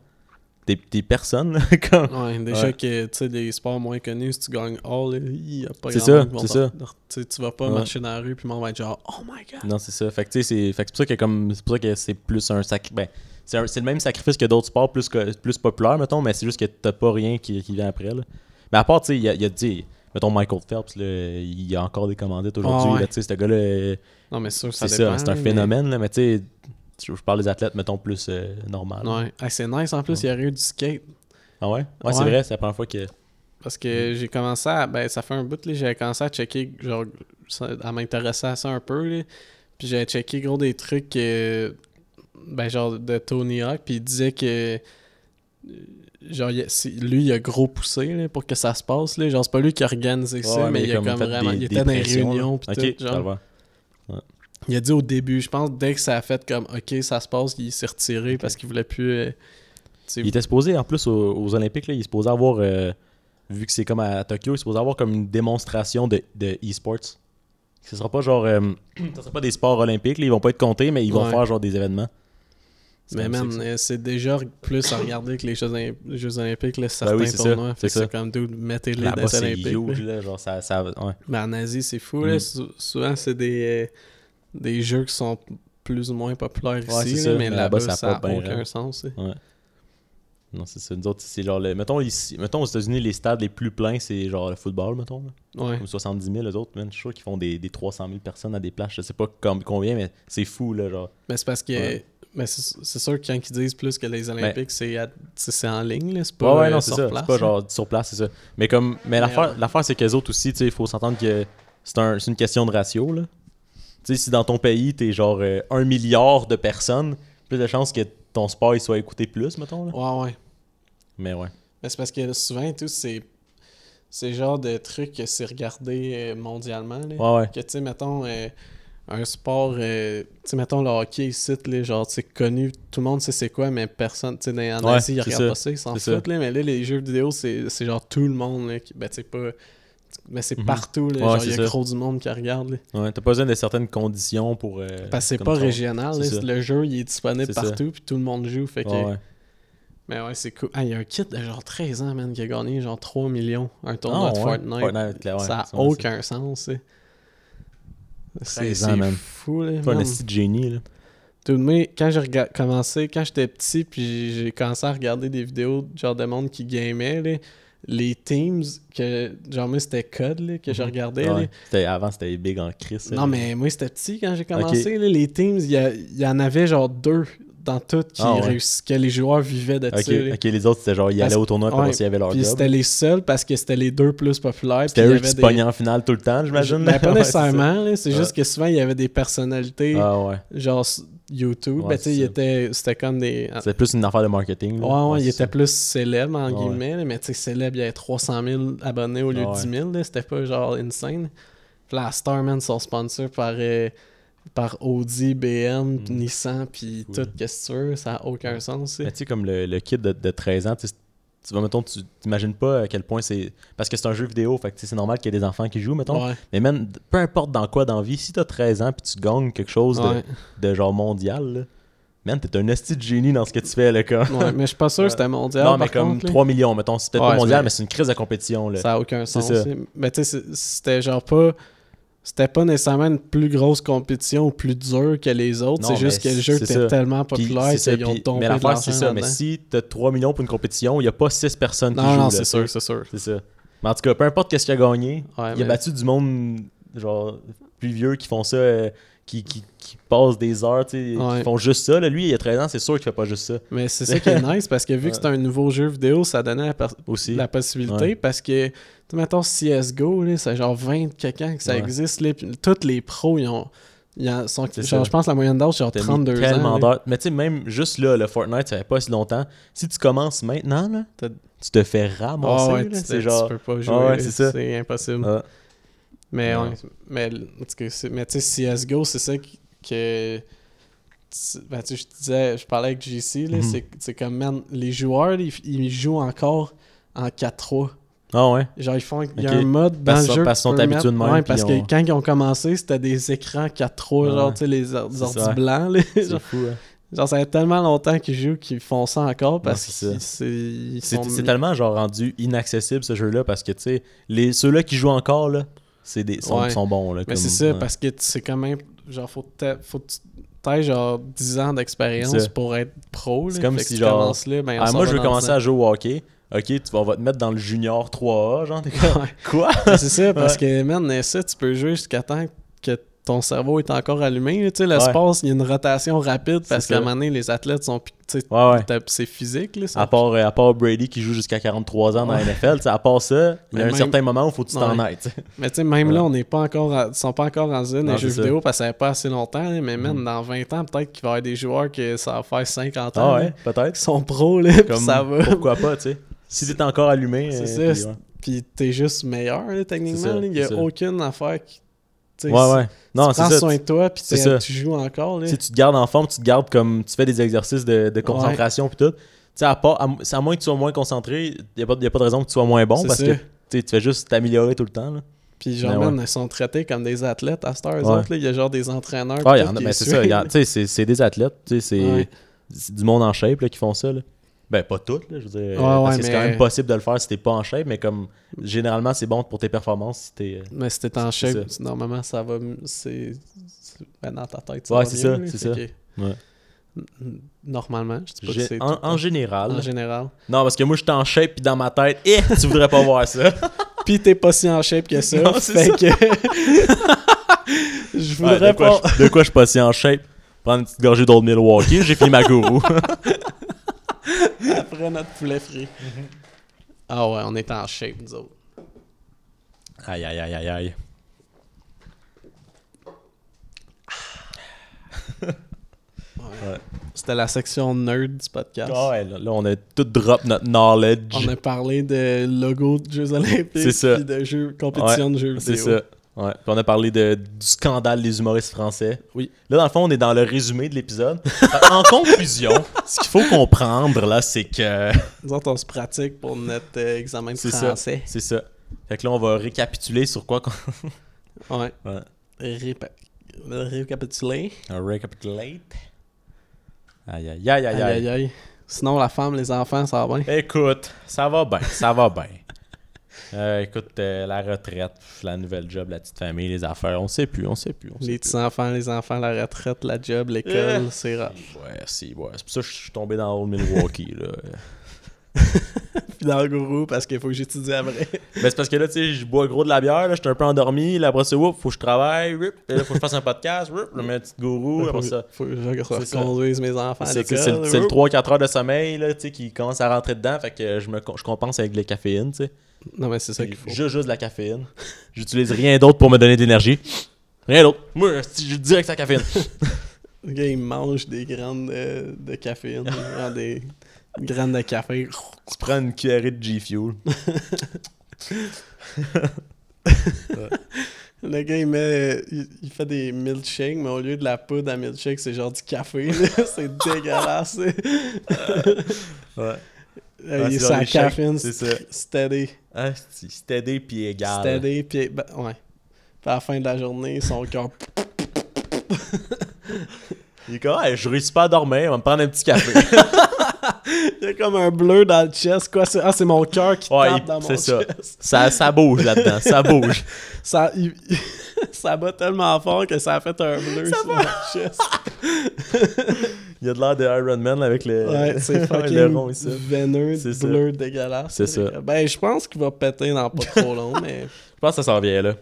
[SPEAKER 1] T'es t'es personne, là, comme-
[SPEAKER 2] Ouais, déjà
[SPEAKER 1] Ouais.
[SPEAKER 2] que, tu sais, des sports moins connus, si tu gagnes all, euh, il y a pas
[SPEAKER 1] C'est
[SPEAKER 2] grand monde
[SPEAKER 1] ça,
[SPEAKER 2] qui vont
[SPEAKER 1] c'est
[SPEAKER 2] te-
[SPEAKER 1] ça.
[SPEAKER 2] te- Tu sais, tu vas pas
[SPEAKER 1] Ouais.
[SPEAKER 2] marcher dans la rue, puis le monde va être genre, oh my god.
[SPEAKER 1] Non, c'est ça. Fait que tu sais, c'est fait que c'est pour ça que comme c'est pour ça que c'est plus un sac ben c'est un- c'est le même sacrifice que d'autres sports plus que- plus populaires mettons, mais c'est juste que t'as pas rien qui, qui vient après là. Mais à part tu sais, il y a, il y a- tu sais, mettons Michael Phelps, là, il y a encore des commandites aujourd'hui.
[SPEAKER 2] Ah ouais.
[SPEAKER 1] là, tu sais, ce gars-là. euh,
[SPEAKER 2] Non, mais sûr, ça
[SPEAKER 1] C'est ça,
[SPEAKER 2] dépend,
[SPEAKER 1] c'est un
[SPEAKER 2] mais-
[SPEAKER 1] phénomène, là, mais tu sais, je je parle des athlètes, mettons, plus euh, normal.
[SPEAKER 2] Ouais. Ah, c'est nice en plus, il y a eu du skate.
[SPEAKER 1] Ah ouais? Ouais, c'est
[SPEAKER 2] Ouais.
[SPEAKER 1] vrai, c'est la première fois que.
[SPEAKER 2] Parce que j'ai commencé à. Ben, ça fait un bout, là, j'avais commencé à checker, genre, ça- à m'intéresser à ça un peu, là. Puis j'avais checké, gros, des trucs, euh, ben, genre, de Tony Hawk. Puis il disait que. euh, Genre, il a- c'est- lui, il a gros poussé là, pour que ça se passe. Là. Genre, c'est pas lui qui a organisé ça,
[SPEAKER 1] Ouais,
[SPEAKER 2] mais, il a comme
[SPEAKER 1] fait
[SPEAKER 2] vraiment.
[SPEAKER 1] des-
[SPEAKER 2] il
[SPEAKER 1] des
[SPEAKER 2] était dans les
[SPEAKER 1] pressions, là.
[SPEAKER 2] réunions. Pis
[SPEAKER 1] Ok,
[SPEAKER 2] tout,
[SPEAKER 1] je vais le
[SPEAKER 2] genre.
[SPEAKER 1] voir. Ouais.
[SPEAKER 2] Il a dit au début, je pense, dès que ça a fait comme, ok, ça se passe, il s'est retiré parce qu'il voulait plus. euh, tu sais,
[SPEAKER 1] Il était supposé, en plus, aux, aux Olympiques, là, il est supposé avoir, euh, vu que c'est comme à Tokyo, il est supposé avoir comme une démonstration de, de e-sports. Ce sera pas genre. euh, ce sera pas des sports olympiques, là, ils vont pas être comptés, mais ils vont
[SPEAKER 2] Ouais.
[SPEAKER 1] faire genre des événements. C'est
[SPEAKER 2] Mais
[SPEAKER 1] comme ça
[SPEAKER 2] man,
[SPEAKER 1] que
[SPEAKER 2] euh, c'est déjà plus à regarder que les Jeux, Olymp- Jeux Olympiques, là,
[SPEAKER 1] Ben
[SPEAKER 2] certains
[SPEAKER 1] oui, c'est ça,
[SPEAKER 2] tournois.
[SPEAKER 1] c'est
[SPEAKER 2] Fait que
[SPEAKER 1] ça.
[SPEAKER 2] c'est comme, dude, mettez-les dans
[SPEAKER 1] Là-bas,
[SPEAKER 2] les
[SPEAKER 1] c'est
[SPEAKER 2] Olympiques.
[SPEAKER 1] huge,
[SPEAKER 2] là.
[SPEAKER 1] là, genre, ça- ça- ouais.
[SPEAKER 2] Mais en Asie, c'est fou. là.
[SPEAKER 1] Mm.
[SPEAKER 2] Sou- souvent, c'est des, euh, des jeux qui sont plus ou moins populaires
[SPEAKER 1] Ouais,
[SPEAKER 2] ici,
[SPEAKER 1] c'est
[SPEAKER 2] là,
[SPEAKER 1] ça,
[SPEAKER 2] mais
[SPEAKER 1] mais
[SPEAKER 2] là-bas,
[SPEAKER 1] là-bas, ça a
[SPEAKER 2] ça n'a
[SPEAKER 1] pas bien hein.
[SPEAKER 2] aucun
[SPEAKER 1] raison.
[SPEAKER 2] sens. là.
[SPEAKER 1] Ouais. Non, c'est ça. Nous autres, c'est genre le. Mettons, ici, mettons aux États-Unis, les stades les plus pleins, c'est genre le football, mettons. là.
[SPEAKER 2] Ouais.
[SPEAKER 1] Comme 70 000, les autres, man, je suis sûr qu'ils font des, des 300 000 personnes à des plages. Je sais pas com- combien, mais c'est fou, là, genre.
[SPEAKER 2] Mais c'est parce que.
[SPEAKER 1] Ouais.
[SPEAKER 2] Mais c'est c'est sûr que quand ils disent plus que les Olympiques, c'est à- c'est c'est en ligne, là, c'est
[SPEAKER 1] Ouais,
[SPEAKER 2] pas
[SPEAKER 1] ouais,
[SPEAKER 2] euh,
[SPEAKER 1] non, c'est
[SPEAKER 2] sur
[SPEAKER 1] ça.
[SPEAKER 2] place,
[SPEAKER 1] C'est pas
[SPEAKER 2] là.
[SPEAKER 1] genre sur place, c'est ça. Mais comme. Mais
[SPEAKER 2] Mais
[SPEAKER 1] l'affaire,
[SPEAKER 2] ouais.
[SPEAKER 1] l'affaire, c'est qu'eux autres aussi, tu sais, il faut s'entendre que c'est un- c'est une question de ratio, là. Tu sais, si dans ton pays, t'es genre euh, un milliard de personnes, plus de chances que ton sport il soit écouté plus, mettons, là.
[SPEAKER 2] Ouais, ouais.
[SPEAKER 1] Mais ouais.
[SPEAKER 2] Mais c'est parce que souvent, et tout, c'est. C'est genre de trucs que c'est regardé euh, mondialement. Là.
[SPEAKER 1] Ouais, ouais.
[SPEAKER 2] Que, tu sais, mettons, euh, un sport. euh, tu sais, mettons, le hockey ici, là, genre, c'est connu, tout le monde sait c'est quoi, mais personne. Tu sais, dans- en
[SPEAKER 1] Ouais,
[SPEAKER 2] Asie, ils
[SPEAKER 1] c'est
[SPEAKER 2] regardent
[SPEAKER 1] ça,
[SPEAKER 2] pas ça, ils s'en
[SPEAKER 1] c'est ça.
[SPEAKER 2] foutent, là. Mais là, les jeux vidéo, c'est c'est genre tout le monde, là. qui- ben, tu sais, pas. Mais c'est
[SPEAKER 1] Mhm.
[SPEAKER 2] partout, là.
[SPEAKER 1] Ouais,
[SPEAKER 2] genre,
[SPEAKER 1] c'est
[SPEAKER 2] il y a
[SPEAKER 1] ça.
[SPEAKER 2] gros du monde qui regarde, là.
[SPEAKER 1] Ouais, t'as pas besoin de certaines conditions pour. euh,
[SPEAKER 2] Parce que c'est
[SPEAKER 1] comme
[SPEAKER 2] pas
[SPEAKER 1] ça.
[SPEAKER 2] régional, là,
[SPEAKER 1] C'est ça.
[SPEAKER 2] le jeu, il est disponible
[SPEAKER 1] C'est ça.
[SPEAKER 2] partout, puis tout le monde joue, fait que.
[SPEAKER 1] Ouais, ouais.
[SPEAKER 2] Mais ouais, c'est cool. Ah, il y a un kit de genre 13 ans, man, qui a gagné genre 3 millions. Un tournoi
[SPEAKER 1] Ah,
[SPEAKER 2] de
[SPEAKER 1] ouais.
[SPEAKER 2] Fortnite.
[SPEAKER 1] Fortnite, là, ouais,
[SPEAKER 2] ça
[SPEAKER 1] c'est
[SPEAKER 2] n'a
[SPEAKER 1] vrai,
[SPEAKER 2] aucun sens, c'est. C'est
[SPEAKER 1] 13 ans,
[SPEAKER 2] c'est
[SPEAKER 1] man.
[SPEAKER 2] fou, là.
[SPEAKER 1] Pas un
[SPEAKER 2] man.
[SPEAKER 1] esti de génie, là.
[SPEAKER 2] Tout de même, quand j'ai rega- commencé, quand j'étais petit, puis j'ai commencé à regarder des vidéos de genre de monde qui gamait, là, les teams, que genre moi c'était Code, là, que je regardais, là,
[SPEAKER 1] Mhm. Ouais. C'était- Avant, c'était big en crise.
[SPEAKER 2] non, mais moi, c'était petit quand j'ai commencé. là, les teams, il y, a- il y en avait genre deux dans toutes qui
[SPEAKER 1] Ah ouais.
[SPEAKER 2] réuss- que les joueurs vivaient de
[SPEAKER 1] Ok,
[SPEAKER 2] ça. là.
[SPEAKER 1] ok, les autres, c'était genre, ils
[SPEAKER 2] Parce-
[SPEAKER 1] allaient au tournoi, puis après
[SPEAKER 2] ouais,
[SPEAKER 1] ça, il y avait leur
[SPEAKER 2] Puis
[SPEAKER 1] job.
[SPEAKER 2] c'était les seuls parce que c'était les deux plus populaires.
[SPEAKER 1] C'était
[SPEAKER 2] puis il y
[SPEAKER 1] eux
[SPEAKER 2] avait
[SPEAKER 1] qui se
[SPEAKER 2] des-
[SPEAKER 1] pognaient en finale tout le temps, j'imagine.
[SPEAKER 2] Ben, pas
[SPEAKER 1] Ouais, c'est ça.
[SPEAKER 2] nécessairement, là, c'est
[SPEAKER 1] Ouais.
[SPEAKER 2] juste que souvent, il y avait des personnalités,
[SPEAKER 1] Ah ouais.
[SPEAKER 2] genre s- YouTube,
[SPEAKER 1] Ouais,
[SPEAKER 2] ben, tu sais,
[SPEAKER 1] c'est
[SPEAKER 2] il
[SPEAKER 1] ça.
[SPEAKER 2] était- c'était comme des...
[SPEAKER 1] C'était plus une affaire de marketing. là.
[SPEAKER 2] Ouais, ouais, il
[SPEAKER 1] c'est
[SPEAKER 2] était
[SPEAKER 1] ça.
[SPEAKER 2] plus célèbre, en
[SPEAKER 1] Ouais.
[SPEAKER 2] guillemets, là, mais tu sais, célèbre, il y avait 300 000 abonnés au lieu
[SPEAKER 1] Ouais.
[SPEAKER 2] de 10 000, là, c'était pas genre insane. Puis là, Starman sont sponsors par, euh, par Audi, BM, puis Nissan, puis
[SPEAKER 1] Mm. Cool.
[SPEAKER 2] tout, qu'est-ce que tu veux, ça n'a aucun sens.
[SPEAKER 1] Mais
[SPEAKER 2] là.
[SPEAKER 1] tu sais, comme le, le kid de, de 13 ans, tu sais, tu vas, mettons, tu t'imagines pas à quel point c'est. Parce que c'est un jeu vidéo, fait que tu sais, c'est normal qu'il y ait des enfants qui jouent, mettons.
[SPEAKER 2] Ouais.
[SPEAKER 1] Mais même, peu importe dans quoi dans la vie, si t'as 13 ans puis tu gagnes quelque chose de,
[SPEAKER 2] Ouais.
[SPEAKER 1] de genre mondial, là, man, t'es un esti de génie dans ce que tu fais, là, comme.
[SPEAKER 2] Ouais, mais je suis pas sûr que c'était mondial,
[SPEAKER 1] Non,
[SPEAKER 2] par
[SPEAKER 1] mais comme
[SPEAKER 2] contre, là.
[SPEAKER 1] 3 millions, mettons. C'est peut-être
[SPEAKER 2] Ouais,
[SPEAKER 1] pas
[SPEAKER 2] c'est
[SPEAKER 1] mondial,
[SPEAKER 2] vrai.
[SPEAKER 1] mais c'est une crise de compétition, là.
[SPEAKER 2] Ça n'a aucun sens.
[SPEAKER 1] C'est ça.
[SPEAKER 2] là. Mais tu sais, c'est- c'était genre pas. C'était pas nécessairement une plus grosse compétition ou plus dure que les autres.
[SPEAKER 1] Non,
[SPEAKER 2] C'est
[SPEAKER 1] mais
[SPEAKER 2] juste que le jeu
[SPEAKER 1] c'est
[SPEAKER 2] était
[SPEAKER 1] ça.
[SPEAKER 2] tellement
[SPEAKER 1] Puis
[SPEAKER 2] populaire
[SPEAKER 1] c'est ça,
[SPEAKER 2] qu'ils ont
[SPEAKER 1] puis-
[SPEAKER 2] tombé
[SPEAKER 1] Mais
[SPEAKER 2] de
[SPEAKER 1] l'affaire, c'est
[SPEAKER 2] l'argent
[SPEAKER 1] ça. Mais
[SPEAKER 2] là-dedans.
[SPEAKER 1] si t'as 3 millions pour une compétition, il n'y a pas 6 personnes qui
[SPEAKER 2] Non,
[SPEAKER 1] jouent.
[SPEAKER 2] non,
[SPEAKER 1] là.
[SPEAKER 2] c'est sûr, c'est sûr.
[SPEAKER 1] C'est ça. Mais en tout cas, peu importe qu'est-ce qu'il a gagné,
[SPEAKER 2] Ouais,
[SPEAKER 1] il a
[SPEAKER 2] mais-
[SPEAKER 1] battu du monde genre plus vieux qui font ça, euh, qui, qui, qui passent des heures, tu sais,
[SPEAKER 2] Ouais.
[SPEAKER 1] qui font juste ça. Là, lui, il a 13 ans, c'est sûr qu'il fait pas juste ça.
[SPEAKER 2] Mais c'est ça qui est nice parce que vu que c'est un nouveau jeu vidéo, ça donnait la, pers- la possibilité
[SPEAKER 1] Ouais.
[SPEAKER 2] parce que, tu sais, mettons CSGO, là, c'est genre 20 quelqu'un que ça
[SPEAKER 1] Ouais.
[SPEAKER 2] existe. Là, puis tous les pros, ils ont. ils en sont,
[SPEAKER 1] C'est
[SPEAKER 2] genre,
[SPEAKER 1] ça.
[SPEAKER 2] je pense que la moyenne d'âge, c'est genre
[SPEAKER 1] T'as mis
[SPEAKER 2] 32
[SPEAKER 1] tellement
[SPEAKER 2] ans. là.
[SPEAKER 1] d'heures. Mais tu sais, même juste là, le Fortnite, ça fait pas si longtemps. Si tu commences maintenant, là, tu te fais ramasser.
[SPEAKER 2] Ah ouais,
[SPEAKER 1] là.
[SPEAKER 2] tu,
[SPEAKER 1] c'est
[SPEAKER 2] tu
[SPEAKER 1] genre...
[SPEAKER 2] peux pas jouer.
[SPEAKER 1] Ah ouais,
[SPEAKER 2] là,
[SPEAKER 1] c'est ça.
[SPEAKER 2] c'est impossible.
[SPEAKER 1] Ah.
[SPEAKER 2] Mais
[SPEAKER 1] Non.
[SPEAKER 2] ouais, mais l- en tout cas, c'est- mais tu sais, CSGO, c'est ça qui- que. tu- ben, tu sais, je disais, je parlais avec JC, là,
[SPEAKER 1] Mhm.
[SPEAKER 2] c'est- c'est comme, man, les joueurs, ils, ils jouent encore en 4-3.
[SPEAKER 1] Ah ouais?
[SPEAKER 2] Genre, ils font. Il y a
[SPEAKER 1] Ok.
[SPEAKER 2] un mode dans
[SPEAKER 1] Parce-
[SPEAKER 2] le jeu.
[SPEAKER 1] parce
[SPEAKER 2] que
[SPEAKER 1] qu'ils
[SPEAKER 2] tu
[SPEAKER 1] sont
[SPEAKER 2] peux
[SPEAKER 1] habitués de
[SPEAKER 2] mettre-
[SPEAKER 1] même,
[SPEAKER 2] ouais,
[SPEAKER 1] puis
[SPEAKER 2] parce
[SPEAKER 1] ils ont-
[SPEAKER 2] que quand ils ont commencé, c'était des écrans 4-3,
[SPEAKER 1] Ouais.
[SPEAKER 2] genre, tu sais, les or- les
[SPEAKER 1] C'est
[SPEAKER 2] ordi
[SPEAKER 1] ça.
[SPEAKER 2] blancs. là,
[SPEAKER 1] C'est
[SPEAKER 2] genre,
[SPEAKER 1] fou, hein.
[SPEAKER 2] genre, ça fait tellement longtemps qu'ils jouent qu'ils font ça encore parce
[SPEAKER 1] c'est ça.
[SPEAKER 2] qu'ils c'est- ils
[SPEAKER 1] C'est
[SPEAKER 2] sont
[SPEAKER 1] c'est
[SPEAKER 2] mis-
[SPEAKER 1] tellement genre rendu inaccessible ce jeu-là parce que tu sais, les- ceux-là qui jouent encore là, c'est des sont,
[SPEAKER 2] Ouais.
[SPEAKER 1] sont bons là.
[SPEAKER 2] Mais
[SPEAKER 1] comme-
[SPEAKER 2] c'est ça,
[SPEAKER 1] ouais.
[SPEAKER 2] parce que c'est quand même. Genre, faut que t'a- faut que tu- t'aies genre 10 ans
[SPEAKER 1] C'est
[SPEAKER 2] d'expérience
[SPEAKER 1] ça.
[SPEAKER 2] pour être pro. là.
[SPEAKER 1] C'est comme
[SPEAKER 2] Fait que
[SPEAKER 1] si
[SPEAKER 2] tu
[SPEAKER 1] genre
[SPEAKER 2] commences là, ben, on
[SPEAKER 1] ah,
[SPEAKER 2] s'en
[SPEAKER 1] moi
[SPEAKER 2] va
[SPEAKER 1] je veux
[SPEAKER 2] dans le
[SPEAKER 1] commencer
[SPEAKER 2] sang.
[SPEAKER 1] à jouer au hockey, OK, tu vas, on va te mettre dans le junior 3A, genre. T'es comme,
[SPEAKER 2] Ouais.
[SPEAKER 1] Quoi?
[SPEAKER 2] Mais c'est ça, parce
[SPEAKER 1] Ouais.
[SPEAKER 2] que, man, ça, tu peux jouer jusqu'à temps que ton cerveau est encore allumé. là. Tu sais,
[SPEAKER 1] Ouais.
[SPEAKER 2] l'espace, il y a une rotation rapide parce
[SPEAKER 1] C'est
[SPEAKER 2] qu'à un
[SPEAKER 1] ça.
[SPEAKER 2] moment donné, les athlètes sont. plus- tu sais,
[SPEAKER 1] Ouais, ouais.
[SPEAKER 2] t'as- C'est physique, là. ça.
[SPEAKER 1] À part, euh, à part Brady qui joue jusqu'à 43 ans dans la
[SPEAKER 2] Ouais.
[SPEAKER 1] NFL, tu sais, à part ça, il y
[SPEAKER 2] Mais
[SPEAKER 1] a un
[SPEAKER 2] même-
[SPEAKER 1] certain moment où faut que tu t'en
[SPEAKER 2] Ouais.
[SPEAKER 1] ailles. tu sais.
[SPEAKER 2] Mais tu sais, même
[SPEAKER 1] Ouais.
[SPEAKER 2] là, on n'est pas encore à- ils sont pas encore en zone
[SPEAKER 1] Non,
[SPEAKER 2] des jeux
[SPEAKER 1] c'est ça. Mhm.
[SPEAKER 2] vidéo parce que ça n'a pas assez longtemps. hein, Mais même dans 20 ans, peut-être qu'il va y avoir des joueurs que ça va faire 50 ans.
[SPEAKER 1] Ah ouais,
[SPEAKER 2] là,
[SPEAKER 1] peut-être.
[SPEAKER 2] qui sont pros, là, puis
[SPEAKER 1] Comme,
[SPEAKER 2] ça va.
[SPEAKER 1] Pourquoi pas, tu sais. Si t'es encore allumé. euh,
[SPEAKER 2] C'est
[SPEAKER 1] puis
[SPEAKER 2] ça.
[SPEAKER 1] ouais.
[SPEAKER 2] c'est- Puis t'es juste meilleur, là,
[SPEAKER 1] C'est ça,
[SPEAKER 2] techniquement. là, Il n'y a
[SPEAKER 1] c'est ça.
[SPEAKER 2] aucune affaire qui. tu sais,
[SPEAKER 1] Ouais,
[SPEAKER 2] si-
[SPEAKER 1] ouais. Non,
[SPEAKER 2] tu
[SPEAKER 1] c'est
[SPEAKER 2] prends
[SPEAKER 1] ça,
[SPEAKER 2] soin
[SPEAKER 1] tu-
[SPEAKER 2] de toi, puis
[SPEAKER 1] c'est
[SPEAKER 2] t'es-
[SPEAKER 1] ça.
[SPEAKER 2] tu joues encore. Là.
[SPEAKER 1] Si tu te gardes en forme, tu te gardes comme tu fais des exercices de, de concentration puis tout. Tu sais, à, part- à, à moins que tu sois moins concentré, il n'y a, pas de- y a pas de raison que tu sois moins bon
[SPEAKER 2] C'est
[SPEAKER 1] parce
[SPEAKER 2] ça.
[SPEAKER 1] que tu sais, tu fais juste t'améliorer tout le temps. là.
[SPEAKER 2] Puis genre,
[SPEAKER 1] Mais
[SPEAKER 2] man,
[SPEAKER 1] ouais.
[SPEAKER 2] ils sont traités comme des athlètes à cette heure. eux
[SPEAKER 1] Ouais.
[SPEAKER 2] autres, là. Il y a genre des entraîneurs.
[SPEAKER 1] Ah,
[SPEAKER 2] puis
[SPEAKER 1] y en
[SPEAKER 2] tout
[SPEAKER 1] a-
[SPEAKER 2] qui
[SPEAKER 1] ben,
[SPEAKER 2] les
[SPEAKER 1] c'est
[SPEAKER 2] suivent,
[SPEAKER 1] ça. y en-
[SPEAKER 2] là.
[SPEAKER 1] tu sais, c'est c'est des athlètes. tu sais, C'est
[SPEAKER 2] Ouais.
[SPEAKER 1] c'est du monde en shape là, qui font ça. là. Ben, pas toutes. là, je veux dire,
[SPEAKER 2] Ouais,
[SPEAKER 1] parce
[SPEAKER 2] ouais,
[SPEAKER 1] que c'est
[SPEAKER 2] mais-
[SPEAKER 1] quand même possible de le faire si t'es pas en shape, mais comme généralement, c'est bon pour tes performances. Si t'es, euh,
[SPEAKER 2] Mais si t'es en
[SPEAKER 1] c'est
[SPEAKER 2] shape, normalement, ça va. m- C'est. c'est- ben, dans ta tête, ça
[SPEAKER 1] Ouais,
[SPEAKER 2] va
[SPEAKER 1] c'est
[SPEAKER 2] mieux,
[SPEAKER 1] ça,
[SPEAKER 2] là,
[SPEAKER 1] c'est
[SPEAKER 2] fait
[SPEAKER 1] ça.
[SPEAKER 2] que-
[SPEAKER 1] Ouais.
[SPEAKER 2] N- Normalement, je dis pas que
[SPEAKER 1] Gé-
[SPEAKER 2] c'est
[SPEAKER 1] en,
[SPEAKER 2] tout le
[SPEAKER 1] en
[SPEAKER 2] temps.
[SPEAKER 1] général.
[SPEAKER 2] En général.
[SPEAKER 1] Non, parce que moi, je suis en shape, puis dans ma tête, eh, tu voudrais pas voir ça.
[SPEAKER 2] Pis t'es pas si en shape que ça.
[SPEAKER 1] Non, c'est
[SPEAKER 2] fait
[SPEAKER 1] ça.
[SPEAKER 2] que. je
[SPEAKER 1] Ouais,
[SPEAKER 2] voudrais
[SPEAKER 1] de quoi
[SPEAKER 2] pas.
[SPEAKER 1] je- de quoi je suis passé en shape? Prendre une petite gorgée d'Old Milwaukee, j'ai fini ma gourou.
[SPEAKER 2] Après notre poulet frit.
[SPEAKER 1] Mm-hmm.
[SPEAKER 2] Ah ouais, on est en shape, nous autres.
[SPEAKER 1] aïe, aïe, aïe, aïe, aïe. Ouais.
[SPEAKER 2] C'était la section nerd du podcast.
[SPEAKER 1] Ah ouais, là, là, on a tout drop notre knowledge.
[SPEAKER 2] On a parlé de logo de Jeux Olympiques.
[SPEAKER 1] C'est ça.
[SPEAKER 2] Puis de jeux, compétition
[SPEAKER 1] Ouais,
[SPEAKER 2] de jeux vidéo.
[SPEAKER 1] C'est ça. Ouais. Puis on a parlé de, du scandale des humoristes français.
[SPEAKER 2] Oui.
[SPEAKER 1] Là, dans le fond, on est dans le résumé de l'épisode. Fait, en conclusion, ce qu'il faut comprendre, là, c'est que...
[SPEAKER 2] Nous autres, on se pratique pour notre euh, examen de
[SPEAKER 1] C'est ça.
[SPEAKER 2] français.
[SPEAKER 1] C'est ça. Fait que là, on va récapituler sur quoi qu'on...
[SPEAKER 2] Ouais.
[SPEAKER 1] Ouais.
[SPEAKER 2] Répa- Récapituler.
[SPEAKER 1] On récapitulate. Aïe, aïe, aïe, aïe,
[SPEAKER 2] Aïe,
[SPEAKER 1] aïe.
[SPEAKER 2] aïe, aïe. Sinon, la femme, les enfants, ça va bien.
[SPEAKER 1] Écoute, ça va bien, ça va bien. Euh, écoute, euh, la retraite, pff, la nouvelle job, la petite famille, les affaires, on sait plus, on sait plus. On sait
[SPEAKER 2] Les
[SPEAKER 1] plus.
[SPEAKER 2] petits-enfants, les enfants, la retraite, la job, l'école,
[SPEAKER 1] Euh.
[SPEAKER 2] c'est rough.
[SPEAKER 1] Ouais, si, ouais. C'est pour ça que je suis tombé dans Old Milwaukee, là.
[SPEAKER 2] Puis dans le gourou, parce qu'il faut que j'étudie après.
[SPEAKER 1] Mais c'est parce que là, tu sais, je bois gros de la bière, là, je suis un peu endormi, là, après ça, whoop, faut que je travaille, whoop, et là, faut que je fasse un podcast, whoop, je mets un petit gourou, après ça.
[SPEAKER 2] Faut que
[SPEAKER 1] C'est
[SPEAKER 2] je
[SPEAKER 1] ça.
[SPEAKER 2] conduise mes enfants Ah, à
[SPEAKER 1] C'est
[SPEAKER 2] l'école.
[SPEAKER 1] c'est- c'est le, c'est le
[SPEAKER 2] Oups.
[SPEAKER 1] 3-4 heures de sommeil, là, tu sais, qui commence à rentrer dedans, fait que je me con- je compense avec de la caféine, tu sais.
[SPEAKER 2] Non, mais c'est ça qu'il faut.
[SPEAKER 1] Juste, juste de la caféine. J'utilise rien d'autre pour me donner d'énergie. Rien d'autre. Moi, si je direct la caféine.
[SPEAKER 2] Le gars, il mange des grandes euh, de caféine. il prend des graines de café.
[SPEAKER 1] tu prends une cuillerée de G Fuel.
[SPEAKER 2] Le gars, il, met, il, il fait des milkshakes, mais au lieu de la poudre à milkshake, c'est genre du café. là. c'est dégueulasse.
[SPEAKER 1] Ouais.
[SPEAKER 2] Euh,
[SPEAKER 1] Ouais,
[SPEAKER 2] il est
[SPEAKER 1] Ah, c'est genre
[SPEAKER 2] sans
[SPEAKER 1] les shakes,
[SPEAKER 2] caféine,
[SPEAKER 1] c'est ça.
[SPEAKER 2] st- steady.
[SPEAKER 1] Ah, c'est stédé puis égal.
[SPEAKER 2] Steady, puis ben, ouais. Puis à la fin de la journée, son cœur.
[SPEAKER 1] Il est comme, Hey, je réussis pas à dormir, on va me prendre un petit café.
[SPEAKER 2] Il y a comme un bleu dans le chest. Quoi, c'est... Ah, c'est mon cœur qui
[SPEAKER 1] Ouais,
[SPEAKER 2] tape
[SPEAKER 1] il-
[SPEAKER 2] dans mon
[SPEAKER 1] c'est ça.
[SPEAKER 2] chest.
[SPEAKER 1] ça. Ça bouge là-dedans, ça bouge.
[SPEAKER 2] Ça, il- ça bat tellement fort que ça a fait un bleu sur mon chest.
[SPEAKER 1] Il y a de l'air de Iron Man avec le,
[SPEAKER 2] Ouais, c'est
[SPEAKER 1] le rond
[SPEAKER 2] fucking
[SPEAKER 1] ici.
[SPEAKER 2] veineux,
[SPEAKER 1] C'est ça.
[SPEAKER 2] bleu, dégueulasse.
[SPEAKER 1] C'est ça.
[SPEAKER 2] Ben, je pense qu'il va péter dans pas trop long, mais...
[SPEAKER 1] Je pense que ça s'en vient là.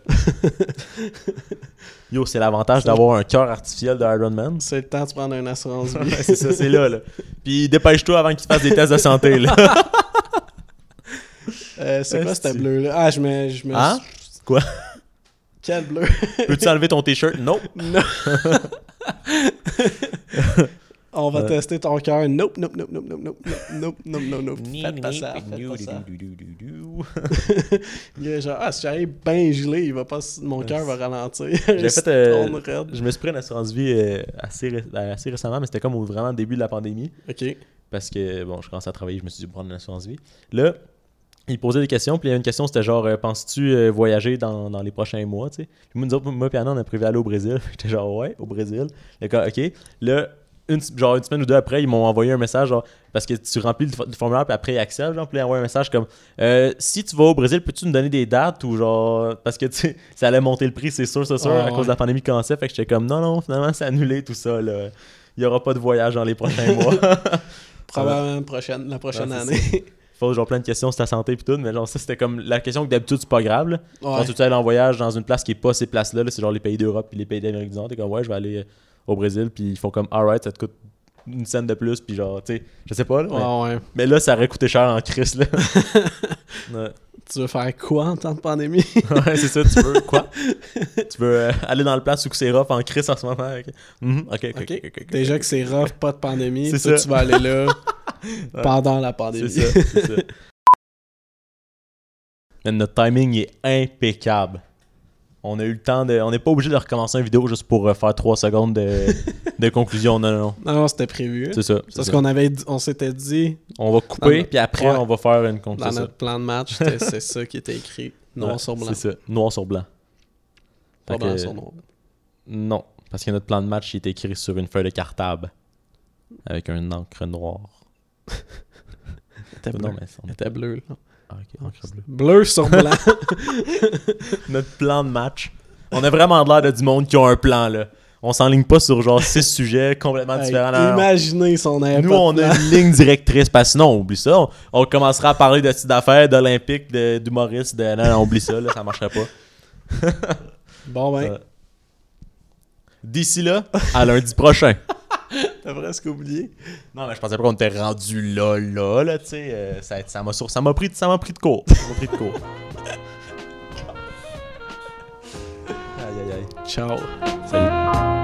[SPEAKER 1] Yo, c'est l'avantage d'avoir un cœur artificiel de Iron Man.
[SPEAKER 2] C'est le temps de prendre une assurance vie.
[SPEAKER 1] Ouais, c'est ça, c'est là, là. Puis dépêche-toi avant qu'il te fasse des tests de santé, là.
[SPEAKER 2] Euh, c'est quoi
[SPEAKER 1] Esti.
[SPEAKER 2] ce bleu-là? Ah, je me... Je me...
[SPEAKER 1] Hein? Quoi?
[SPEAKER 2] Quel bleu?
[SPEAKER 1] Peux-tu enlever ton t-shirt? Non.
[SPEAKER 2] Non. On va
[SPEAKER 1] Ouais.
[SPEAKER 2] tester ton cœur. Nope, nope, nope, nope, nope, nope, nope, nope, nope, nope, nope. Faites pas ça, faites pas ça. Il est genre, ah, si j'arrive bien gelé, il va pas, s- mon cœur va ralentir.
[SPEAKER 1] J'ai
[SPEAKER 2] Il se
[SPEAKER 1] fait, euh,
[SPEAKER 2] tourne raide.
[SPEAKER 1] je me suis pris une assurance vie euh, assez, ré- ben, assez récemment, mais c'était comme au vraiment début de la pandémie.
[SPEAKER 2] Ok.
[SPEAKER 1] Parce que, bon, je commençais à travailler, je me suis dit prendre une assurance vie. Là, il posait des questions, puis il y avait une question, c'était genre, euh, penses-tu euh, voyager dans, dans les prochains mois, tu sais? Puis moi, nous autres, moi, puis Anna, on a prévu aller au Brésil. J'étais genre, ouais, au Brésil. Le gars, ok. Là, une, se- genre une semaine ou deux après, ils m'ont envoyé un message, genre, parce que tu remplis le, fo- le formulaire, puis après, ils acceptent, genre, puis ils envoient un message comme, euh, si tu vas au Brésil, peux-tu nous donner des dates ou genre, parce que, tu sais, ça allait monter le prix, c'est sûr, c'est sûr, à
[SPEAKER 2] Ah, ouais.
[SPEAKER 1] cause de la pandémie qui commençait. Fait que j'étais comme, non, non, finalement, c'est annulé tout ça, là. Il n'y aura pas de voyage dans les prochains mois.
[SPEAKER 2] Probablement prochaine, la prochaine
[SPEAKER 1] Ouais, c'est
[SPEAKER 2] année.
[SPEAKER 1] pose genre plein de questions sur ta santé puis tout, mais genre ça c'était comme la question que d'habitude c'est pas grave. là.
[SPEAKER 2] Ouais.
[SPEAKER 1] Quand tu aller en voyage dans une place qui est pas ces places-là, là, c'est genre les pays d'Europe puis les pays d'Amérique du Nord, t'es comme ouais, je vais aller euh, au Brésil puis ils font comme alright, ça te coûte une scène de plus puis genre tu sais, je sais pas là, mais,
[SPEAKER 2] Ouais, ouais.
[SPEAKER 1] mais là ça aurait coûté cher en crise là. Ouais.
[SPEAKER 2] Tu veux faire quoi en temps de pandémie?
[SPEAKER 1] ouais, c'est ça, tu veux quoi? tu veux euh, aller dans le place où que c'est rough en crise en ce moment? Ok, Mhm, ok, ok, ok, ok, ok.
[SPEAKER 2] Mm-hmm. Déjà que c'est rough, pas de pandémie.
[SPEAKER 1] C'est
[SPEAKER 2] Toi,
[SPEAKER 1] ça.
[SPEAKER 2] tu vas aller là
[SPEAKER 1] Ouais.
[SPEAKER 2] pendant la pandémie.
[SPEAKER 1] C'est ça, c'est ça. Man, notre timing est impeccable. On a eu le temps de. On n'est pas obligé de recommencer une vidéo juste pour euh, faire 3 secondes de, de conclusion. Non, non, non.
[SPEAKER 2] non, non, c'était prévu.
[SPEAKER 1] C'est ça, c'est
[SPEAKER 2] Parce
[SPEAKER 1] ça.
[SPEAKER 2] qu'on avait, dit- on s'était dit
[SPEAKER 1] On va
[SPEAKER 2] Dans
[SPEAKER 1] couper,
[SPEAKER 2] notre-
[SPEAKER 1] puis après,
[SPEAKER 2] ouais.
[SPEAKER 1] on va faire une
[SPEAKER 2] dans
[SPEAKER 1] conclusion.
[SPEAKER 2] notre plan de match, c'était- c'est ça qui était écrit noir sur blanc.
[SPEAKER 1] C'est ça, noir sur blanc.
[SPEAKER 2] Pas
[SPEAKER 1] Fait
[SPEAKER 2] blanc
[SPEAKER 1] que-
[SPEAKER 2] sur noir.
[SPEAKER 1] Non, parce que notre plan de match il est écrit sur une feuille de cartable avec un encre noire.
[SPEAKER 2] était
[SPEAKER 1] Non,
[SPEAKER 2] bleue.
[SPEAKER 1] mais ça-
[SPEAKER 2] Elle était bleue, là.
[SPEAKER 1] Ah, ok, encre bleue.
[SPEAKER 2] Bleu sur blanc.
[SPEAKER 1] notre plan de match. On a vraiment l'air de du monde qui a un plan, là. On s'enligne pas sur genre six sujets complètement
[SPEAKER 2] Hey,
[SPEAKER 1] différents. Non, non, non.
[SPEAKER 2] imaginez si on avait
[SPEAKER 1] Nous,
[SPEAKER 2] pas de
[SPEAKER 1] on
[SPEAKER 2] plan.
[SPEAKER 1] a une ligne directrice, parce que sinon, on oublie ça. On, on commencera à parler de petites affaires, d'Olympique, de- d'humoristes, de... Non, non, on oublie ça, là, ça marcherait pas.
[SPEAKER 2] Bon, ben.
[SPEAKER 1] Euh, D'ici là, à lundi prochain.
[SPEAKER 2] T'as presque oublié.
[SPEAKER 1] Non, mais je pensais pas qu'on était rendu là, là, là, tu sais. euh, ça ça m'a sur- ça m'a pris, ça m'a pris de court. Ça m'a pris de court. aïe, aïe, aïe.
[SPEAKER 2] Ciao.
[SPEAKER 1] Salut.